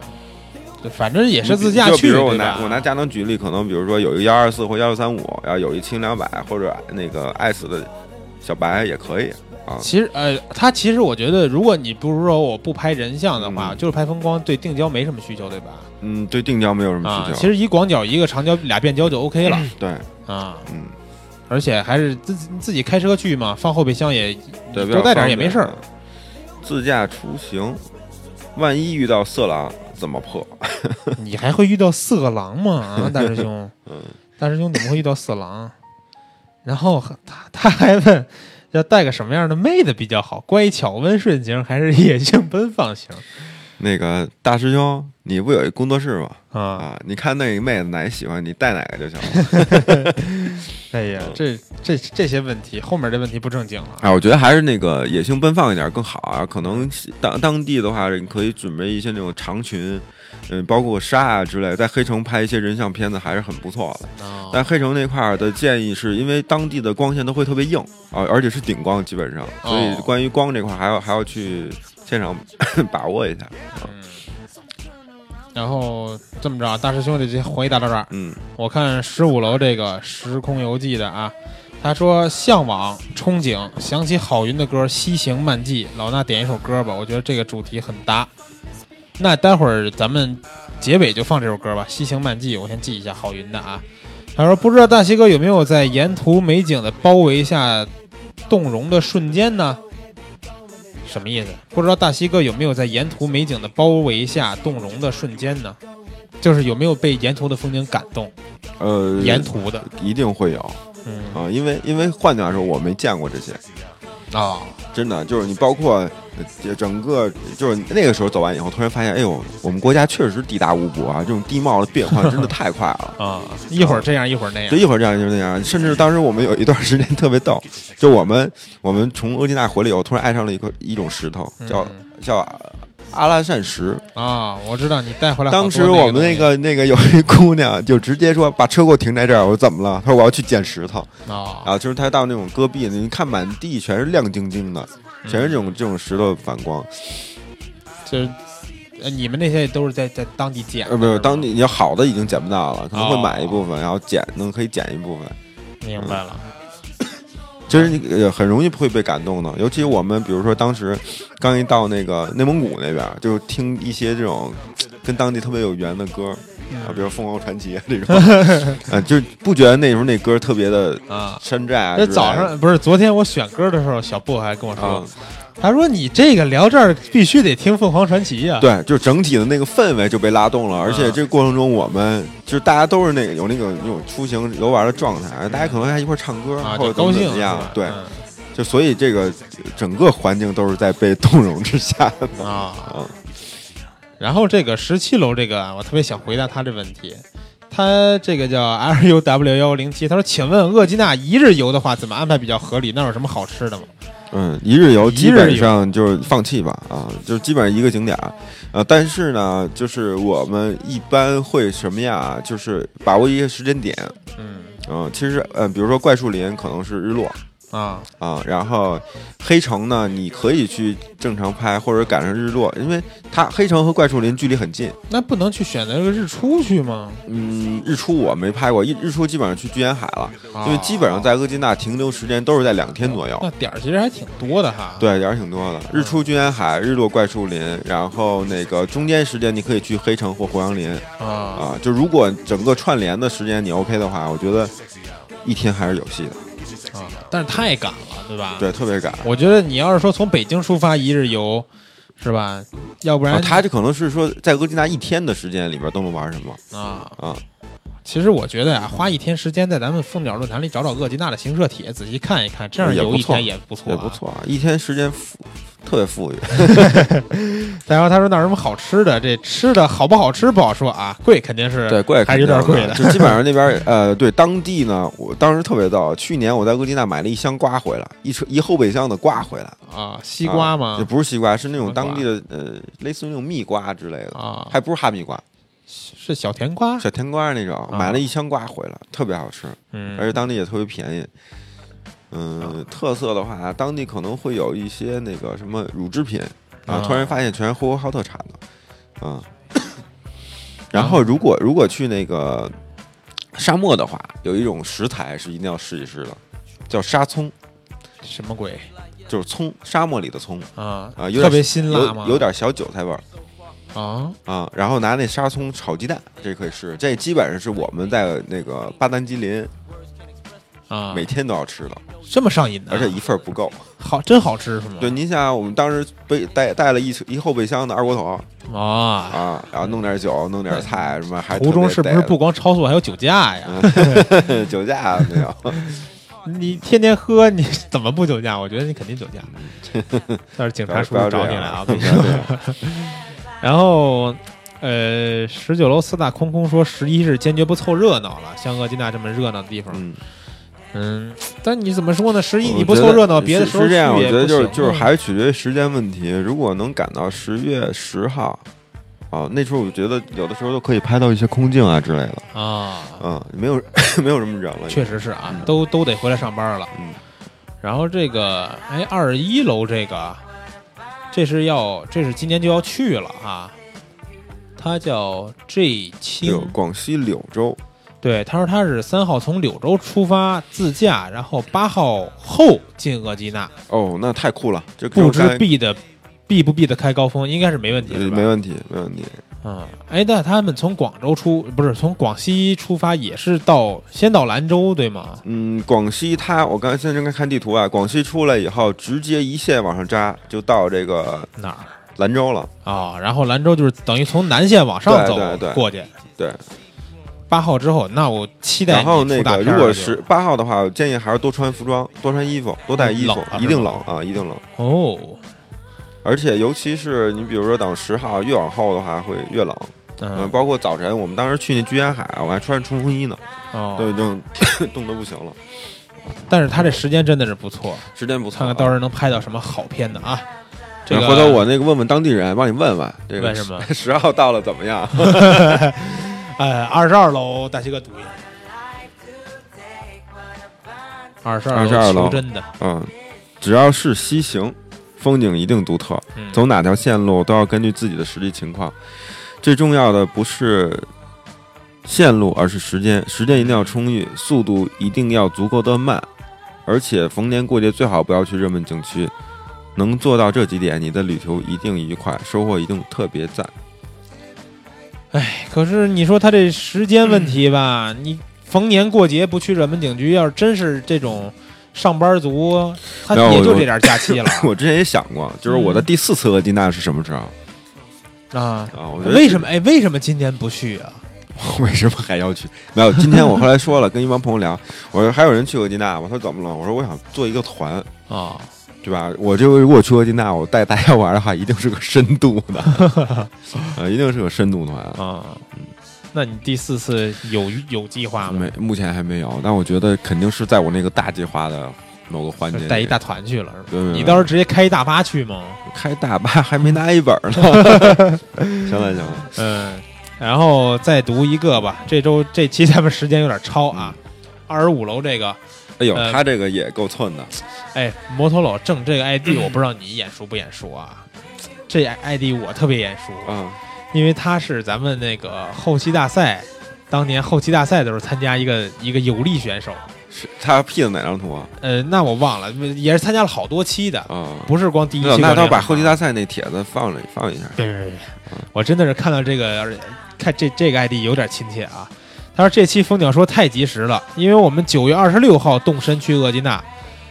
对反正也是自驾就比去，如我对拿吧我拿佳能举例，可能比如说有一个幺二四或幺六三五，然后有一轻两百或者那个爱死的小白也可以啊，其实呃，它其实我觉得，如果你不如说我不拍人像的话，嗯就是拍风光，对定焦没什么需求，对吧？嗯，对定焦没有什么啊，需其求，实一广角一个长焦俩变焦就 OK 了、对，啊，嗯。而且还是自自己开车去嘛，放后备箱也对，多带点也没事儿比较方便。自驾出行，万一遇到色狼怎么破？你还会遇到色狼吗？ 啊，大师兄，嗯 大师兄怎么会遇到色狼？然后他他还问，要带个什么样的妹子比较好？乖巧温顺型还是野性奔放型？那个大师兄，你不有一工作室吗？啊，啊，你看那个妹子哪喜欢，你带哪个就 行了。哎呀，这这这些问题，后面这问题不正经了。啊，我觉得还是那个野性奔放一点更好啊。可能当当地的话，你可以准备一些那种长裙，嗯，包括纱啊之类，在黑城拍一些人像片子还是很不错的。啊，但黑城那块儿的建议是因为当地的光线都会特别硬啊，而且是顶光基本上，所以哦关于光这块儿还要还要去现场 把握一下。然后这么着啊，大师兄这些回答到这儿。嗯，我看十五楼这个《时空游记》的啊，他说向往、憧憬，想起郝云的歌《西行漫记》，老衲点一首歌吧，我觉得这个主题很搭。那待会儿咱们结尾就放这首歌吧，《西行漫记》，我先记一下郝云的啊。他说不知道大西哥有没有在沿途美景的包围下动容的瞬间呢？什么意思？不知道大西哥有没有在沿途美景的包围下动容的瞬间呢？就是有没有被沿途的风景感动？呃，沿途的，一定会有嗯啊，因为因为换句话说，我没见过这些。啊，。真的就是你，包括呃整个就是那个时候走完以后，突然发现，哎呦，我们国家确实地大物博啊，这种地貌的变换真的太快了啊，一会儿这样，一会儿那就样，一会儿这样，一会儿那样，甚至当时我们有一段时间特别逗，就我们我们从欧吉纳回来以后，突然爱上了一块一种石头，嗯叫叫阿拉善石。啊，我知道你带回来好多当东西。时我们那个那个有一姑娘就直接说把车给我停在这儿，我说怎么了？她说我要去捡石头。啊，啊，就是它到那种戈壁，你看满地全是亮晶晶的，嗯全是这种这种石头反光。就是呃你们那些都是在在当地捡的，呃，不是是，吧当地你要好的已经捡不到了，可能会哦买一部分，然后捡能可以捡一部分。明白嗯了，其实你呃很容易会被感动的，尤其我们比如说当时刚一到那个内蒙古那边，就听一些这种跟当地特别有缘的歌嗯啊，比如《凤凰传奇》这种， 呃，就不觉得那时候那歌特别的啊。山寨啊这之类的。早上不是昨天我选歌的时候，小布还跟我说啊，，他说你这个聊这儿必须得听凤凰传奇啊呀。对，就整体的那个氛围就被拉动了，而啊且这个过程中我们就是大家都是那个有那个那种出行游玩的状态，大家可能还一块儿唱歌啊，或就者高怎么兴怎么样是吧，对，嗯就所以这个整个环境都是在被动容之下的。啊嗯。然后这个十七楼这个啊，我特别想回答他这问题。他这个叫 L U W 幺零七，他说：“请问厄吉纳一日游的话，怎么安排比较合理？那有什么好吃的吗嗯，一日游一基日本游上就是放弃吧，啊，就是基本上一个景点儿，呃，但是呢，就是我们一般会什么样啊？就是把握一个时间点，？”嗯嗯，其实，嗯，比如说怪树林可能是日落，啊，啊，然后黑城呢，你可以去正常拍，或者赶上日落，因为它黑城和怪树林距离很近。那不能去选择个日出去吗？嗯，日出我没拍过，日日出基本上去居延海了，啊因为基本上在厄吉纳停留时间都是在两天左右。那点儿其实还挺多的哈。，对，点儿挺多的。日出嗯居延海，日落怪树林，然后那个中间时间你可以去黑城或胡杨林啊，啊。就如果整个串联的时间你 OK 的话，我觉得一天还是有戏的。啊，但是太赶了，对吧？，对，特别赶。我觉得你要是说从北京出发一日游，是吧？要不然后然哦他这可能是说，在厄吉纳一天的时间里边都能玩什么啊，啊？其实我觉得呀、花一天时间在咱们蜂鸟论坛里找找厄吉纳的行社帖，仔细看一看，这样也游不一错天也不错、也不。错啊，一天时间富，特别富裕。再说他说那儿有什么好吃的，这吃的好不好吃不好说啊，贵肯定是贵啊还是有点贵的就基本上那边呃，对当地呢，我当时特别逗。去年我在厄吉纳买了一箱瓜回来，一车一后备箱的瓜回来，啊，西瓜嘛也，不是西瓜，是那什么种瓜当地的呃，类似于那种蜜瓜之类的啊还不是哈密瓜，是小甜瓜，小甜瓜那种。买了一箱瓜回来，特别好吃，啊嗯，啊而且当地也特别便宜。嗯，特色的话，当地可能会有一些那个什么乳制品啊啊，突然发现全是呼和浩特产 的，啊。然啊后如果如果去那个沙漠的话，有一种食材是一定要试一试的，叫沙葱，什么鬼就是葱，沙漠里的葱啊啊，有点特别辛辣嘛，有有点小韭菜味儿啊啊。然后拿那沙葱炒鸡蛋，这可以试。这基本上是我们在那个巴丹吉林啊，每天都要吃的，这么上瘾的啊，而且一份儿不够。好真好吃是吗？对，您想想，我们当时背带带了一车一后备箱的二锅头啊，啊，然后弄点酒，弄点菜什么，还途中啊特是不别是带不光超速还有酒驾呀？的酒驾啊 没有？ 你天天喝，你怎么不酒驾？我觉得你肯定酒驾， 但是警察叔不叔要找这你样来啊！不跟要你这样说 然后，呃，十九楼四大空空说，十一是坚决不凑热闹了，像额济纳这么热闹的地方，嗯，嗯，但你怎么说呢？十一 我你不觉凑得热闹，别的是时候是这样，去我也觉得不就是行就是嗯还是取决于时间问题。如果能赶到十月十号，啊，那时候我觉得有的时候都可以拍到一些空镜啊之类的，啊，嗯，没有 没有什么人了，确实是啊，都都得回来上班了。嗯然后这个，哎，二十一楼这个，啊这是要，这是今年就要去了啊。他叫 J 柳青，广西柳州，对，他说他是三号从柳州出发自驾，然后八号后进额济纳，哦，那太酷了，这不这知必的必不必的开高峰，应该是没问题呃是吧？没问题，没问题。嗯，哎，那他们从广州出，不是从广西出发，也是到先到兰州对吗？嗯，广西它，我刚才现在正在看地图啊，广西出来以后，直接一线往上扎，就到这个哪儿？兰州了。啊、然后兰州就是等于从南线往上对走对对过去，对，八号之后，那我期待然后你那出大个，片如儿果了就是八号的话，我建议还是多穿服装，多穿衣服，多带衣冷服啊，一是定吧冷啊，一定冷。哦，而且尤其是你比如说等十号越往后的话，会越冷。嗯，嗯，包括早晨，我们当时去那居安海，我还穿着冲锋衣呢，都哦，已经 冻得不行了。但是他这时间真的是不错，时间不错看啊，看到时候能拍到什么好片子啊。这个回头 我那个问问当地人，帮你问问这个问什么十 号到了怎么样？呃二十二楼大西哥读一下，二十二22楼求真的，嗯，只要是西行，风景一定独特。嗯走哪条线路都要根据自己的实际情况。最重要的不是线路，而是时间。时间一定要充裕，速度一定要足够的慢。而且逢年过节最好不要去热门景区。能做到这几点，你的旅途一定愉快，收获一定特别赞。 哎，可是你说他这时间问题吧，你逢年过节不去热门景区，要是真是这种上班族，他没有也我就这点假期 了我之前也想过，就是我的嗯第四次额济纳是什么时候啊。啊？我觉得为什么？哎，为什么今年不去啊？ 为什么还要去？没有，今天我后来说了，跟一帮朋友聊，我说还有人去额济纳吗？他说怎么了？我说我想做一个团，啊，对吧？我就如果去额济纳，我带大家玩的话，一定是个深度的， 啊，一定是个深度团。啊，那你第四次有有计划吗啊没？，目前还没有，但我觉得肯定是在我那个大计划的某个环就节里。是带一大团去了是吧？对对对你到时候直接开一大巴去吗？开大巴还没拿一本呢。 行了行了，嗯，然后再读一个吧。这周这期咱们时间有点超啊。二十五楼这个，哎呦，呃他这个也够寸的，哎，摩托老郑这个 ID 我不知道你眼熟不眼熟啊？这 ID 我特别眼熟，啊，因为他是咱们那个后期大赛，当年后期大赛的时候参加一个一个有力选手，是他 P 的哪张图啊？呃，那我忘了，也是参加了好多期的，啊，不是光第一期那跟那这他个把嘛后期大赛那帖子放了放一下。别别别别，我真的是看到这个，而且看这这个 ID 有点亲切啊。他说这期蜂鸟说太及时了，因为我们九月二十六号动身去额济纳，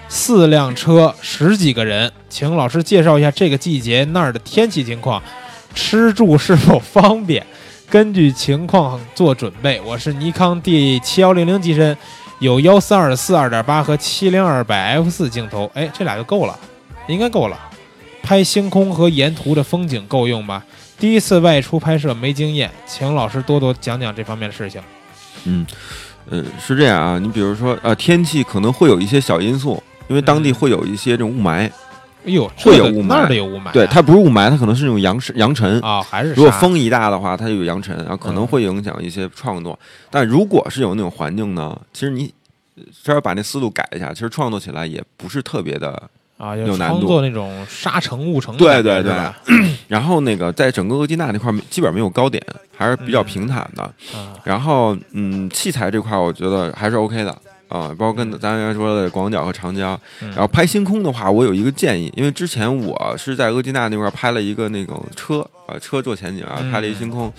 四辆车十几个人，请老师介绍一下这个季节那儿的天气情况，吃住是否方便，根据情况做准备。我是尼康 D 七幺零零机身，有幺四二四二点八和七零二百 F 四镜头，哎，这俩就够了，应该够了。拍星空和沿途的风景够用吧？第一次外出拍摄没经验，请老师多多讲讲这方面的事情。嗯，是这样啊，你比如说啊，天气可能会有一些小因素，因为当地嗯会有一些这种雾霾。哎呦，会有这个雾霾那儿的有雾霾啊、对，它不是雾霾，它可能是那种扬尘扬尘。啊、还是如果沙嗯风一大的话，它就有扬尘，然后可能会影响一些创作。但如果是有那种环境呢，其实你呃稍微把那思路改一下，其实创作起来也不是特别的。啊，有就难度创作那种沙尘雾城的对感觉对对是吧 然后那个在整个额济纳那块儿没基本上没有高点，还是比嗯较平坦的。啊然后嗯，器材这块儿我觉得还是 OK 的啊，包括跟咱刚才说的广角和长焦。嗯然后拍星空的话，我有一个建议，因为之前我是在额济纳那块儿拍了一个那种车啊，车做前景啊嗯，拍了一星空。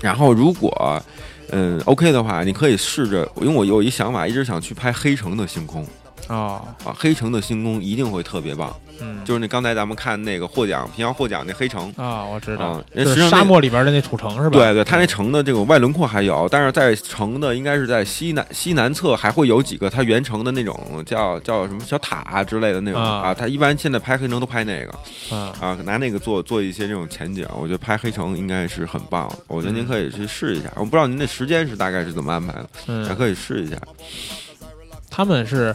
然后如果嗯，OK 的话，你可以试着，因为我有一想法，一直想去拍黑城的星空哦，啊，黑城的星空一定会特别棒。嗯，就是那刚才咱们看那个获奖，平遥获奖那黑城，啊，我知道啊，就人是实际上那沙漠里边的那楚城是吧？对对，它那城的这个外轮廓还有，但是在城的应该是在西南西南侧还会有几个它原城的那种叫叫什么小塔啊之类的那种啊啊，它一般现在拍黑城都拍那个啊，啊，拿那个做做一些这种前景，我觉得拍黑城应该是很棒的，我觉得您可以去试一下，我不知道您的时间是大概是怎么安排的，还嗯，可以试一下。他们是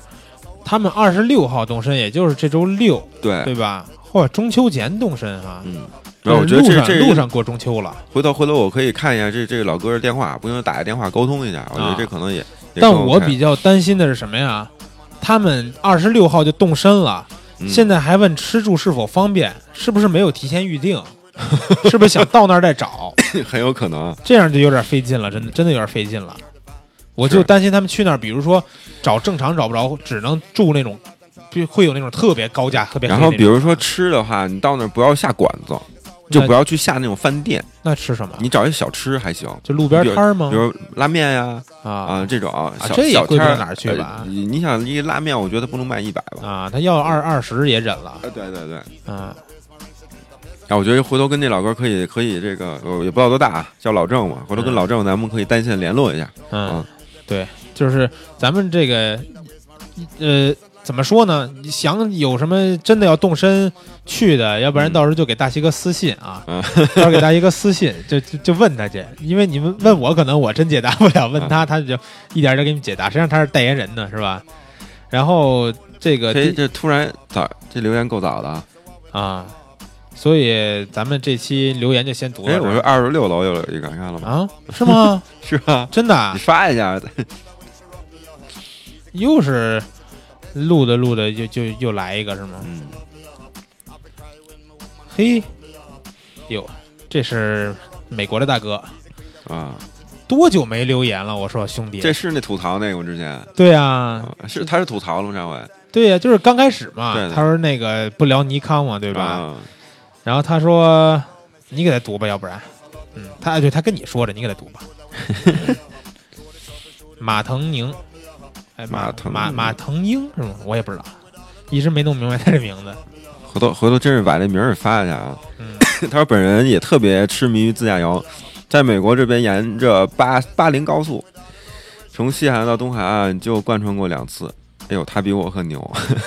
他们二十六号动身，也就是这周六，对对，吧？或中秋前动身哈，哎嗯，但然是后我觉得路这上这路上过中秋了，回头回头我可以看一下这这个老哥的电话，不行打个电话沟通一下，我觉啊得这可能也。也但更我 OK 比较担心的是什么呀？他们二十六号就动身了，嗯现在还问吃住是否方便，是不是没有提前预定？ 是不是想到那儿再找？嗯很有可能，这样就有点费劲了，真的真的有点费劲了。我就是担心他们去那儿，比如说找正常找不着，只能住那种，就会有那种特别高价、特别然黑后那比种如说吃的话，你到那儿不要下馆子，就那不要去下那种饭店，那吃什么？你找一小吃还行，就路边摊儿吗比？如拉面呀嗯啊啊这种啊小这也小贵摊不儿到哪儿去吧呃你你想一拉面，我觉得不能卖一百吧？啊，他要二二十也忍了啊，对对对。啊啊，我觉得回头跟这老哥可以可以这个，我也不知道多大啊，叫老郑嘛。回头嗯跟老郑咱们可以单线联络一下。嗯啊，对，就是咱们这个呃。怎么说呢？你想有什么真的要动身去的，要不然嗯到时候就给大西哥私信啊，嗯到时候给大西哥私信，就就就问他去，因为你们问我，可能我真解答不了，问他啊他就一点点给你解答。实际上他是代言人呢，是吧？然后这个这第这突然早，这留言够早的啊！啊，所以咱们这期留言就先读哎，到我说这二十六楼又有一个，你看儿了吗？啊，是吗？是吧？真的啊你刷一下，又是录着录着就就又来一个是吗？嗯，嘿，哟，这是美国的大哥， 啊，多久没留言了？我说兄弟，这是那吐槽那个吗之前对啊，啊是他是吐槽了吗？上回对呀、就是刚开始嘛对。嗯的他说那个不聊尼康嘛，对对吧？？然后他说你给他读吧，要不然，嗯，他对他跟你说的，你给他 读吧。马腾宁，哎，马马腾马马腾英是吗？我也不知道，一直没弄明白他这名字。回头回头真是把这名儿给发一下啊！嗯 他说本人也特别痴迷于自驾游，在美国这边沿着八八零高速，从西海岸到东海岸就贯穿过两次。哎呦，他比我可牛！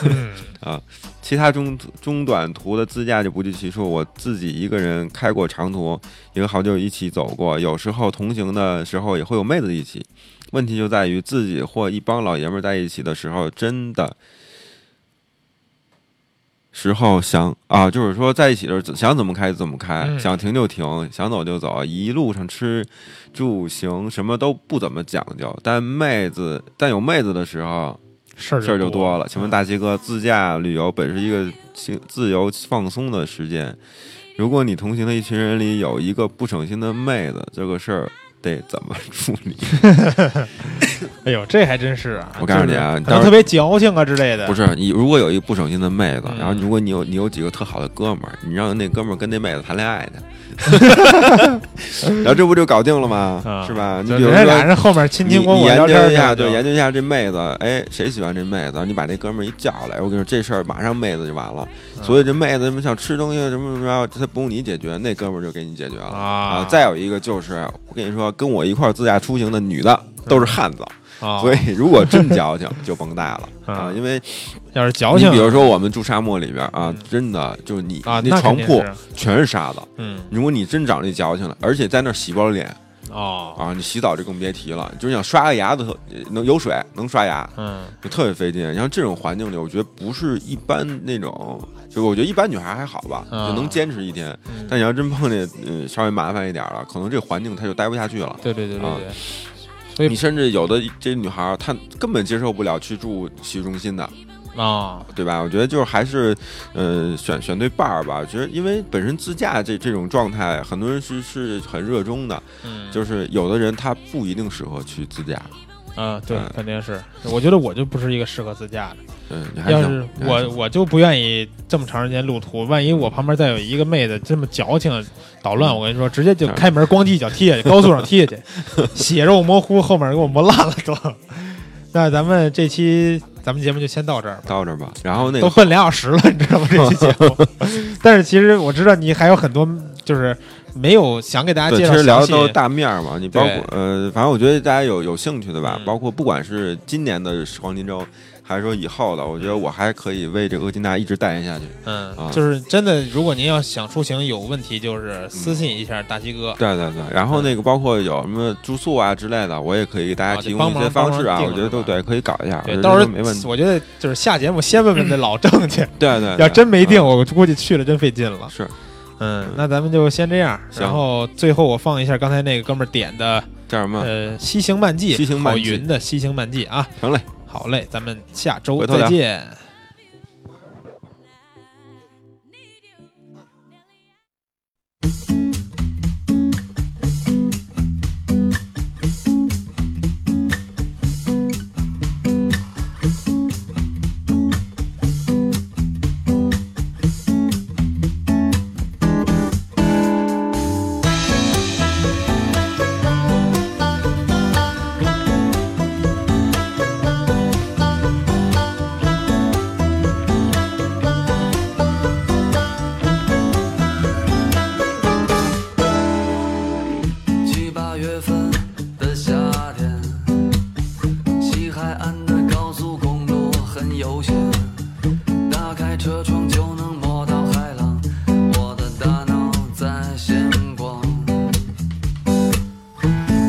啊嗯其他中中短途的自驾就不计其数，我自己一个人开过长途，也跟好友一起走过，有时候同行的时候也会有妹子一起。问题就在于自己或一帮老爷们儿在一起的时候，真的时候想啊，就是说在一起的时候想怎么开怎么开，嗯想停就停，想走就走，一路上吃住行什么都不怎么讲究。但妹子，但有妹子的时候，事儿事儿多就嗯多了。请问大西哥，自驾旅游本是一个轻自由放松的时间，如果你同行的一群人里有一个不省心的妹子，这个事儿得怎么处理？哎呦，这还真是啊！我告诉你啊就是你可到时能候特别矫情啊之类的。不，是你，如果有一个不省心的妹子，嗯然后如果你有你有几个特好的哥们儿，你让那哥们儿跟那妹子谈恋爱去， 然后这不就搞定了吗？啊、是吧？你就比如人家俩说。人后面卿你卿我你我研聊天究儿一下，去，对，就研究一下这妹子，哎，谁喜欢这妹子？你把那哥们儿一叫来，我跟你说，这事儿马上妹子就完了。嗯所以这妹子什么想吃东西什么什么着，她不用你解决，那哥们儿就给你解决了啊再有一个就是，我跟你说，跟我一块儿自驾出行的女的都是汉子，啊，所以如果真矫情就甭带了啊啊，因为要是矫你情，比如说我们住沙漠里边啊嗯，真的就是你啊，那床肯定铺是全是沙子。嗯如果你真长那矫情了，而且在那儿洗不了脸哦，啊，你洗澡就更别提了，就是想刷个牙都特能有水能刷牙，嗯就特别费劲。然后这种环境里，我觉得不是一般那种，就我觉得一般女孩还好吧，啊就能坚持一天。嗯但你要真碰见嗯稍微麻烦一点了，可能这环境她就待不下去了。对对对对啊对，对你甚至有的这女孩儿她根本接受不了去住洗浴中心的，啊，对吧？我觉得就是还是，呃，选选对伴儿吧。其实因为本身自驾这这种状态，很多人是是很热衷的，嗯，就是有的人他不一定适合去自驾，啊，对嗯，肯定是。我觉得我就不是一个适合自驾的，对，嗯你还要行是你还我行我就不愿意这么长时间路途，万一我旁边再有一个妹子这么矫情捣乱，我跟你说，直接嗯就开门咣叽一脚踢下去，高速上踢下去，血肉模糊，后面给我磨烂了都。 那咱们这期咱们节目就先到这儿吧，到这儿吧，然后那都个奔两小时了，你知道吗？这期节目。 但是其实我知道你还有很多就是没有想给大家对，介其绍实聊详的细都是大面儿嘛，你包括对呃，反正我觉得大家有有兴趣的吧，嗯包括不管是今年的黄金周，还是说以后的，我觉得我还可以为这个厄金娜一直代言下去。嗯啊，就是真的，如果您要想出行有问题，就是嗯私信一下大西哥。对对对，然后那个包括有什么住宿啊之类的，我也可以给大啊家就提供一帮些忙方式帮啊，忙我觉得定都了是吧对，可以搞一下，我觉对，得到时嗯都没问候题。我觉得就是下节目先问问这老郑去，对对，对要真没定，嗯我估计去了真费劲了。是嗯，那咱们就先这样，行然后最后我放一下刚才那个哥们儿点的叫什么？呃《西行漫记》，嗯西行漫记郝云的《西行漫记》啊。成嘞。好嘞，咱们下周回头再聊见。七八月份的夏天，西海岸的高速公路很悠闲，打开车窗就能摸到海浪，我的大脑在闲逛。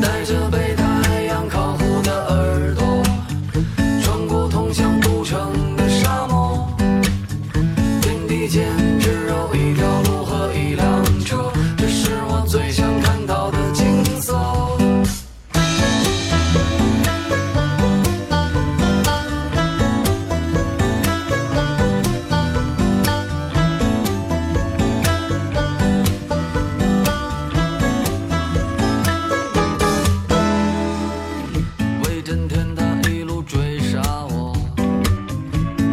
带着被太阳烤糊的耳朵，穿过通向古城的沙漠，天地间只有一条路和一辆车，这是我最想看到的景色。威震天他一路追杀我，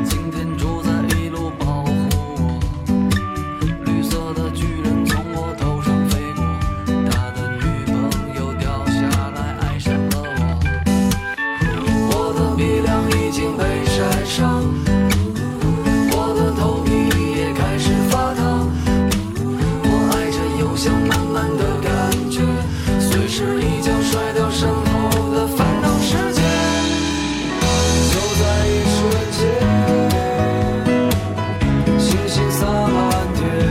擎天柱在一路保护我。绿色的巨人从我头上飞过，他的女朋友掉下来爱上了我。我的鼻梁已经被晒伤，我的头皮也开始发烫。我爱着油箱满满的感觉，随时一脚摔掉身后的烦恼世界。就在一瞬间。星星洒满天，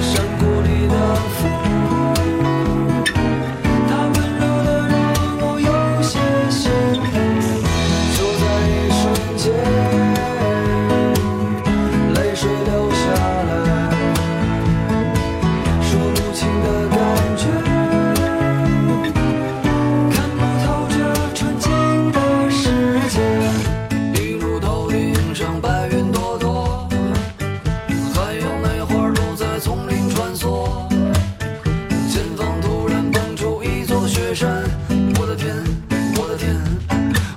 山谷里的风，它温柔的让我有些心疼。就在一瞬间，泪水流下来，说不清的感觉，看不透这纯净的世界。一路头顶上白云朵朵，还有梅花鹿在丛林穿梭。前方突然蹦出一座雪山，我的天，我的天，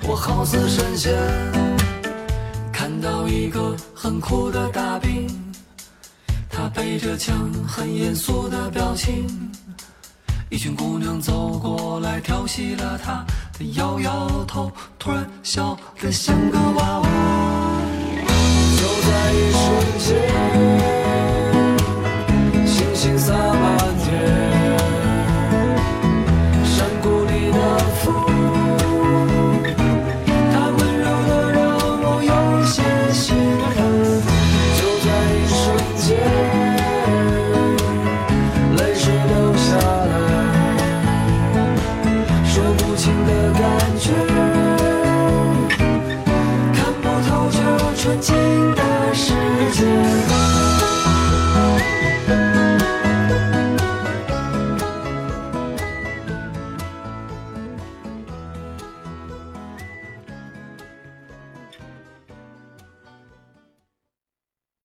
我好似神仙。看到一个很酷的大兵，他背着枪，很严肃的表情。一群姑娘走过来调戏了他，他摇摇头，突然笑得像个娃娃。就在一瞬间，